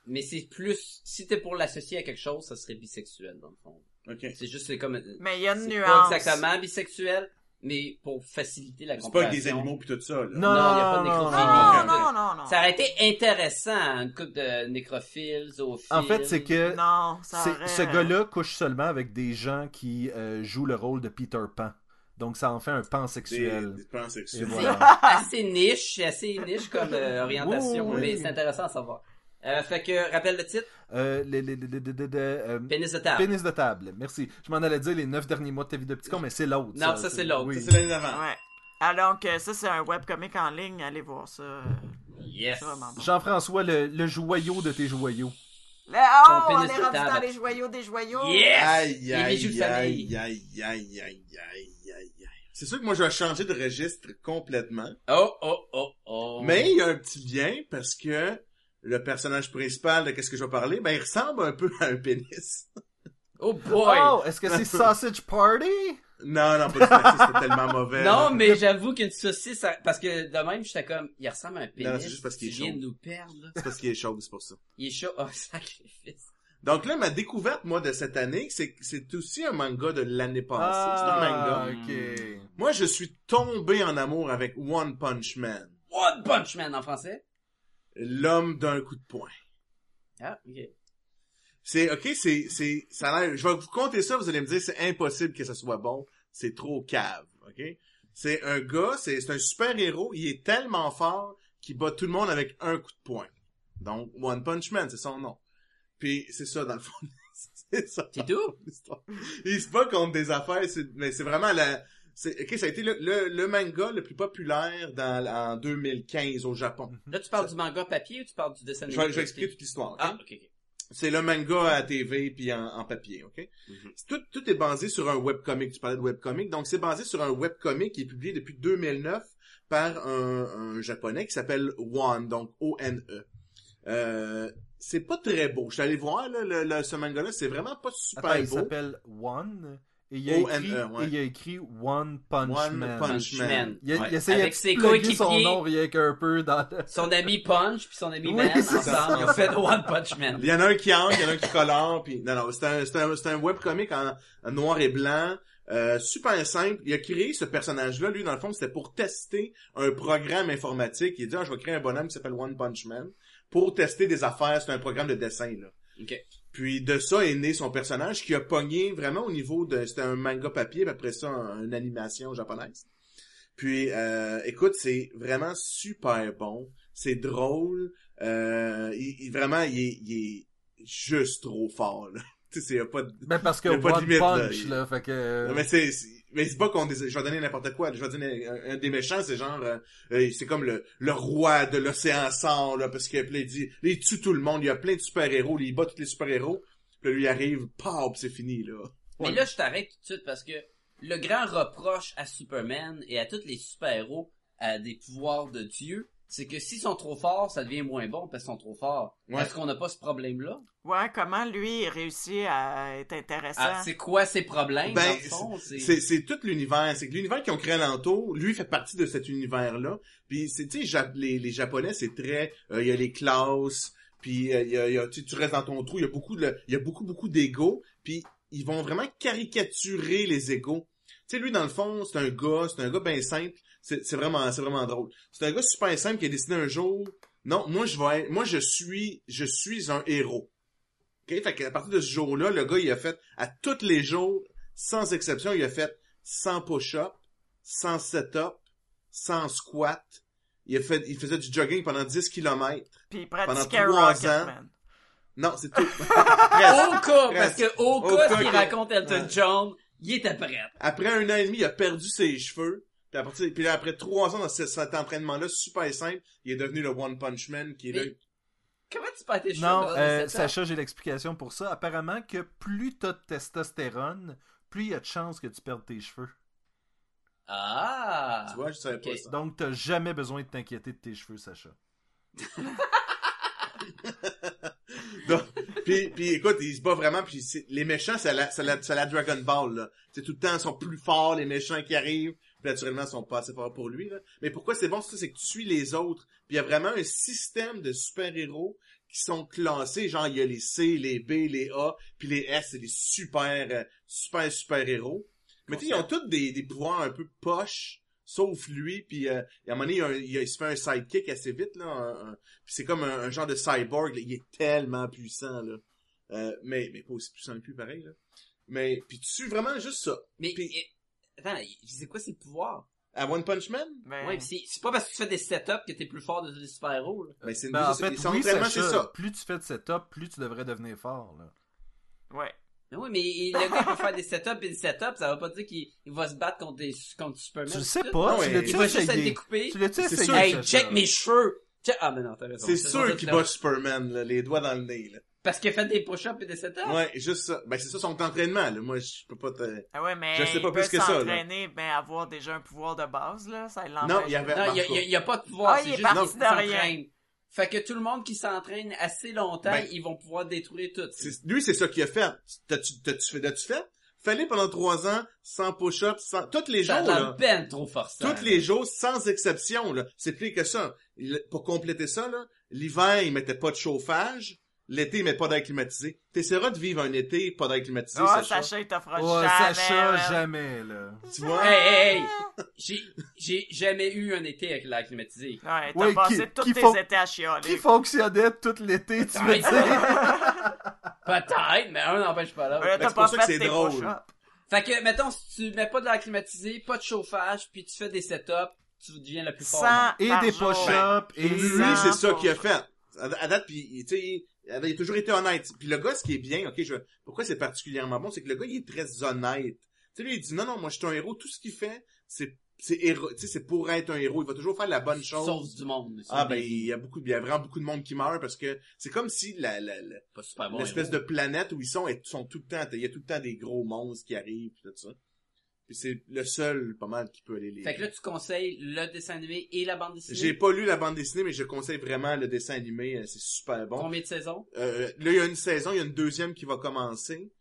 Mais c'est plus... Si t'es pour l'associer à quelque chose, ça serait bisexuel, dans le fond. Ok. C'est juste c'est comme... Mais il y a une c'est pas nuance. exactement bisexuel, mais pour faciliter la C'est pas avec compréhension. des animaux pis tout ça, là. Non, Non, y a pas non, de nécrophilie. Non, Ok. non, non, non. Ça aurait été intéressant, une couple de nécrophiles, zoophiles. En fait, c'est que euh, Non, ça hein. c'est- aurait- ce gars-là couche seulement avec des gens qui euh, jouent le rôle de Peter Pan. Donc, ça en fait un Des, pansexuel. des Et pansexuels. voilà. Assez niche, c'est assez niche comme euh, orientation, Oui, oui. mais c'est intéressant à savoir. Euh, fait que, rappelle le titre, Euh, les- les- les- les- les- les- les- euh, pénis de table. Pénis de table, merci. Je m'en allais dire les 9 derniers mois de ta vie de petit con, mais c'est l'autre. Non, ça, c'est l'autre. Ça, c'est l'année d'avant. Ouais. Alors que ça, c'est un webcomic en ligne. Allez voir ça. euh, Yes. c'est vraiment bon. Jean-François, le, le joyau de tes joyaux. Là, oh, Ton on pénis est de rendu table. dans les joyaux des joyaux. Yes! Aïe, Les bijoux aïe, de famille. aïe, aïe, aïe, aïe, aïe, aïe, aïe. C'est sûr que moi, je vais changer de registre complètement. Oh, oh, oh, oh. Mais il y a un petit lien parce que le personnage principal de qu'est-ce que je vais parler, ben, il ressemble un peu à un pénis. Oh boy! Oh, est-ce [laughs] que c'est Sausage Party? Non, non, pas du tout. ça, C'était tellement mauvais. Non, mais j'avoue qu'une saucisse, à- parce que de même, j'étais comme, il ressemble à un pénis. Non, c'est juste parce qu'il est Tu viens chaud. de nous perdre, là. C'est parce qu'il est chaud, c'est pour ça. Il est chaud. [laughs] Oh, sacrifice. Donc là, ma découverte, moi, de cette année, c'est que c'est aussi un manga de l'année passée. c'est un manga. Ah, manga. ok. Moi, je suis tombé en amour avec One Punch Man. One Punch Man en français. L'homme d'un coup de poing. Ah, ok. C'est, ok, c'est, c'est, ça a l'air, je vais vous compter ça, vous allez me dire, c'est impossible que ça soit bon. C'est trop cave, ok? C'est un gars, c'est, c'est un super héros, il est tellement fort qu'il bat tout le monde avec un coup de poing. Donc, One Punch Man, c'est son nom. Puis, c'est ça, dans le fond. [laughs] c'est ça. C'est tout? l'histoire. Il se bat contre des affaires, c'est- mais c'est vraiment la. c'est- ok, ça a été le, le, le manga le plus populaire dans, en 2015 au Japon. Là, tu parles du manga papier ou tu parles du dessin Je vais, je vais expliquer toute l'histoire. ok? Ah, ok, ok. C'est le manga à TV puis en, en papier, ok? Mhm. C'est Tout, tout est basé sur un webcomic. Tu parlais de webcomic, donc c'est basé sur un webcomic qui est publié depuis 2009 par un, un japonais qui s'appelle One, donc O-N-E. Euh, c'est pas très beau. Je suis allé voir là, le, le- ce manga-là, c'est vraiment pas super Attends, il beau. s'appelle One. Et il, a écrit, O-N-E, ouais. et il a écrit One Punch One Man. Punch Punch Man. Il, a- il Ouais. essayait Avec de ses plugger coéquipiers. son nom rien qu'un peu dans le- Son ami Punch puis son ami Oui, Man c'est ça. ensemble, ils ont fait One Punch Man. Il y en a un qui angle, il y en a un qui colore, puis non, non, c'est un, c'est un, c'est un webcomic en, en noir et blanc, euh, super simple. Il a créé ce personnage-là, lui, dans le fond, c'était pour tester un programme informatique. Il a dit, ah, je vais créer un bonhomme qui s'appelle One Punch Man pour tester des affaires. C'est un programme de dessin, là. Ok. Puis de ça est né son personnage qui a pogné vraiment au niveau de... C'était un manga papier, puis après ça, un- une animation japonaise. Puis, euh, écoute, c'est vraiment super bon. C'est drôle. Euh, il, il- vraiment, il est, il est juste trop fort. là. [laughs] tu sais, c'est y a pas de... Ben, parce que Il y a pas de One limite, là. Punch, Il- là, fait que... Non, Mais c'est, c'est- mais c'est pas qu'on dés- je vais donner n'importe quoi. Je vais donner un, un des méchants, c'est genre, euh, euh, c'est comme le, le roi de l'océan sang là, parce que puis là, il dit, là, il tue tout le monde. Il y a plein de super héros, il bat tous les super héros. Puis là, lui il arrive, paf, c'est fini là. Mais là, je t'arrête tout de suite parce que le grand reproche à Superman et à tous les super-héros à des euh, pouvoirs de Dieu, c'est que s'ils sont trop forts, ça devient moins bon parce qu'ils sont trop forts. Ouais. Est-ce qu'on n'a pas ce problème-là? Ouais, comment lui il réussit à être intéressant? Ah, c'est quoi ces problèmes, Ben, dans le fond? C'est, c'est tout l'univers. C'est que l'univers qu'ils ont créé alentour, lui fait partie de cet univers-là. Puis, c'est, tu sais, Jap- les, les Japonais, c'est très, euh, il y a les classes, puis euh, il y a, il y a- tu, tu restes dans ton trou, il y a beaucoup de, il y a beaucoup, beaucoup d'égos, puis ils vont vraiment caricaturer les égos. Tu sais, lui, dans le fond, c'est un gars, c'est un gars bien simple. C'est, c'est vraiment, c'est vraiment drôle. C'est un gars super simple qui a décidé un jour, non, moi, je vais, être- moi, je suis, je suis un héros. OK? Fait qu'à partir de ce jour-là, le gars, il a fait, à tous les jours, sans exception, il a fait 100 push-up, 100 set-up, 100 squat. Il, a fait, il faisait du jogging pendant 10 km. Puis il pendant pratiquait trois Rocketman. Non, c'est tout. Presque. Au cas, parce que au Au cas, cas ce qu'il que- raconte Elton Ouais. John, il était prêt. Après un an et demi, il a perdu ses cheveux. Puis, à partir, puis là, après trois ans dans ce- cet entraînement-là, super simple, il est devenu le One Punch Man qui est là. Mais- Comment tu perds tes cheveux? Non, pendant euh, 17 ans? Sacha, j'ai l'explication pour ça. Apparemment que plus t'as de testostérone, plus il y a de chances que tu perdes tes cheveux. Ah! Tu vois, je savais Ok. pas ça. Donc t'as jamais besoin de t'inquiéter de tes cheveux, Sacha. Donc, puis, puis écoute, il se bat vraiment. Puis c'est- les méchants, c'est la, c'est la, c'est la Dragon Ball. là. C'est tout le temps, ils sont plus forts, les méchants qui arrivent. Puis naturellement, ils sont pas assez forts pour lui. Là. Mais pourquoi c'est bon, c'est ça, c'est que tu suis les autres. Puis il y a vraiment un système de super-héros qui sont classés. Genre, il y a les C, les B, les A, puis les S, c'est les super, euh, super, super-héros. Mais tu sais, ils ont tous des, des pouvoirs un peu poches, sauf lui, puis euh, à un moment donné, il, y a un- il y a- il se fait un sidekick assez vite, là, un- un- puis c'est comme un, un genre de cyborg, là, il est tellement puissant, là. Euh, mais, mais pas aussi puissant que lui, pareil, là. Mais, puis tu suis vraiment juste ça. Mais, Puis- euh, attends, il- c'est quoi ses pouvoirs? À One Punch Man, Euh. Ben, Ouais, pis c'est c'est pas parce que tu fais des setups que t'es plus fort de tous les super-héros, là. ben, c'est Ben, en juste- fait, ils sont oui, vraiment, c'est Sacha, ça. plus tu fais de setup, plus tu devrais devenir fort. Là. ouais. Mais Ben oui, mais il- le gars il peut faire des setups et des setups, ça va pas dire qu'il il va se battre contre des, contre Superman. Tu le tout sais ça. pas, Non, tu mais- l'as-tu Il va juste être essayé? découpé. Tu l'as-tu C'est essayé, sûr. Hey, Sacha? check mes cheveux! Check- Ah, mais non, t'as raison. C'est Ça, ça, sûr ça, qu'il ça. bat Superman, là, les doigts dans le nez, là. Parce qu'il a fait des push-ups et des setups? Ouais, juste ça. Ben, c'est ça son entraînement, là. Moi, je peux pas te... Ah ouais, mais Je sais pas il plus peut que ça, là. s'entraîner, mais avoir déjà un pouvoir de base, là, ça l'empêche. Non, il y avait... Non, il y a, Marco. il y a- il y a pas de pouvoir, Ah, c'est il est juste parti qu'il de rien. s'entraîne. Fait que tout le monde qui s'entraîne assez longtemps, Ben, ils vont pouvoir détruire tout. C'est- lui, c'est ça qu'il a fait. T'as-tu, t'as-tu fait, t'as-tu fait? Fallait pendant trois ans, sans push-up, sans, tous les Ça jours, a l'air là. ben trop forçant. Tous les jours, sans exception, là. C'est plus que ça. Il- Pour compléter ça, là, l'hiver, il mettait pas de chauffage. L'été, il met pas d'air climatisé. T'essaieras de vivre un été, pas d'air climatisé, Ah, Sacha. Sacha, il t'offre Ouais, jamais. Sacha, man. jamais, là. Tu vois? Hey, hey, hey. J'ai, j'ai jamais eu un été avec l'air climatisé. Ouais, t'as Ouais, passé qui- tous qui tes font- étés à Qui chialer. fonctionnait tout l'été, tu veux dire? Peut-être, mais un n'empêche pas l'autre. Ouais, Ben, t'as c'est pas pour ça que fait c'est tes drôle. push-ups. Fait que, mettons, si tu mets pas de l'air climatisé, pas de chauffage, puis tu fais des setups, tu deviens le plus fort. au monde. Sans Et des push-ups. push-ups, et... Lui, Ben, c'est ça qu'il a pour- fait. À à date, puis, il- tu sais, il il a toujours été honnête. Puis le gars, ce qui est bien, ok, je, pourquoi c'est particulièrement bon, c'est que le gars, il est très honnête. Tu sais, lui, il dit, non, non, moi, je suis un héros. Tout ce qu'il fait, c'est, c'est héros, tu sais, c'est pour être un héros. Il va toujours faire la bonne chose. Sauf du monde. ah, C'est ben, il y a beaucoup, il y a vraiment beaucoup de monde qui meurt parce que c'est comme si la, la, la- pas super bon. l'espèce héros. de planète où ils sont, ils sont tout le temps, il y a tout le temps des gros monstres qui arrivent, pis tout ça. Puis c'est le seul, pas mal, qui peut aller les... Fait que là, tu conseilles le dessin animé et la bande dessinée. J'ai pas lu la bande dessinée, mais je conseille vraiment le dessin animé, euh, c'est super bon. Combien de saisons? Euh, là, il y a une saison, il y a une deuxième qui va commencer.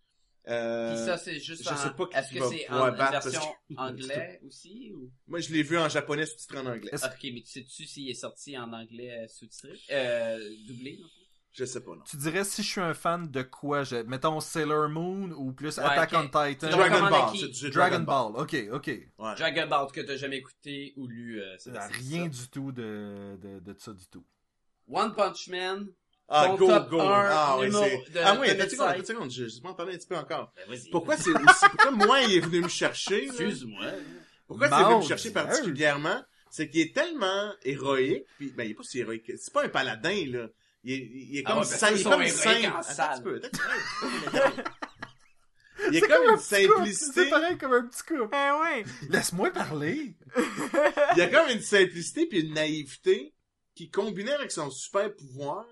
Euh, Puis ça, c'est juste je en... sais pas qui Est-ce que va c'est en pouvoir battre, parce version que- [laughs] anglais aussi? Ou... moi, je l'ai vu en japonais sous-titré en anglais. Est-ce- Ok, mais tu sais-tu s'il est sorti en anglais euh, sous-titré? Euh, doublé? non? Je sais pas, non. Tu dirais si je suis un fan de quoi? Je... Mettons Sailor Moon ou plus Ouais, Attack ok. on Titan? Dragon Dragon Ball. Ball, Qui- c'est du Dragon Ball, ok, ok. Ouais. Dragon Ball que t'as jamais écouté ou lu. euh, c'est- c'est Rien ça. du tout de, de, de ça du tout. One Punch Man. Ah, Ton go, top go. un Ah, ouais, numéro c'est... de- ah, oui, de attends une seconde, Midnight. attends une seconde, je, je vais en parler un petit peu encore. Ben vas-y. Pourquoi c'est aussi, pourquoi moi, il est venu me chercher, là? Excuse-moi. Pourquoi c'est venu me Mon chercher Dieu. particulièrement? C'est qu'il est tellement héroïque, puis ben il est pas si héroïque. que- C'est pas un paladin là. Il est, il est Ah comme ouais, parce saint- qu'ils il est sont comme héroïques simple. en Attends un salle. petit peu, attends un petit [laughs] peu. Il est comme une C'est simplicité. pareil comme un petit couple. Eh oui. Laisse-moi parler. Il y a comme une simplicité puis une naïveté qui combinée avec son super pouvoir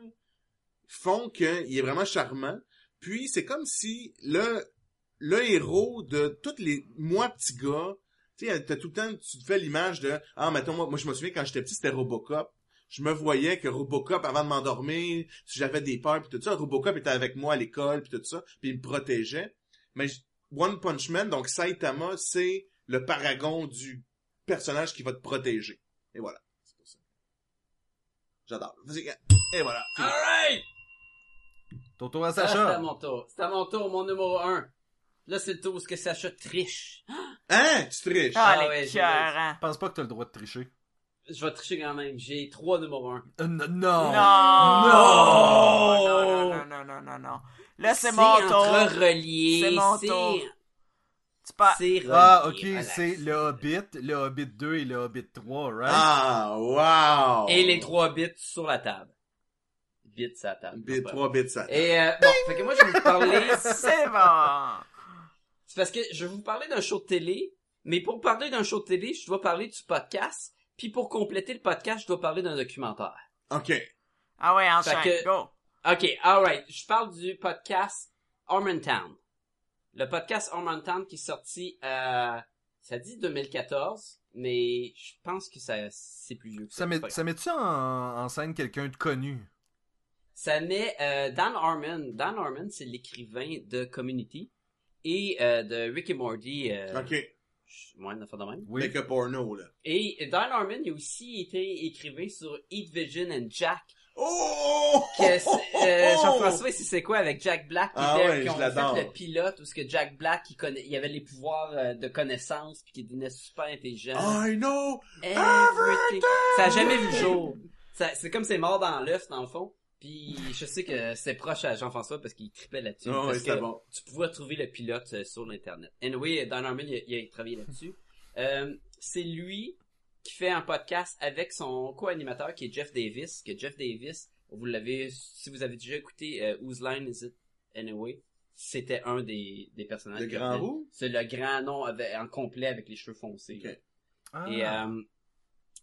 font qu'il est vraiment charmant. Puis c'est comme si le le héros de tous les moi petit gars, tu sais, t'as tout le temps tu te fais l'image de ah mettons moi, moi je me souviens quand j'étais petit c'était Robocop. je me voyais que Robocop, avant de m'endormir, si j'avais des peurs puis tout ça, Robocop était avec moi à l'école puis tout ça, puis il me protégeait. Mais j- One Punch Man, donc Saitama, c'est le paragon du personnage qui va te protéger. Et voilà. C'est pour ça. J'adore. Vas-y, gars. Et voilà. Fini. Alright! Ton tour Ah, à Ça, c'est à hein, Sacha. mon tour. C'est à mon tour, mon numéro 1. Là, c'est le tour où est-ce que Sacha triche. Hein? Tu triches. Ah, Ah les ouais, j'ai- cœurs, hein. Je pense pas que t'as le droit de tricher. Je vais tricher quand même. J'ai trois numéros 1. Euh, n- Non! non. Non! Non, non, non, non, non. Là, c'est mon tour. Entrerelié. C'est mon c'est- tour. Tu pars. C'est relié. Ah, ok, Voilà. c'est le Hobbit, le Hobbit 2 et le Hobbit 3, right? Ah, wow. Et les trois bits sur la table. Bits à la table. Bits, Pas trois bits, ça. Et euh, bon, fait que moi je vais vous parler. [laughs] C'est bon. C'est parce que je vais vous parler d'un show de télé, mais pour parler d'un show de télé, je dois parler du podcast, puis pour compléter le podcast, je dois parler d'un documentaire. OK. Ah ouais, enchaîne. Fait que- Go. Ok, alright, je parle du podcast Town. Le podcast Town qui est sorti, euh, ça dit 2014, mais je pense que ça c'est plus vieux. que Ça met, C'est pas grave. ça met-tu en, en scène quelqu'un de connu? Ça met euh, Dan Harmon. Dan Harmon, c'est l'écrivain de Community et euh, de Rick et Morty. Euh, OK. je- Ouais, une affaire de même. Oui. Make a porno, là. Et Dan Harmon, il a aussi été écrivain sur Eat Vision and Jack. Oh! Que [laughs] c'est- euh, Jean-François, si c'est quoi avec Jack Black qui Ah était- ouais, qui je ont l'adore. fait le pilote où ce que Jack Black il connaît, il avait les pouvoirs euh, de connaissance puis qu'il devenait super intelligent. [laughs] I know! Everything. Ça a jamais vu le jour. Ça- C'est comme c'est mort dans l'œuf, dans le fond. Puis je sais que c'est proche à Jean-François parce qu'il tripait là-dessus. Non, parce Ah ouais, c'était que bon. Tu pouvais trouver le pilote euh, sur l'Internet. Anyway, Dan Harmon, il, a- il a travaillé là-dessus. Euh, c'est lui qui fait un podcast avec son co-animateur qui est Jeff Davis. Que Jeff Davis, vous l'avez, si vous avez déjà écouté euh, Whose Line Is It Anyway, c'était un des, des personnages. Le qu'il grand avait. roux? C'est le grand nom avec- en complet avec les cheveux foncés. Ok. là. Ah. Et euh,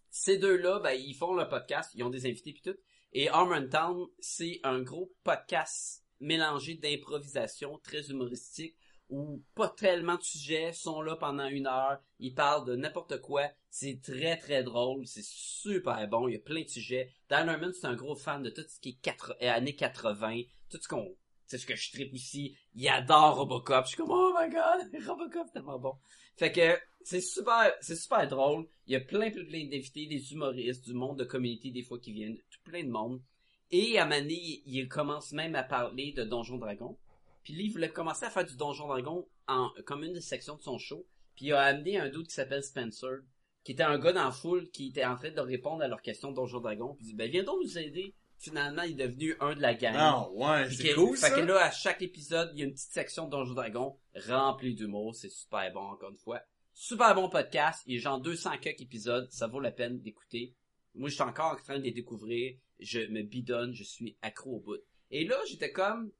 ces deux-là, ben, ils font le podcast, ils ont des invités puis tout. Et Town, c'est un gros podcast mélangé d'improvisation, très humoristique, où pas tellement de sujets sont là pendant une heure. Ils parlent de n'importe quoi. C'est très, très drôle. C'est super bon. Il y a plein de sujets. Dan Harmon, c'est un gros fan de tout ce qui est quatre- euh, années 80, tout ce qu'on... C'est ce que je tripe aussi. Il adore Robocop. Je suis comme, oh my god, [laughs] Robocop, c'est tellement bon. Fait que c'est super, c'est super drôle. Il y a plein, plein, plein d'invités, des humoristes, du monde de communauté des fois qui viennent, tout plein de monde. Et à Mané, il commence même à parler de Donjon Dragon. Puis là, il voulait commencer à faire du Donjon Dragon en, comme une des sections de son show. Puis il a amené un doute qui s'appelle Spencer, qui était un gars dans la foule qui était en train de répondre à leurs questions de Donjon Dragon. Puis il dit, ben viens donc nous aider. Finalement, il est devenu un de la gang. Non, Ah, ouais, Puis c'est que- cool, fait ça. que là, à chaque épisode, il y a une petite section de Donjons Dragon remplie d'humour. C'est super bon, encore une fois. Super bon podcast. Il y a genre 200 quelques épisodes. Ça vaut la peine d'écouter. Moi, je suis encore en train de les découvrir. Je me bidonne. Je suis accro au bout. Et là, j'étais comme...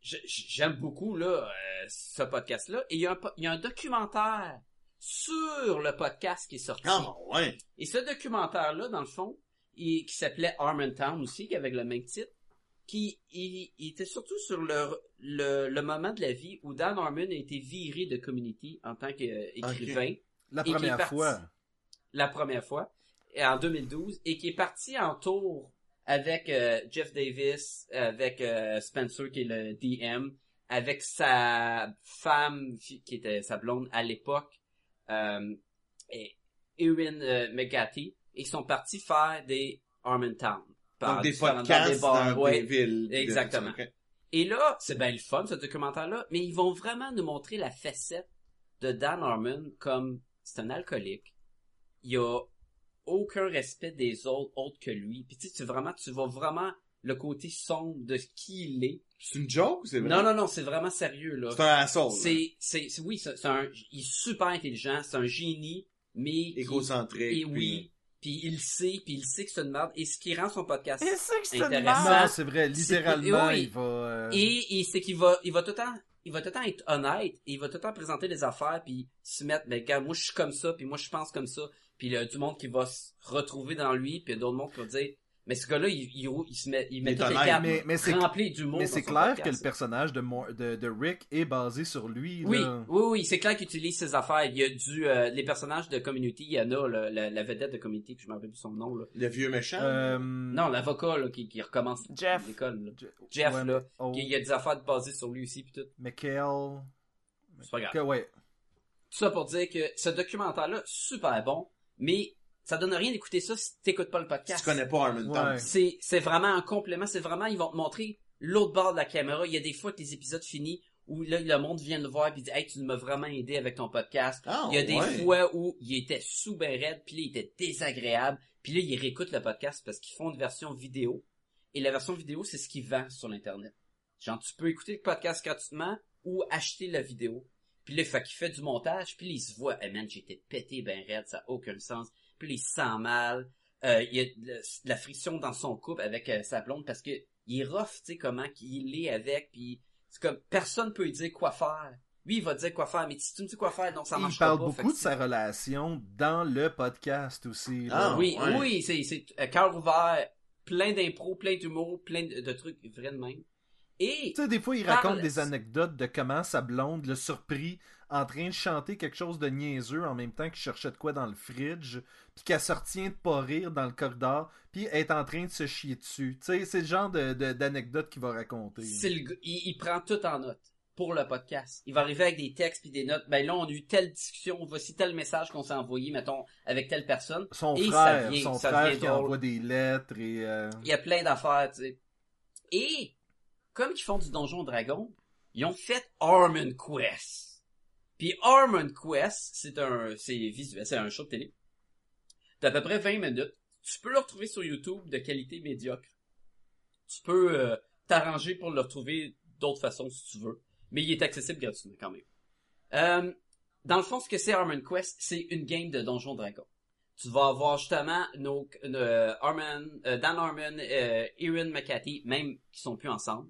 je- je- J'aime beaucoup là euh, ce podcast-là. Et il y, a un po- il y a un documentaire sur le podcast qui est sorti. Ah, ouais. Et ce documentaire-là, dans le fond, il- qui s'appelait Town aussi, qui avait le même titre, qui il, il était surtout sur le, le, le moment de la vie où Dan Harmon a été viré de Community en tant euh, qu'écrivain La et qui est première parti. fois. la première fois, et en 2012, et qui est parti en tour avec euh, Jeff Davis, avec euh, Spencer qui est le DM, avec sa femme fi- qui était sa blonde à l'époque, euh, et Erin euh, McGatty, et ils sont partis faire des Town. Donc, des podcasts dans des villes. des- Exactement. Ok. et là, c'est bien le fun, ce documentaire-là, mais ils vont vraiment nous montrer la facette de Dan Harmon comme c'est un alcoolique. Il a aucun respect des autres autres que lui. Puis tu sais, tu vraiment, tu vois vraiment le côté sombre de qui il est. C'est une joke ou c'est vrai? Non, non, non, c'est vraiment sérieux, là. C'est un hein? asshole. là. C'est, c'est, c'est- oui, c'est c'est un, il est super intelligent, c'est un génie, mais... qui- Égocentrique. Et puis- oui, puis il le sait, puis il sait que c'est une merde. Et ce qui rend son podcast Et c'est que c'est une Intéressant. merde. Non, c'est vrai, littéralement, Ah. C'est- oui. il va... euh, Et, et c'est qu'il va, il va tout le temps, il va tout le temps être honnête, et il va tout le temps présenter des affaires, puis se mettre, ben, regarde, moi je suis comme ça, puis moi je pense comme ça, puis il y a du monde qui va se retrouver dans lui, puis il y a d'autres monde qui va dire, Mais ce gars-là, il, il, il se met, il met Il est toutes les honnête, cartes mais- mais c'est- remplies d'humour. Mais dans c'est son clair podcast. que le personnage de, Mor- de, de Rick est basé sur lui. Oui, là. oui, oui, c'est clair qu'il utilise ses affaires. Il y a du, euh, les personnages de Community, il y en a, là, la, la vedette de Community, puis je m'en rappelle plus son nom, là. Le vieux méchant. Euh, Non, l'avocat, là, qui, qui recommence Jeff. l'école, là. Je- Jeff, ouais, là. mais- oh, Il y a des affaires basées sur lui aussi, puis tout. Michael. C'est pas grave. Que, ouais. Tout ça pour dire que ce documentaire-là, super bon, mais ça donne rien d'écouter ça si t'écoutes pas le si podcast. tu connais pas Armin Ouais. Tank. C'est, c'est vraiment un complément, c'est vraiment, ils vont te montrer l'autre bord de la caméra. Il y a des fois que les épisodes finis où là, le monde vient le voir et dit, hey, tu m'as vraiment aidé avec ton podcast. Ah, Il y a des ouais. fois où il était sous ben raide, puis là, il était désagréable, puis là, il réécoute le podcast parce qu'ils font une version vidéo. Et la version vidéo, c'est ce qui vend sur l'Internet. Genre, tu peux écouter le podcast gratuitement ou acheter la vidéo. Puis là, fait qu'il fait du montage, puis là, il se voit, hey man, j'étais pété ben raide, ça a aucun sens. Puis là, il se sent mal. Euh, il y a de la- de la friction dans son couple avec euh, sa blonde parce que il est rough, tu sais, comment qu'il est avec, puis c'est comme, personne peut lui dire quoi faire. Lui, il va te dire quoi faire, mais si tu me dis quoi faire, non, ça Il marchera parle pas. Fait beaucoup que de sa relation dans le podcast aussi. là. Ah, oui, ouais. oui, c'est, c'est euh, cœur ouvert, plein d'impro, plein d'humour, plein de, de trucs vrais de même. Et Tu sais, des fois, il Parle- raconte des anecdotes de comment sa blonde le surprit en train de chanter quelque chose de niaiseux en même temps qu'il cherchait de quoi dans le fridge, puis qu'elle se retient de pas rire dans le corridor, puis elle est en train de se chier dessus. Tu sais, c'est le genre de- de- d'anecdote qu'il va raconter. c'est le gars- il, il prend tout en note pour le podcast. Il va arriver avec des textes puis des notes. Ben là, on a eu telle discussion, voici tel message qu'on s'est envoyé, mettons, avec telle personne. Son Et ça frère, vient- son ça frère vient qui drôle. envoie des lettres et... euh, Il y a plein d'affaires, tu sais. Et, comme ils font du Donjon Dragon, ils ont fait Armand Quest. Puis Armand Quest, c'est un, c'est visuel, c'est un show de télé. D'à peu près 20 minutes. Tu peux le retrouver sur YouTube de qualité médiocre. Tu peux euh, t'arranger pour le retrouver d'autres façons si tu veux. Mais il est accessible gratuitement quand même. Euh, dans le fond, ce que c'est Armand Quest, c'est une game de Donjon Dragon tu vas avoir justement nos, euh, Arman, euh, Dan Harmon, euh, Erin McCarthy, même qui sont plus ensemble.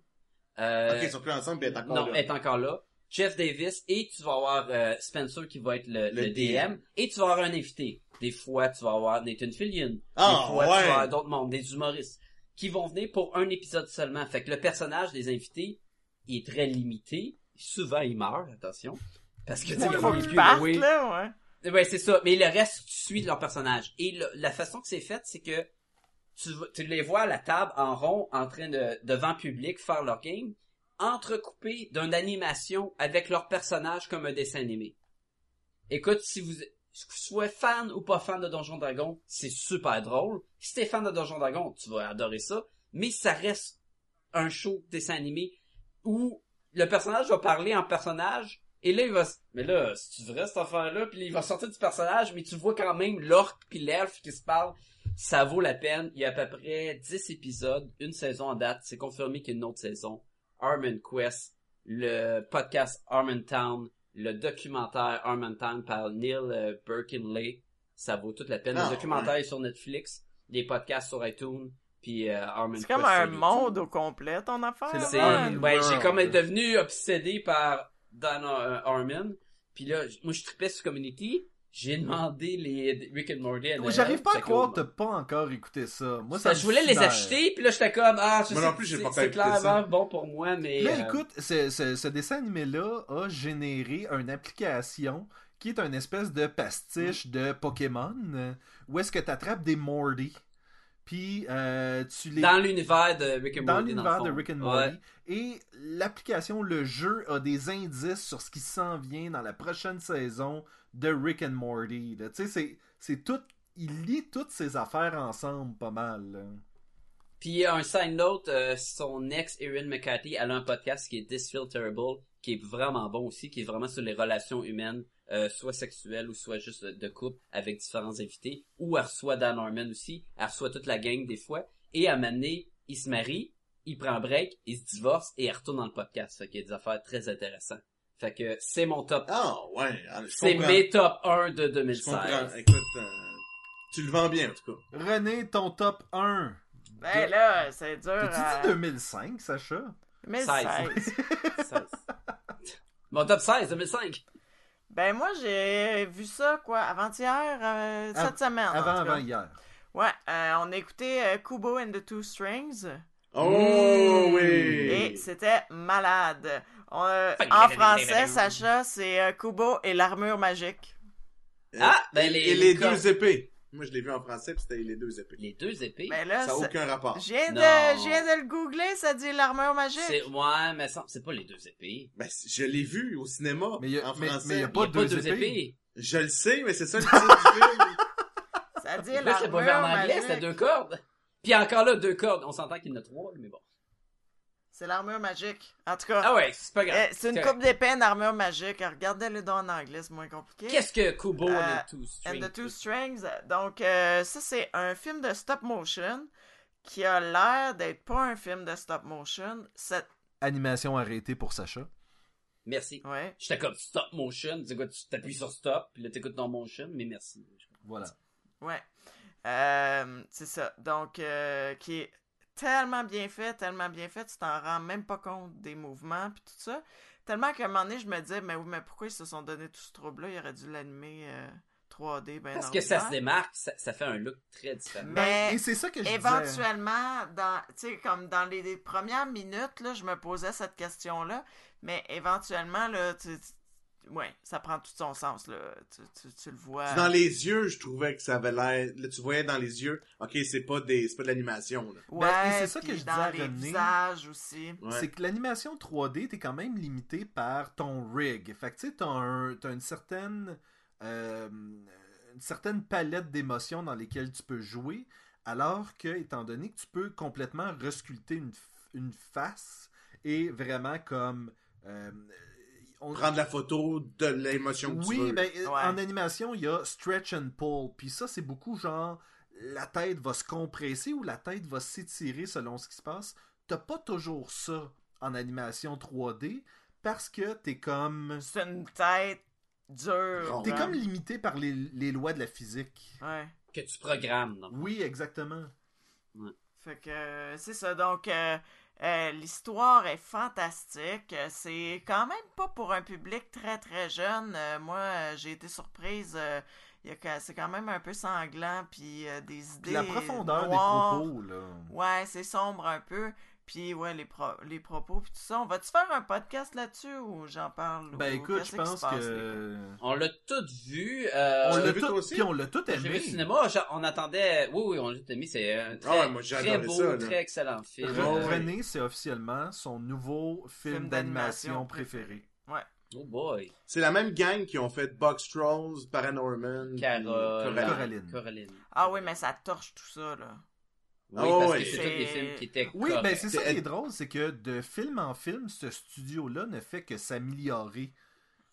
Euh, Ok, ils sont plus ensemble, puis elle est encore non, là. est encore là. Jeff Davis et tu vas avoir euh, Spencer qui va être le, Le le DM et tu vas avoir un invité. Des fois, tu vas avoir Nathan Fillion. Ah, des fois, ouais. tu vas avoir d'autres mondes, des humoristes qui vont venir pour un épisode seulement. Fait que le personnage des invités il est très limité. Souvent, il meurt, attention. Parce que tu sais, Il le faut vieux, qu'ils partent, ben oui. là, ouais. Ouais, c'est ça. Mais le reste, tu suis leur personnage. Et le- la façon que c'est fait, c'est que tu, v- tu les vois à la table, en rond, en train de, devant le public, faire leur game, entrecoupés d'une animation avec leur personnage comme un dessin animé. Écoute, si vous, que vous soyez fan ou pas fan de Donjon Dragon, c'est super drôle. Si t'es fan de Donjon Dragon, tu vas adorer ça. Mais ça reste un show dessin animé où le personnage va parler en personnage et là il va s- mais là c'est vrai cette affaire là puis il va sortir du personnage mais tu vois quand même l'orc puis l'elfe qui se parlent ça vaut la peine il y a à peu près 10 épisodes une saison en date c'est confirmé qu'il y a une autre saison Armin Quest le podcast Armin Town le documentaire Armin Town par Neil euh, Birkinley ça vaut toute la peine Ah, le documentaire est sur Netflix les podcasts sur iTunes puis euh, Armin C'est Quest comme un sur YouTube. monde au complet, ton affaire. C'est le C'est- là. Armin ouais, j'ai World. comme devenu obsédé par Dan euh, Harmon. Puis là, j- moi, je tripais sur Community. J'ai demandé les Rick and Morty. à Ouais, Noël. J'arrive pas à Fait que, croire oh, que t'as pas encore écouté ça. Moi, ça parce que me je voulais les sidère. acheter, puis là, j'étais comme, ah, je Moi sais, non plus, j'ai c'est- pas c'est écouté ça. clairement bon pour moi, mais... Là, euh, écoute, ce, ce- ce dessin animé-là a généré une application qui est une espèce de Mm. pastiche de Pokémon euh, où est-ce que tu attrapes des Morty, puis euh, tu les... Dans l'univers de Rick and dans Morty, l'univers le de fond. Rick and Ouais. Morty. Et l'application, le jeu, a des indices sur ce qui s'en vient dans la prochaine saison de Rick and Morty. là. Tu sais, c'est- c'est tout... Il lit toutes ces affaires ensemble pas mal. là. Puis un side note, euh, son ex Erin McCarthy, elle a un podcast qui est This Feel Terrible, qui est vraiment bon aussi, qui est vraiment sur les relations humaines, euh, soit sexuelles ou soit juste euh, de couple avec différents invités. Ou elle reçoit Dan Harmon aussi, elle reçoit toute la gang des fois. Et à un moment donné, il se marie, il prend un break, il se divorce et elle retourne dans le podcast. Fait qu'il y a des affaires très intéressantes. Fait que c'est mon top. Ah, ouais. ah, je c'est comprends. mes top 1 de Je comprends. 2016. Écoute, euh, tu le vends bien, en tout cas. René, ton top 1. Ben là, c'est dur. à- T'as-tu dit 2005, Sacha? 2016. 16. [laughs] Mon top 16, 2005. Ben moi, j'ai vu ça, quoi, avant-hier, euh, Av- cette semaine. en tout cas. Avant, avant hier. Ouais, euh, on a écouté euh, Kubo and the Two Strings. Oh oui! Mmh. Et c'était malade. On, euh, en français, Sacha, c'est euh, Kubo et l'armure magique. Ah, ben, Et- les- et les les deux cor- épées. Moi, je l'ai vu en français, puis c'était les deux épées. Les deux épées. Mais Ben là, Ça n'a c'est- aucun rapport. je viens, Non. de, je viens de le googler, ça dit l'armure C'est, magique. ouais, mais ça- c'est pas les deux épées. Ben, c- je l'ai vu au cinéma, Mais y a- en mais- français. mais y a Il y Pas a pas deux deux épées. épées. Je le sais, mais c'est ça le titre du film. Ça dit Là, c'est pas l'armure vers l'anglais, magique. c'était deux cordes. Puis encore là, deux cordes. On s'entend qu'il y en a trois, mais bon. C'est l'armure magique. En tout cas, Ah ouais, c'est pas euh, grave. c'est une Correct. coupe d'épée, une armure magique. Regardez-le dans en anglais, c'est moins compliqué. Qu'est-ce que Kubo Euh, and the Two And Strings? the Two Strings. Donc, euh, ça, c'est un film de stop motion qui a l'air d'être pas un film de stop motion. C'est... Animation arrêtée pour Sacha. Merci. Ouais. J'étais comme stop motion. Tu sais quoi, tu t'appuies sur stop, puis là t'écoutes ton motion, mais merci. Voilà. Ouais. Euh, c'est ça. Donc, euh, qui est tellement bien fait, tellement bien fait, tu t'en rends même pas compte des mouvements puis tout ça. Tellement qu'à un moment donné, je me disais, mais oui, mais pourquoi ils se sont donné tout ce trouble-là? Ils auraient dû l'animer euh, 3D, ben Parce que ça se ordinaire. démarque, ça, ça fait un look très différent. Mais- Ben, Et c'est ça que je disais. Éventuellement, dans, tu sais, comme dans les, les premières minutes, là, je me posais cette question-là, mais éventuellement, là, tu, tu- ouais, ça prend tout son sens, là. Tu, tu, tu le vois. C'est Dans les yeux, je trouvais que ça avait l'air. Là, tu voyais dans les yeux, ok, c'est pas des, c'est pas de l'animation. là. Ouais, Ben, et c'est ça puis que je disais dans à les René. visages aussi. Ouais. C'est que l'animation 3D, t'es quand même limité par ton rig. Fait que tu sais, t'as un- t'as une certaine. euh, une certaine palette d'émotions dans lesquelles tu peux jouer, alors que, étant donné que tu peux complètement resculpter une, f- une face et vraiment comme. euh, on- Prendre la photo de l'émotion que tu oui, veux. ben, euh, Ouais. en animation, il y a stretch and pull. Puis ça, c'est beaucoup genre la tête va se compresser ou la tête va s'étirer selon ce qui se passe. T'as pas toujours ça en animation 3D parce que t'es comme. C'est une tête dure. Ronde. T'es hein. comme limité par les, les lois de la physique. Ouais. Que tu programmes, donc. Oui, exactement. Fait que euh, c'est ça. Donc, euh, euh, l'histoire est fantastique. Euh, C'est quand même pas pour un public très très jeune. Euh, moi, euh, j'ai été surprise. euh, il y a que- c'est quand même un peu sanglant, puis euh, des idées. Puis la profondeur des noires. propos, là. Ouais, c'est sombre un peu. Puis ouais, les, pro- les propos, puis tout ça. On va-tu faire un podcast là-dessus ou j'en parle? Ben ou écoute, qu'est-ce qui je se pense passe, les gars? que. On l'a tout vu. euh, on l'as l'a vu, toi tout, aussi? puis on l'a tout J'ai vu aimé. au cinéma, j'a- on attendait. Oui, oui, on l'a tout aimé. C'est un très, moi, j'ai très adoré beau, ça, là. très excellent film. Re- Ouais. René, c'est officiellement son nouveau film, Film d'animation d'animation préféré. Oh boy. C'est la même gang qui ont fait Box Trolls, Paranorman, Carole. Coraline. Coraline. Coraline. Ah oui, mais ça torche tout ça, là. Oui, Oh, parce ouais. que c'est tous des films qui étaient. Oui, ben corrects. c'est ça qui est drôle, c'est que de film en film, ce studio-là ne fait que s'améliorer.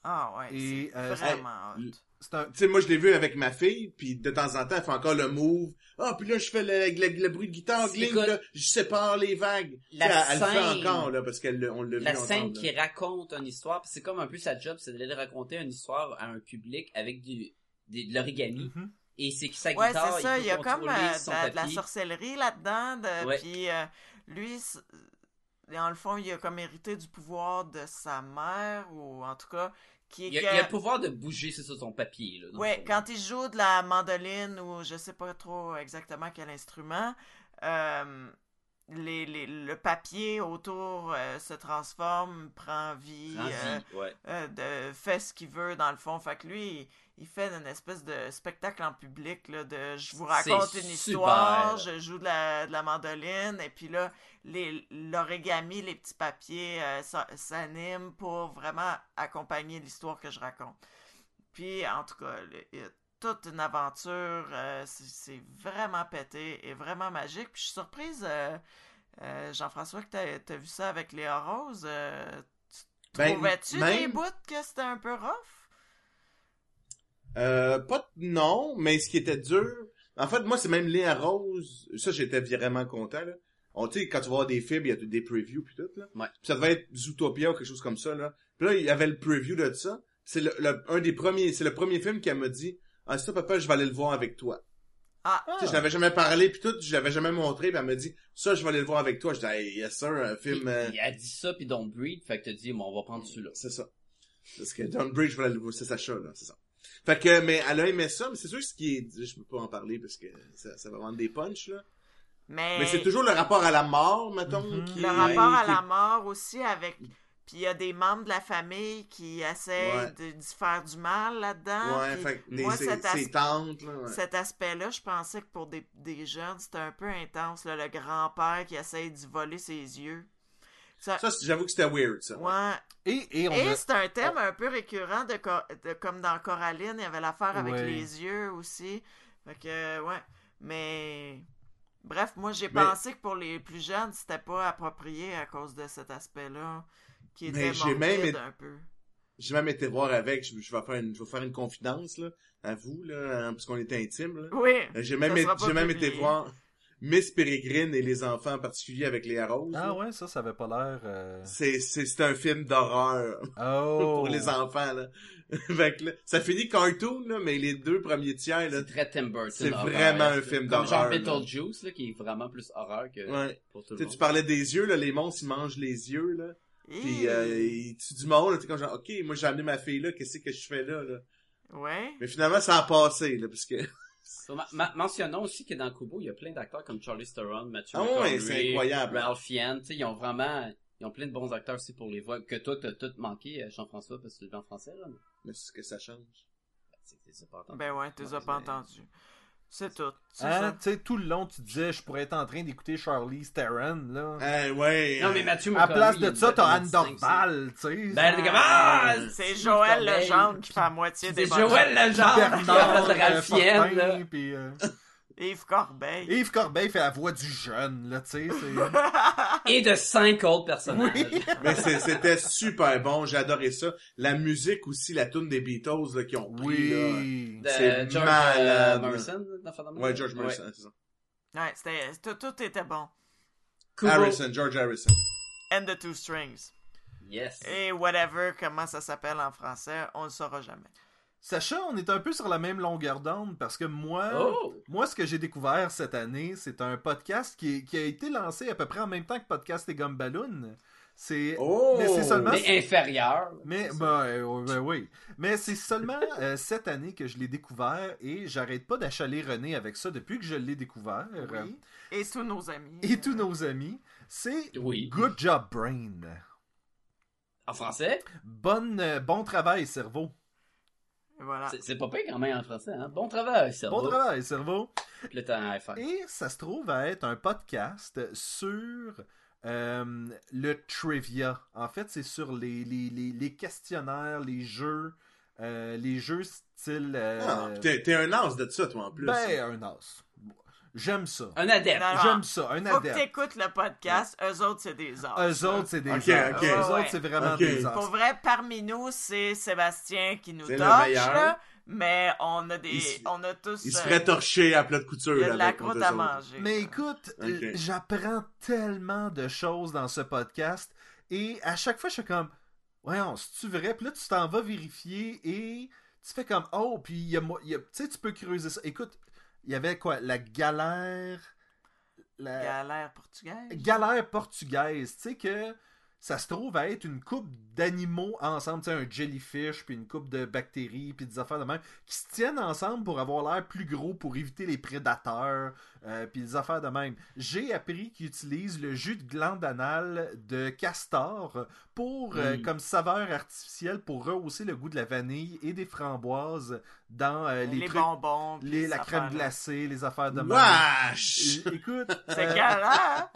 Ah ouais, Et, c'est euh, vraiment hey, hot. C'est un... Tu sais, moi, je l'ai vu avec ma fille, puis de temps en temps, elle fait encore le move. Ah, puis là, je fais le, le- le bruit de guitare, C'est gling, quoi? là, je sépare les vagues. La Tu sais, elle, elle le scène- fait encore, là, parce qu'elle le- on l'a vu La ensemble, scène là. qui raconte une histoire, puis c'est comme un peu sa job, c'est d'aller raconter une histoire à un public avec du, des- de l'origami. Mm-hmm. Mhm. Et c'est que sa Ouais, guitare, c'est ça. il Il peut y a comme contrôler euh, de, son la- de la papier. sorcellerie là-dedans. de- Ouais. Puis euh, lui, s- euh, dans le fond, il a comme hérité du pouvoir de sa mère, ou en tout cas, qui est Il y a, que- il y a le pouvoir de bouger, c'est ça, son papier. Là, dans le Ouais, fond. quand il joue de la mandoline ou je sais pas trop exactement quel instrument, euh, les, les- le papier autour euh, se transforme, prend vie, Prends euh, vie, ouais. euh, de, fait ce qu'il veut dans le fond. Fait que lui, il, il fait une espèce de spectacle en public là, de je vous raconte C'est une super. histoire, je joue de la, de la mandoline, et puis là, les- l'origami, les petits papiers euh, s'a- s'animent pour vraiment accompagner l'histoire que je raconte. Puis en tout cas, le- il y a toute une aventure, euh, c'est- c'est vraiment pété et vraiment magique. Puis je suis surprise. euh, euh, Jean-François, que t'as- t'as vu ça avec Léa Rose, euh, Ben, Trouvais-tu même- des bouts que c'était un peu rough? Euh, pas t- non, mais ce qui était dur. En fait, moi, c'est même Léa Rose. Ça, j'étais vraiment content, là. On, tu sais, quand tu vois des films, il y a des previews pis tout, là. Ouais. Puis ça devait être Zootopia ou quelque chose comme ça, là. Puis là, il y avait le preview de ça. C'est le, le- un des premiers, c'est le premier film qu'elle m'a dit, ah, ça, papa, je vais aller le voir avec toi. Ah, Tu sais, je l'avais jamais parlé pis tout, je l'avais jamais montré pis elle m'a dit, ça, je vais aller le voir avec toi. Je dis, hey, yes, sir, un film, euh, Il, il a dit ça, puis Don't Breathe, fait que t'as dit, bon, on va prendre celui-là. c'est ça. Parce que Don Bridge, je vais aller le voir, c'est Sacha, là, c'est ça. Fait que, mais elle a aimé ça, mais c'est sûr que ce qui est. Je peux pas en parler parce que ça, ça va vendre des punchs, là. Mais, Mais c'est toujours le rapport à la mort, mettons. Mhm. qui Mm. Mm-hmm. le est- ben, rapport à qui est- la mort aussi avec... Puis il y a des membres de la famille qui essaient Ouais. de, d'y faire du mal là-dedans. Ouais, puis fait que des- moi, ses, cet, ses as- tantes, là. ouais. cet aspect-là, je pensais que pour des, des jeunes, c'était un peu intense. là, le grand-père qui essaie d'y voler ses yeux. Ça- Ça, c'est- j'avoue que c'était weird, ça. ouais. Et, et on Et a- c'est un thème un peu récurrent, de, Cor- de- comme dans Coraline, il y avait l'affaire avec Ouais. les yeux aussi. Fait que, euh, ouais. Mais. Bref, moi, j'ai Mais- pensé que pour les plus jeunes, c'était pas approprié à cause de cet aspect-là. Qui Mais était j'ai même morbide été- un peu. J'ai même été voir avec, je, je vais faire une, je vais faire une confidence, là, à vous, là, hein, parce qu'on était intimes, là. Oui. Euh, J'ai même, Ça été- sera pas j'ai même été publié. voir Miss Peregrine et les enfants en particulier avec les roses. Ah là. ouais, ça, ça avait pas l'air... euh, C'est, c'est, c'est un film d'horreur [laughs] Oh! pour les enfants, là. [laughs] fait que, là, ça finit cartoon, là, mais les deux premiers tiers, là, C'est très Tim Burton. C'est horreur, vraiment un là. film Comme d'horreur, là. Genre Beetlejuice, là, qui est vraiment plus horreur que ouais. pour tout Tu le sais, monde. tu parlais des yeux, là, les monstres, ils mangent les yeux, là. Mmh. Puis, euh, ils tuent du monde, là. T'es comme genre, OK, moi, j'ai amené ma fille là, qu'est-ce que je fais là, là? Ouais. Mais finalement, ça a passé, là, parce que... [laughs] So, ma- ma- mentionnons aussi que dans Kubo, il y a plein d'acteurs comme Charlie Theron, Matthew Ah ouais, McConaughey, c'est incroyable. Ralph Fiennes, tu sais, ils ont vraiment, ils ont plein de bons acteurs aussi pour les voix, que toi, t'as tout manqué, euh, Jean-François, parce que tu le fais en français, là, mais Mais c'est ce que ça change. c'est- c'est c'est pas entendu. Ben ouais, tu les as Ouais, pas mais- entendus. C'est tout. C'est Hein, ça. tu sais, tout le long, tu disais, je pourrais être en train d'écouter Charlie Theron, là. Ah, ouais. Non, mais Mathieu Ah, à place McConaughey, de il ça, doit t'as être Anne 25, ça. Dorval, tu sais. Ben, elle est comme, ah! C'est si, Joël Corneille. Legendre qui fait à moitié des C'est bonnes- Joël Legendre qui a Bernard, fait euh, Ralph Fiennes, là. Fortin, puis, euh, Yves Corbeil. Yves Corbeil fait la voix du jeune, là, tu sais. [laughs] c'est- Et de cinq autres personnages. Mais c'est- c'était super bon, j'ai adoré ça. La musique aussi, la tune des Beatles, là, qui ont pris, là. Oui. De C'est George euh, malade. Morrison, dans Phantom Ouais, George Ouais. Morrison, c'est ça. Ouais, c'était- tout, tout était bon. Kubo. Harrison, George Harrison. And the Two Strings. Yes. Et whatever, comment ça s'appelle en français, on le saura jamais. Sacha, on est un peu sur la même longueur d'onde parce que moi, Oh! moi, ce que j'ai découvert cette année, c'est un podcast qui, est- qui a été lancé à peu près en même temps que Podcast et Gumballoon. C'est Oh! Mais c'est seulement- Mais inférieur. Mais C'est ça. ben, euh, ben oui. Mais c'est seulement euh, cette année que je l'ai découvert et j'arrête pas d'achaler René avec ça depuis que je l'ai découvert. Oui. Et tous nos amis. Et tous nos amis, c'est Oui. Good Job Brain. En français? Bonne, euh, bon travail, cerveau. Voilà. C'est- C'est pas pire quand même en français, hein? Bon travail, ça. Ah. Bon travail, cerveau. Le temps à faire. Et ça se trouve à être un podcast sur euh, le trivia. En fait, c'est sur les, les, les, les questionnaires, les jeux, euh, les jeux style. euh, Ah, pis t'es t'es un as de ça, toi, en plus. ben, un as. J'aime ça. Un adepte. Non, non. J'aime ça, un Ah. Faut que adepte. t'écoutes le podcast, eux autres, c'est des arts. Eux autres, c'est des Ok, as. ok. Eux Ouais, autres, ouais. c'est vraiment Ok. des as. Pour vrai, parmi nous, c'est Sébastien qui nous C'est touche, le meilleur. là, mais on a des, Il se- on a tous Il se euh, ferait torcher à plat de couture, il y a là, de la avec contre croûte eux à autres. manger. Mais là. écoute, Ok. euh, j'apprends tellement de choses dans ce podcast et à chaque fois, je suis comme, voyons, c'est-tu vrai? Puis là, tu t'en vas vérifier et tu fais comme, oh, puis il y a, mo- il y a- tu sais, tu peux creuser ça. Écoute, il y avait quoi? La galère. La Galère euh, portugaise. galère portugaise, tu sais que ça se trouve à être une coupe d'animaux ensemble, tu sais, un jellyfish, puis une coupe de bactéries, puis des affaires de même, qui se tiennent ensemble pour avoir l'air plus gros, pour éviter les prédateurs, euh, puis des affaires de même. J'ai appris qu'ils utilisent le jus de glande anale de castor pour, euh, Mm. comme saveur artificielle pour rehausser le goût de la vanille et des framboises dans euh, les, les trucs, bonbons. puis les- ces la crème affaires-là. glacée, les affaires de même. Wesh! Euh, Écoute, C'est euh, galère.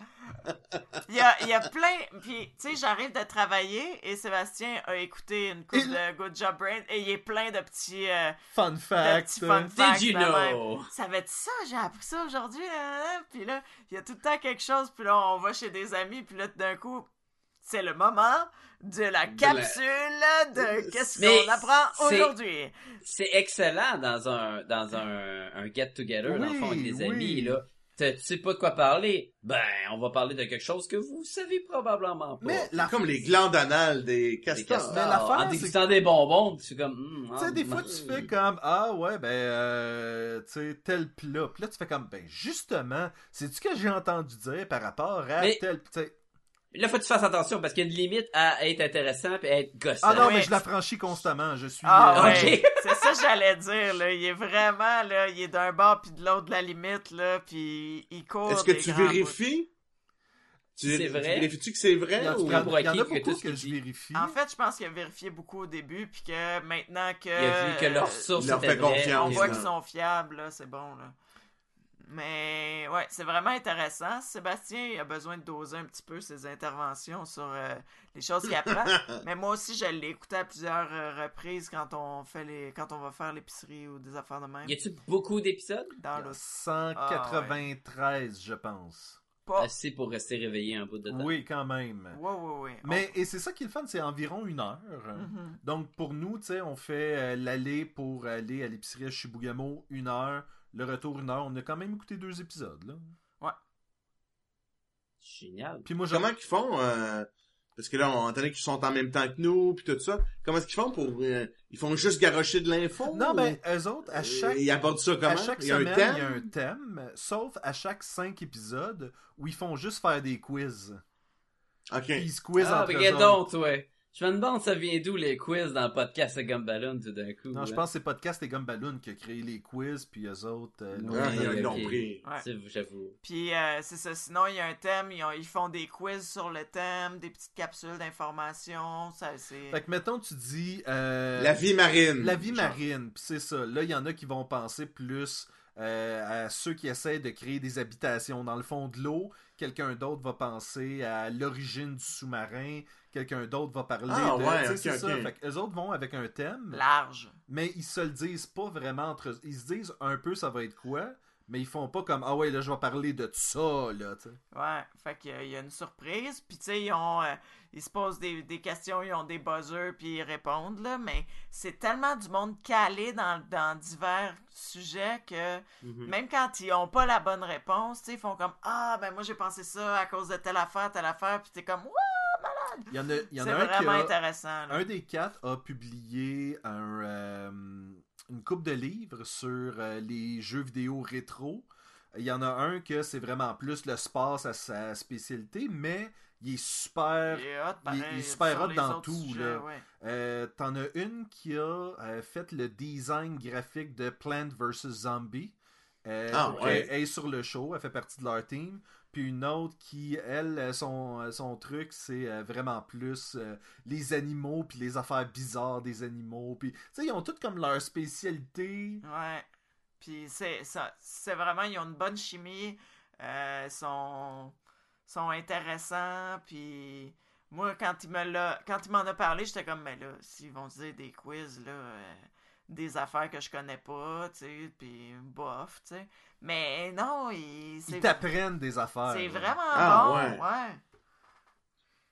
Il y, a, il y a plein. Puis, tu sais, j'arrive de travailler et Sébastien a écouté une coupe Il- de Good Job Brain et il y a plein de petits. euh, fun de fact. petits fun facts. Did you de même. know? Ça va être ça, j'ai appris ça aujourd'hui. là, là, là. Puis là, il y a tout le temps quelque chose. Puis là, on va chez des amis. Puis là, tout d'un coup, c'est le moment de la la- capsule de qu'est-ce Mais qu'on apprend c'est- aujourd'hui. C'est excellent dans un, dans un, un get-together, dans le fond, avec Oui, des oui. amis, là. Tu tu sais pas de quoi parler? Ben, on va parler de quelque chose que vous savez probablement pas. Mais la Comme les glandes anales des Des castors. castors. Mais l'affaire, en c'est dégustant des bonbons, tu es comme... hum, Tu sais, hum, des fois, hum. tu fais comme Ah ouais, ben, euh, tu sais, tel plat. Puis là, tu fais comme Ben, justement, c'est-tu que j'ai entendu dire par rapport à Mais- tel. Tu sais, Là, faut que tu fasses attention parce qu'il y a une limite à être intéressant et à être gossant. Ah non, Ouais. mais je la franchis constamment. Je suis. Ah euh, ouais, [laughs] Ok. c'est ça que j'allais dire là. Il est vraiment là, il est d'un bord puis de l'autre de la limite là, puis il court. Est-ce que des tu grands vérifies? Tu, C'est tu vrai? Vérifies-tu que c'est Il y, vrai? en- ou- il y en- il y en a Pour acquis que tout beaucoup ce qu'il que je dit. vérifie. bouts. En fait, je pense qu'il a vérifié beaucoup au début puis que maintenant que Il a vu que leur source il leur était fait vraie. confiance, on voit là. qu'ils sont fiables là, c'est bon là. Mais ouais, c'est vraiment intéressant. Sébastien a besoin de doser un petit peu ses interventions sur euh, les choses qu'il apprend. [laughs] Mais moi aussi, je l'ai écouté à plusieurs euh, reprises quand on fait les, quand on va faire l'épicerie ou des affaires de même Y a-tu beaucoup d'épisodes? Ah, dans le 193, je pense. pas. Assez pour rester réveillé un bout de temps. Oh. Oui, quand même. Ouais, ouais, ouais. On- Mais, et c'est ça qui est le fun, c'est environ une heure. Mhm. Donc, pour nous, tu sais, on fait euh, l'aller pour aller à l'épicerie à Chibougamau, une heure. Le retour, une heure. On a quand même écouté deux épisodes, là. Génial. Puis moi, je... Comment qu'ils font? euh, parce que là, on entendait qu'ils sont en même temps que nous, puis tout ça. Comment est-ce qu'ils font pour... euh, ils font juste garrocher de l'info? Non, ben, ou- mais eux autres, Euh, à chaque... Ils abordent ça comment? À chaque il y a semaine, un thème? il y a un thème, sauf à chaque cinq épisodes où ils font juste faire des quiz. OK. Puis Ils se quizent Ah, entre eux regarde autres. donc, ouais. Je me demande ça vient d'où les quiz dans le podcast à Gumballoon tout d'un coup. Non, je hein. pense que c'est Podcast et Gumballoon qui a créé les quiz, puis eux autres... euh, l'ont- Ah, Ouais, ils ok. l'ont pris. Ouais. C'est- J'avoue. Puis euh, c'est ça. Sinon, il y a un thème, ils, ont- ils font des quiz sur le thème, des petites capsules d'informations. Ça, c'est. Fait que, mettons, tu dis... euh, La vie marine. La vie Mm, Genre. marine, puis c'est ça. Là, il y en a qui vont penser plus euh, à ceux qui essaient de créer des habitations dans le fond de l'eau. Quelqu'un d'autre va penser à l'origine du sous-marin. Quelqu'un d'autre va parler Ah, de. ouais, tu sais, ok, c'est ça. ok. Fait que eux autres vont avec un thème, Large. mais ils se le disent pas vraiment entre eux. Ils se disent un peu ça va être quoi, mais ils font pas comme Ah ouais, là, je vais parler de ça, là. tu sais. Ouais. Fait qu'il y a- il y a une surprise. Puis tu sais, ils ont. euh, ils se posent des, des questions, ils ont des buzzers, puis ils répondent, là. Mais c'est tellement du monde calé dans, dans divers sujets que Mm-hmm. même quand ils ont pas la bonne réponse, tu sais, ils font comme Ah, ben moi j'ai pensé ça à cause de telle affaire, telle affaire. Puis t'es comme Wouh! Il y en a, il y C'est en a un qui vraiment a- intéressant, là. Un des quatre a publié un, euh, une coupe de livres sur euh, les jeux vidéo rétro. Il y en a un que c'est vraiment plus le sport à sa spécialité, mais il est super. Il est hot, il est- il est pareil, super sur hot les dans autres tout, sujets, là. ouais. Euh, T'en as une qui a euh, fait le design graphique de Plant vs Zombie. Euh, Ah, donc, ouais. Elle elle est sur le show, elle fait partie de leur team. Puis une autre qui, elle, euh, son, euh, son truc, c'est euh, vraiment plus euh, les animaux, puis les affaires bizarres des animaux. Puis, tu sais, ils ont toutes comme leur spécialité. Ouais. Puis c'est ça, c'est vraiment ils ont une bonne chimie, euh, sont sont intéressants. Puis moi quand il me l'a, quand il m'en a parlé, j'étais comme mais là s'ils vont dire des quiz là, euh, des affaires que je connais pas, tu sais, puis bof, tu sais. Mais non, il- Ils c'est t'apprennent des affaires. c'est là. vraiment Ah, bon, ouais. ouais.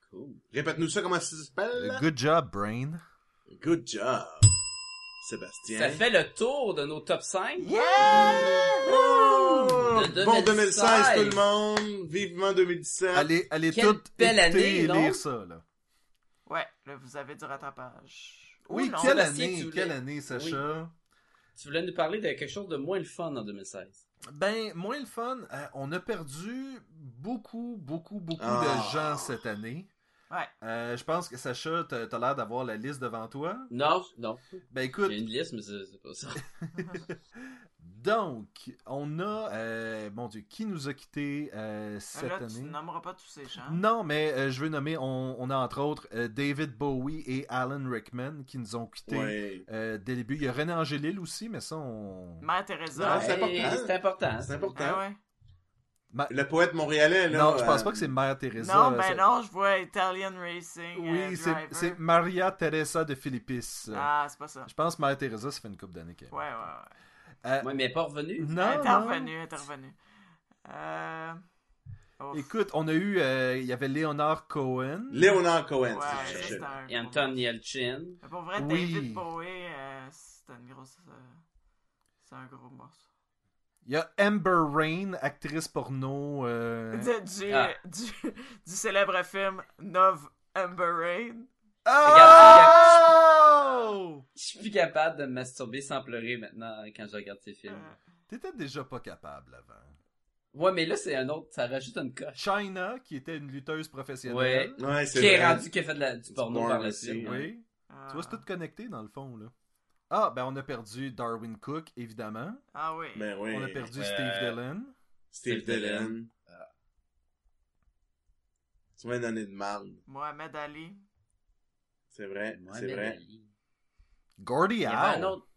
Cool. Répète-nous ça, comment ça s'appelle? Euh, Good job, Brain. Good job, Sébastien. Ça fait le tour de nos top 5. Oh! De Bon 2016, 2016, tout le monde. Vivement 2017. Allez, allez Quelle toutes belle écouter année, et non? lire ça, là. Ouais, là vous avez du rattrapage. Ou Oui, non. quelle Sébastien, tu année, voulais- quelle année, Sacha. Tu voulais nous parler de quelque chose de moins le fun en 2016. Ben, moins le fun, euh, on a perdu beaucoup, beaucoup, beaucoup Ah. de gens cette année. Ouais. Euh, je pense que Sacha, t'as t'as l'air d'avoir la liste devant toi. Non, non. Ben écoute, J'ai une liste, mais c'est c'est pas ça. donc, on a, euh, mon Dieu, qui nous a quittés euh, cette Là, tu hein? année? nommeras pas tous ces gens. Non, mais euh, je veux nommer, on, on a entre autres euh, David Bowie et Alan Rickman qui nous ont quittés Ouais. euh, dès le début. Il y a René Angélil aussi, mais ça, on... Mère Non, Teresa. c'est important. hein. C'est important. hein. C'est Ah important. ouais. Le poète montréalais, là. non, je pense euh, pas que c'est Mère Teresa. Non, euh, ben ça- non, je vois Italian Racing. euh, Oui, c'est- Driver. c'est Maria Teresa de Philippis. Ah, c'est pas ça. Je pense que Mère Teresa, ça fait une couple d'années qu'elle. Ouais, ouais, ouais. Ouais, mais pas revenu. Non, intervenu, intervenu. Euh... non. ouf. Écoute, on a eu. euh, Il y avait Léonard Cohen. Léonard Cohen, Ouais, c'est ce que je ça, cherchais. c'est un... Et Anton Yelchin. Mais Pour vrai, Oui. David Bowie, euh, c'est une grosse... euh, C'est un gros morceau. Il y a Amber Rain, actrice porno. euh, Du, du, Ah. du, du célèbre film Nov Amber Rain. Ah! Oh! Je suis plus capable de me hein, masturber sans pleurer maintenant quand je regarde ces films. Euh, T'étais déjà pas capable avant. Mm. Ouais, mais là, c'est un autre, ça rajoute une coche. China, qui était une lutteuse Ouais. professionnelle. Ouais, Qui est rendu, qui a fait de la- du porno porn par la aussi, suite. hein. ouais. Oui. Ah. Tu vois, c'est tout connecté dans le fond, là. Ah, ben on a perdu Darwin Cook, évidemment. Ah oui. Ben oui. On a perdu Ouais. euh, Steve Dillon. Steve Steve Dillon. Ah. Dillon. Tu m'as donné de mal. Mohamed Ali. C'est vrai, c'est Mohamed vrai. Ali. Gordy Il y avait un Howe. autre.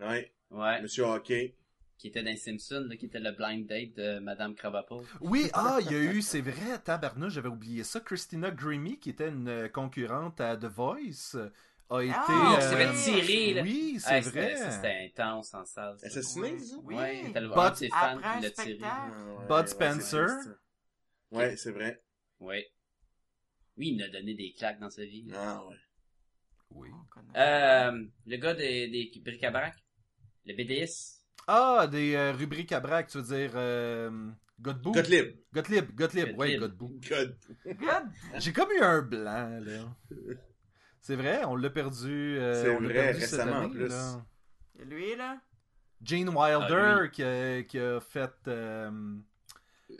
Ouais, Ouais. Monsieur Hockey. Qui était dans Simpson, là, qui était le blind date de Madame Krabappel. Oui, ah, il y a eu, c'est vrai, tabarnouche, j'avais oublié ça. Christina Grimmie, qui était une euh, concurrente à The Voice, a été... euh, oui, Ah, qui s'est fait tirer, là. Oui, c'est Hey, c'était- vrai. ça, C'était intense en salle. ça. Assassiné, Oui. ça? Ah, Oui. Ouais, c'était le But- un de ses fans Après qui un l'a tiré. spectacle. Ouais, Bud ouais, Spencer. c'est triste. Ouais, c'est vrai. Ouais. Oui, il nous a donné des claques dans sa vie. Ah ouais. Oui. On connaît. Euh, le gars des, des bric-à-brac. Le BDS. Ah, des euh, rubriques à braque, tu veux dire... Euh, Godbout? Gottlieb. Gottlieb, Gottlieb, ouais, Gottlieb. Godbout. God. Good. J'ai comme eu un blanc, là. C'est vrai, on l'a perdu. euh, C'est on l'a vrai, perdu cette récemment, en année, plus. là. Et lui, là. Gene Wilder Ah, qui, a, qui a fait. euh,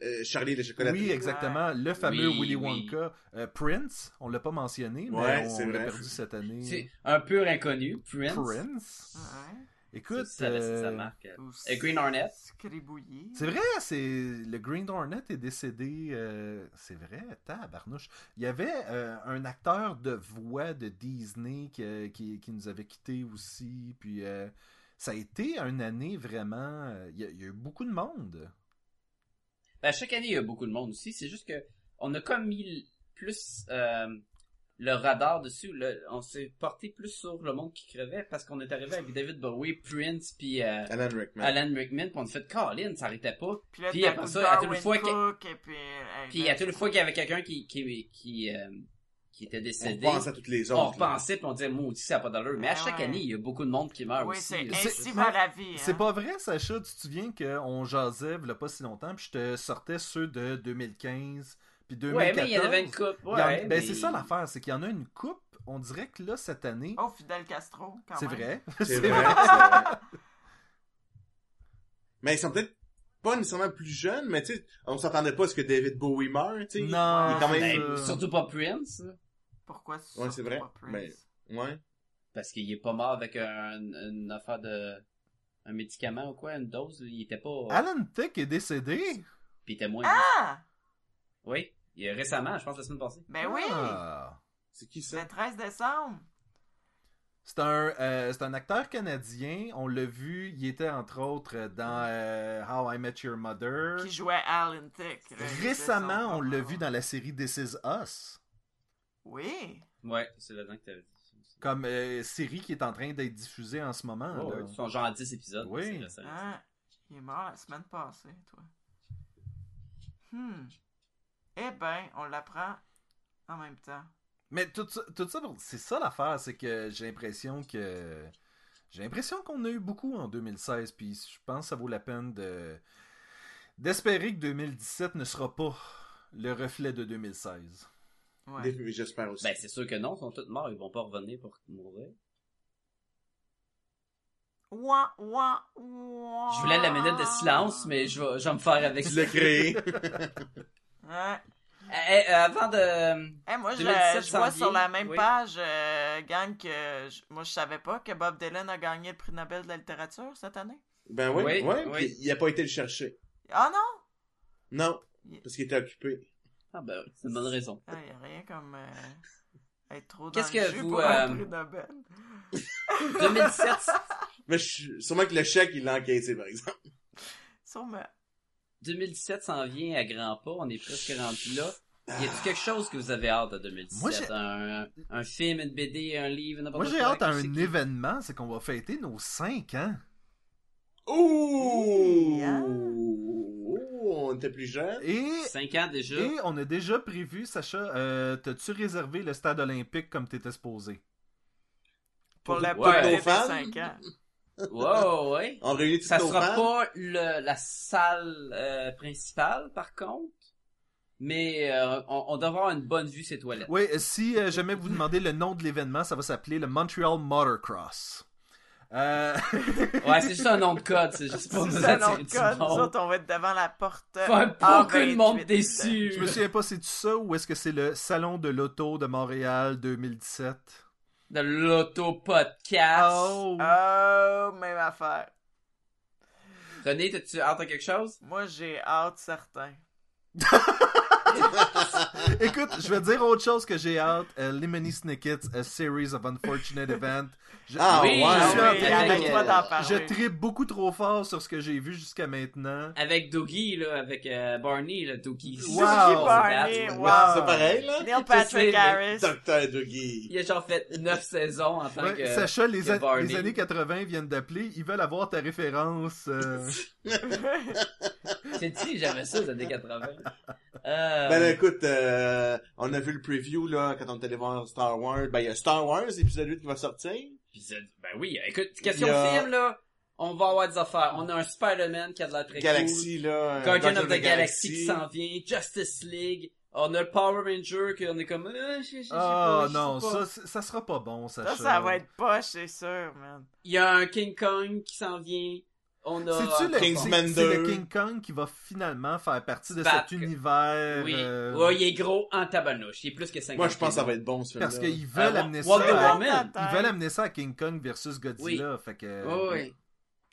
Euh, Charlie le chocolat. oui, exactement. Le fameux Oui, Willy oui. Wonka. Euh, Prince, on l'a pas mentionné, mais Ouais, on c'est l'a vrai. perdu cette année. C'est un pur inconnu, Prince. Mm. Prince. Ouais. Écoute. Ça, ça, ça euh, marque. euh, Ou Et Green Hornet. Scribouillé. c'est vrai, c'est le Green Hornet est décédé. euh, c'est vrai, tabarnouche. Il y avait euh, un acteur de voix de Disney qui, euh, qui, qui nous avait quittés aussi. Puis euh, ça a été une année vraiment. euh, Il y, a- il y a eu beaucoup de monde. Ben, chaque année, il y a beaucoup de monde aussi. C'est juste que on a comme mis l- plus euh, le radar dessus. le- on s'est porté plus sur le monde qui crevait parce qu'on est arrivé avec David Bowie, Prince, puis euh, Alan Rickman. Alan Rickman. Puis on a fait Colin, ça arrêtait pas. Puis là, Puis t'as après comme ça, à toute Darwin fois que- Cook, et puis... hey, Puis ben, à toute fois qu'il y avait quelqu'un qui qui qui, euh, qui était On décédé, pense à toutes les on autres. là. repensait puis on disait moi aussi ça n'a pas d'allure. Mais à Ouais, chaque Ah ouais. année, il y a beaucoup de monde qui meurt Oui, aussi. c'est là. ainsi C'est- va la vie. hein. C'est pas vrai, Sacha. Tu te souviens qu'on jasait il y a pas si longtemps. Puis je te sortais ceux de 2015. Puis 2014. Ouais, mais il y en avait une coupe. Il y en- Ouais, ben, c'est ça l'affaire, c'est qu'il y en a une coupe. On dirait que là, cette année, Oh, Fidel Castro, quand [laughs] c'est même. vrai. C'est vrai. c'est vrai. [laughs] Mais ils sont peut-être pas nécessairement plus jeunes, mais tu sais, on s'attendait pas à ce que David Bowie meure, tu sais. Non, Il est quand même- c'est Ben, ça. surtout pas Prince, là, Pourquoi Ouais, c'est vrai, pas Prince? mais- Ouais. parce qu'il est pas mort avec un, une affaire de un médicament ou quoi, une dose. là, Il était pas. Alan Thicke est décédé. Puis il était moins. Ah! Oui, il est récemment, je pense la semaine passée. Ben oui! Ah. C'est qui Le ça? 13 décembre. C'est un, euh, c'est un acteur canadien. On l'a vu. Il était entre autres dans euh, How I Met Your Mother. Qui jouait Alan Thicke. le Récemment, décembre. on l'a vu dans la série This Is Us. Oui! Ouais, c'est là-dedans que t'avais dit. Comme euh, série qui est en train d'être diffusée en ce moment. Oh, Ah, là. ouais, Ils sont genre 10 épisodes. Oui. c'est récent. Hein? Il est mort la semaine passée, toi. Hmm. Eh ben, on l'apprend en même temps. Mais tout ça, tout ça pour- c'est ça l'affaire, c'est que j'ai l'impression que j'ai l'impression qu'on a eu beaucoup en 2016, puis je pense que ça vaut la peine de d'espérer que 2017 ne sera pas le reflet de 2016. Ouais. Des- J'espère aussi. Ben, c'est sûr que non, ils sont tous morts, ils vont pas revenir pour mourir. Ouah, ouah, ouah. Je voulais la minute de silence, mais je vais, je vais me faire avec tu l'as [laughs] créé. Hein? Eh, eh, avant de. Eh, moi, je, 2017 je vois s'en sur vient, la même oui. page, euh, gang, que je- moi, je savais pas que Bob Dylan a gagné le prix Nobel de la littérature cette année. ben oui, Oui, oui. oui. puis il a pas été le chercher. Ah non! Non. Parce qu'il était occupé. Ah ben, oui, c'est une bonne raison. Il n'y Ah, a rien comme euh, être trop dans Qu'est-ce le que jus vous, pour un euh, prix Nobel. 2017, Mais je suis- sûrement que le chèque, il l'a encaissé, par exemple. Sûrement. 2017 s'en vient à grands pas, on est presque rendu là. Y a-t-il quelque chose que vous avez hâte de 2017? Moi, j'ai- un, un film, une BD, un livre, n'importe Moi quoi. j'ai hâte à qu'est-ce un qui- événement, c'est qu'on va fêter nos 5 ans. Ouh! Hey, hein? Ouh, on était plus jeunes. Et, Cinq ans déjà. et on a déjà prévu, Sacha, euh, t'as-tu réservé le stade olympique comme t'étais supposé? Pour la Ouais. partie des Nos fans. 5 ans. Wow, ouais. On réunit tous Ça nos sera fans. pas le- la salle euh, principale, par contre. Mais euh, on, on doit avoir une bonne vue ces toilettes. Oui, euh, si euh, jamais vous demandez le nom de l'événement, ça va s'appeler le Montreal Motorcross. Euh, Ouais, c'est juste un nom de code, c'est [laughs] juste pour nous C'est un attirer autre du code. Nous monde. autres, on va être devant la porte. euh, Pas beaucoup de A28. monde déçu. je me souviens pas, c'est-tu ça ou est-ce que c'est le Salon de l'Auto de Montréal 2017? De l'auto-podcast. Oh. Oh, même affaire. René, t'as-tu hâte à quelque chose? Moi, j'ai hâte, certain. Écoute, je vais dire autre chose que j'ai hâte. Euh, Lemony Snicket's A Series of Unfortunate Events. Je, Ah, Oui, ouais. je suis Ah en oui, train arrête de- pas d'en parler. Je tripe beaucoup trop fort sur ce que j'ai vu jusqu'à maintenant. Avec Doogie, là, avec euh, Barney, là, Doogie. Doogie C'est ça, c'est Barney, bad, wow. [laughs] Ouais, c'est pareil, là. Neil sais, Patrick mais- Harris. Docteur Dougie. Il a genre fait 9 saisons en tant Ouais, que... [laughs] Sacha, les, que an- Barney. les années 80 viennent d'appeler. Ils veulent avoir ta référence. euh. J'ai dit, j'avais ça aux années 80. [laughs] Euh, Ben là, écoute, euh, on a vu le preview là quand on est allé voir Star Wars. Ben il y a Star Wars épisode 8 qui va sortir. pis ça- ben oui, écoute, question Il y a- film, là, on va avoir des affaires. On a un Spider-Man qui a de la très Galaxy là. cool. euh, Guardian of the Galaxy, qui Galaxy. s'en vient. Justice League. On a le Power Ranger qu'on est comme... Ah, je- je- je sais pas, Ah je sais non, pas. ça, c'est- ça sera pas bon, Sacha. [laughs] Ça, ça va être poche, c'est sûr, man. Il y a un King Kong qui s'en vient. On a... C'est-tu le, Kingsman c'est- c'est le 2? King Kong qui va finalement faire partie de Battre. cet univers? Oui. euh, Ouais, il est gros en tabanouche. Il est plus que 50 Moi je pense que ça va être bon ce film. Parce qu'ils Euh, veulent Wa- amener Wonder ça. à- Woman. Ils veulent amener ça à King Kong versus Godzilla, fait que... Oui, oui.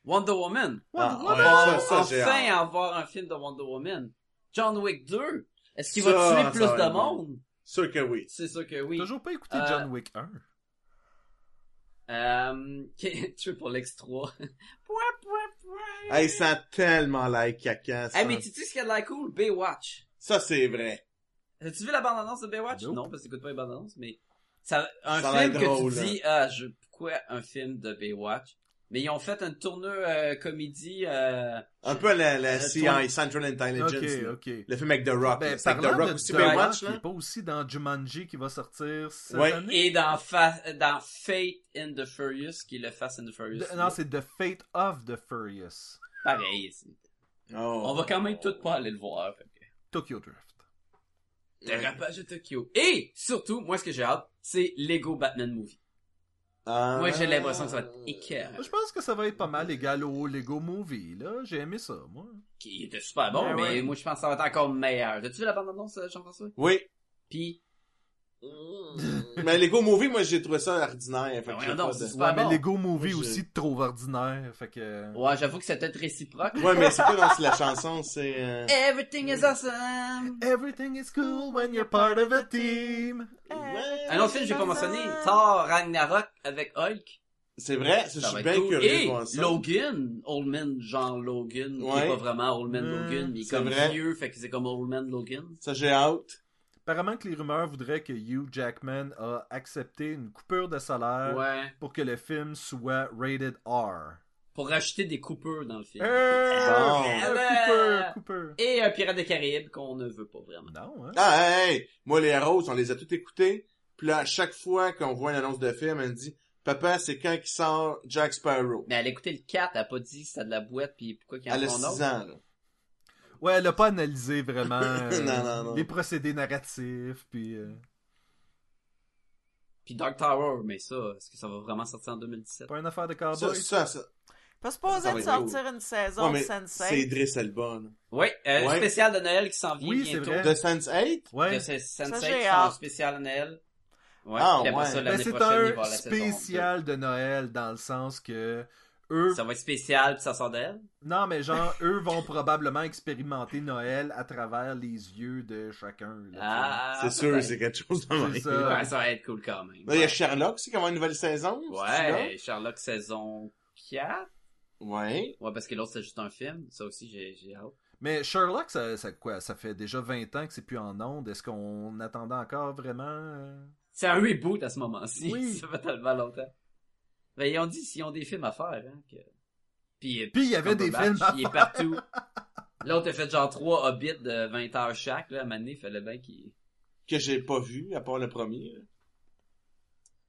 Wonder Woman. Ah, On ouais, va ça, ça, j'ai hâte. enfin avoir un film de Wonder Woman. John Wick 2. Est-ce qu'il Ça, va tuer ça plus va de être bon. monde? Sûr que oui. C'est sûr que oui. Toujours pas écouté Euh, John Wick 1. Euh, [laughs] tuer pour [laughs] l'ex-3. Hey, ça a tellement l'air caca, ça. Eh, mais tu sais ce qu'il y a de la cool? Baywatch. Ça, c'est vrai. As-tu vu la bande-annonce de Baywatch? Nope. Non, parce que t'écoutes pas les bandes-annonces, mais ça, un Ça a film l'air que drôle, tu là. dis, ah, je, pourquoi un film de Baywatch? Mais ils ont fait une tournure euh, comédie, euh, Un peu la, la Euh, CI, toi- Central Intelligence. Ok, là. ok. Le film avec The Rock. là. Ben, c'est avec The parlant Rock de aussi. The Baywatch, Rock, il est là. pas aussi dans Jumanji qui va sortir cette Ouais. année? et dans, Fa- dans Fate in the Furious, qui est le Fast and the Furious. De- non, c'est The Fate of the Furious. pareil. c'est- Oh. On va quand même tout pas aller le voir. fait que- Tokyo Drift. Le rapage de Tokyo. Et surtout, moi, ce que j'ai hâte, c'est Lego Batman Movie. Ah. Moi, j'ai l'impression que ça va être [laughs] écœurant. Je pense que ça va être pas mal égal au Lego Movie, là. J'ai aimé ça, moi. Qui était super bon, Ouais, mais ouais. moi, je pense que ça va être encore meilleur. As-tu vu la bande-annonce, euh, Jean-François? Oui. Puis, Mais Lego Movie, moi, j'ai trouvé ça ordinaire. Fait Mm. Ben que voyons j'ai donc, pas de- c'est Ouais, pas mais bon. Lego Movie Moi, je- aussi trouve ordinaire, fait que... euh, Ouais, j'avoue que c'est peut-être réciproque. Ouais, mais c'est pas dans la chanson, c'est... euh, Eh, Everything is awesome! Everything is cool when you're part of a team. eh. Un autre film que j'ai pas mentionné, Thor Ragnarok avec Hulk. C'est vrai, ça, je Ça suis va bien être cool. Eh, curieux de Et voir ça. Logan, Old Man, genre Logan, qui est Ouais. pas vraiment Old Man Hmm, Logan, mais il est c'est comme vrai. vieux, fait que c'est comme Old Man Logan. Ça, j'ai hâte. Apparemment que les rumeurs voudraient que Hugh Jackman a accepté une coupure de salaire Ouais. pour que le film soit rated R. Pour rajouter des coupures dans le Euh. film. Bon. Coupeur, coupeur. Et un Pirate des Caraïbes qu'on ne veut pas vraiment. Non, hein? Ah, hey, hey, moi, les Roses, on les a toutes écoutées. Puis là, à chaque fois qu'on voit une annonce de film, elle me dit, « Papa, c'est quand qui sort Jack Sparrow? Mais elle a écouté le 4, elle a pas dit si c'était de la boîte puis pourquoi » qu'il y en Elle a a son 6 ans, autre. là. Ouais, elle a pas analysé vraiment euh, Non, non, non. les procédés narratifs, puis... euh, Puis Dark Tower, mais ça, est-ce que ça va vraiment sortir en 2017? pas une affaire de Ça, cowboy. ça, ça. Pas Ça supposé va de être sortir une saison Ouais, mais de c'est Sensei. Idris Elba, là. Oui, euh, Ouais. spécial de Noël qui s'en vient Oui, c'est bientôt. vrai. De Sense 8? Ouais. De ce Sense8 Ça, j'ai qui sont hâte. spécial à Noël. Ouais, Ah, puis après ouais. ça, Ben, l'année c'est prochaine, il va un avoir la saison spécial de Noël dans le sens que eux 2. Ça va être spécial, puis ça sort d'elle. non mais genre eux vont probablement expérimenter Noël à travers les yeux de chacun. là, tu Ah, C'est sûr, peut-être. c'est quelque chose de C'est même. ça. Ouais, ça va être cool quand même. Là, il y a Sherlock aussi qui va avoir une nouvelle saison. c'est celui-là? Ouais, Sherlock saison 4. Ouais. Ouais, parce que l'autre, c'est juste un film. Ça aussi, j'ai j'ai hâte. Mais Sherlock, ça, ça, quoi, ça fait déjà 20 ans que c'est plus en onde. Est-ce qu'on attendait encore vraiment euh, C'est un reboot à ce moment-ci. Oui. [laughs] ça fait tellement longtemps. Ben, ils ont dit s'ils ont des films à faire, hein. Que... Puis, euh, Puis il y avait des films. Cumberbatch, à- Il est partout. L'autre a fait genre 3 hobbits de 20 heures chaque, là. À un moment donné, il fallait bien qu'il... Que j'ai pas vu, à part le premier.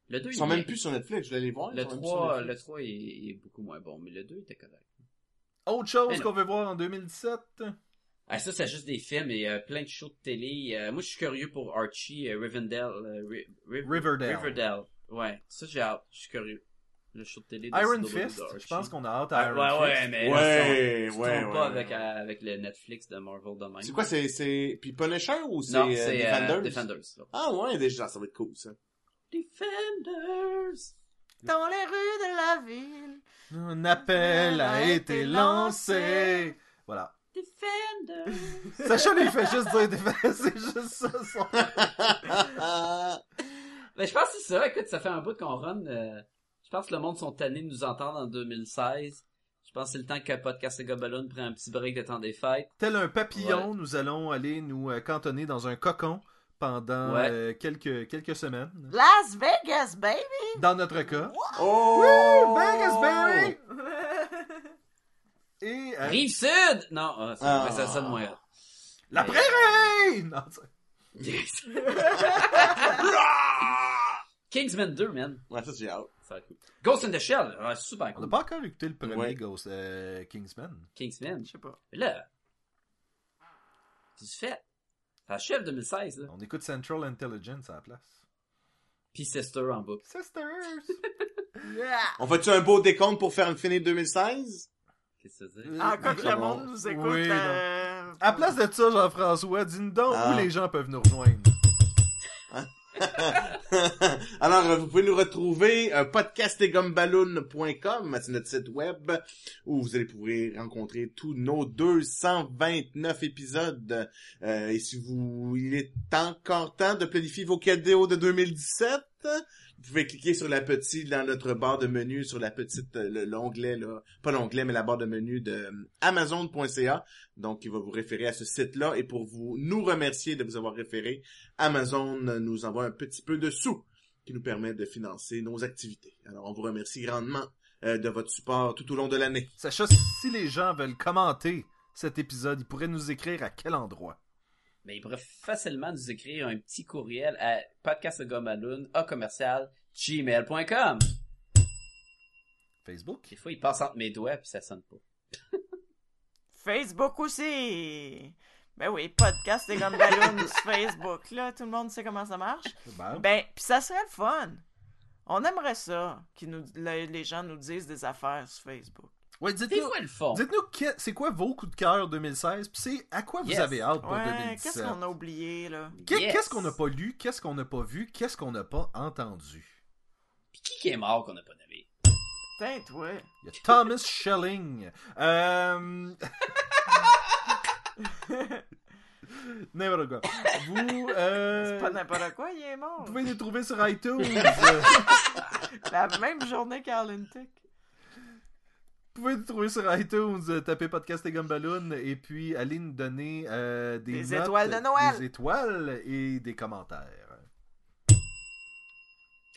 Le 2, Ils il sont est- même plus sur Netflix, je voulais les voir. ils Le sont même plus sur 3, le Netflix. 3 est, est beaucoup moins bon, mais le 2 était correct. [laughs] Autre Mais chose non. qu'on veut voir en 2017. Ah, ça, c'est juste des films et euh, plein de shows de télé. Euh, moi, je suis curieux pour Archie, euh, Rivendell. euh, Ri- Ri- Riverdale. Riverdale. Ouais, ça, j'ai hâte. Je suis curieux. le show de télé de Iron CW Fist, d'Archie. je pense qu'on a hâte à Ouais, Iron Ah, ouais, Fist. ouais, mais. Ouais, là, tu te ouais, trompes ouais. pas avec, euh, avec le Netflix de Marvel demain. C'est quoi, c'est, c'est, puis Punisher ou c'est, Non, euh, c'est euh, Defenders? Defenders. là. Ah ouais, déjà, ça va être cool, [laughs] ça. Defenders! Dans les rues de la ville. Un appel a été lancé. Voilà. Defenders! [laughs] Sacha, lui, il fait juste dire des [laughs] C'est juste ça, son- Mais Ben, je pense que c'est ça. Écoute, ça fait un bout qu'on run. euh, je pense que le monde sont tannés de nous entendre en 2016. Je pense que c'est le temps que Podcast et Gobelin prend un petit break de temps des fêtes. Tel un papillon, nous allons aller nous euh, cantonner dans un cocon pendant Ouais. euh, quelques, quelques semaines. Las Vegas, baby! Dans notre cas. Oh! Vegas, [laughs] baby! Et euh, Rive Sud! Non, ah, c'est- Ah. mais ça sonne moins. hot. la Mais- prairie! Non, c'est- Yes. [laughs] Ah! Kingsman 2, man. Ouais, ça, j'ai hâte. Ça va être cool. Ghost in the Shell, ah, super on n'a cool. pas encore écouté le premier Ouais. Ghost euh, Kingsman. Kingsman. Je sais pas. Mais là, c'est du fait. Ça chef 2016, là. On écoute Central Intelligence à la place. Puis Sister en boucle. [laughs] Sisters! Yeah. On fait-tu un beau décompte pour faire une finir 2016? Qu'est-ce que ça veut dire? Encore Ah, que le Comment- monde nous écoute. Oui, euh, À place de ça, Jean-François, dis-nous donc Ah. où les gens peuvent nous rejoindre. [laughs] Alors, euh, vous pouvez nous retrouver euh, podcastetgumballoon.com, c'est notre site web, où vous allez pouvoir rencontrer tous nos 229 épisodes. Euh, et si vous, il est encore temps de planifier vos cadeaux de 2017, vous pouvez cliquer sur la petite dans notre barre de menu, sur la petite, euh, le- l'onglet là, pas l'onglet mais la barre de menu de euh, Amazon.ca. Donc, il va vous référer à ce site-là et pour vous nous remercier de vous avoir référé, Amazon nous envoie un petit peu de sous qui nous permet de financer nos activités. Alors, on vous remercie grandement euh, de votre support tout au long de l'année. Sacha, si les gens veulent commenter cet épisode, ils pourraient nous écrire à quel endroit? Mais il pourrait facilement nous écrire un petit courriel à podcastgomaloon, à commercial, gmail.com. Facebook? Des fois, il passe entre mes doigts puis ça sonne pas. Facebook aussi! Ben oui, podcast des gommes ballons sur Facebook, là, tout le monde sait comment ça marche. Ben, Ben, pis ça serait le fun! On aimerait ça, que nous, le- les gens nous disent des affaires sur Facebook. ouais, Des dites-nous, fois, ils le font. dites-nous que- c'est quoi vos coups de cœur 2016, puis c'est à quoi vous Yes. avez hâte pour Ouais, 2017. qu'est-ce qu'on a oublié, là? Qu'est- Yes. Qu'est-ce qu'on n'a pas lu, qu'est-ce qu'on n'a pas vu, qu'est-ce qu'on n'a pas entendu? Puis qui qui est mort qu'on n'a pas nommé? Putain, toi! Il y a [laughs] Thomas Schelling. Euh... [laughs] N'importe quoi. Vous, C'est euh... pas n'importe quoi, il est mort! vous pouvez nous trouver sur [laughs] iTunes. La même journée qu'Arlen Tick. Vous pouvez nous trouver sur iTunes, euh, taper Podcast et Gumballoon, et puis aller nous donner euh, des, Des notes, étoiles de Noël. Des étoiles et des commentaires.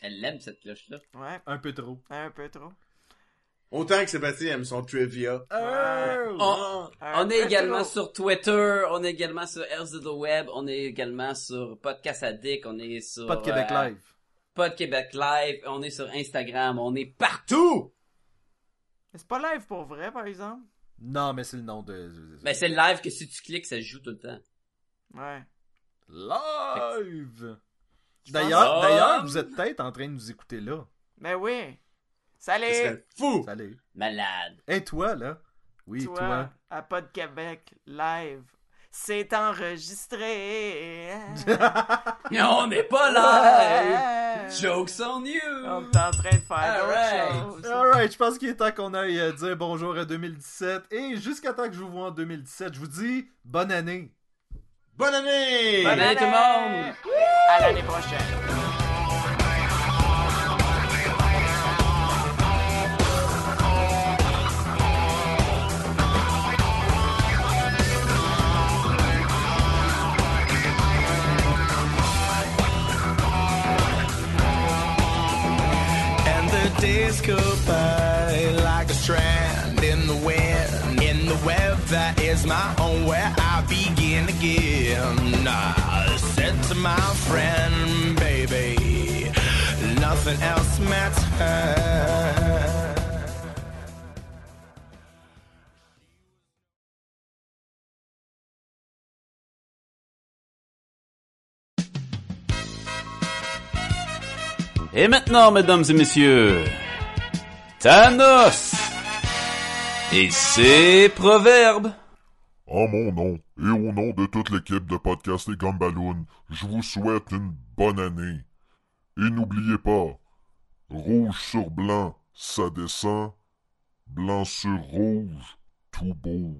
Elle l'aime, cette cloche-là. Ouais, Un peu trop. un peu trop. Autant que Sébastien aime son trivia. Ah, Ouais. On, Un on peu est également trop. sur Twitter, on est également sur Earth of the Web, on est également sur Podcast Addict, on est sur... Oh! Pas de Québec euh, Live. Pas de Québec Live, on est sur Instagram, on est partout! Mais c'est pas live pour vrai, par exemple. Non, mais c'est le nom de. Mais c'est le live que si tu cliques, ça se joue tout le temps. Ouais. Live! Je D'ailleurs, pense- d'ailleurs, vous êtes peut-être en train de nous écouter là. Ben oui! Ce Salut! serait fou! Salut. Malade. Et toi, là? Oui, toi, toi. à Pod Québec live. C'est enregistré. Non, on n'est pas [laughs] live! Jokes on Ah, On you! est en train de faire Alright. d'autres choses. Alright, je pense qu'il est temps qu'on aille euh, dire bonjour à 2017. Et jusqu'à temps que je vous vois en 2017, je vous dis bonne année! Bonne année! Bonne année tout le monde! À l'année prochaine. And the days go by like a strand in the wind. In the web that is my own, where I begin again. I said to my friend, baby, nothing else matters. Et maintenant, mesdames et messieurs, Thanos et ses proverbes. En mon nom et au nom de toute l'équipe de Podcast Les Gumballoon, je vous souhaite une bonne année. Et n'oubliez pas, rouge sur blanc, ça descend, blanc sur rouge, tout bouge.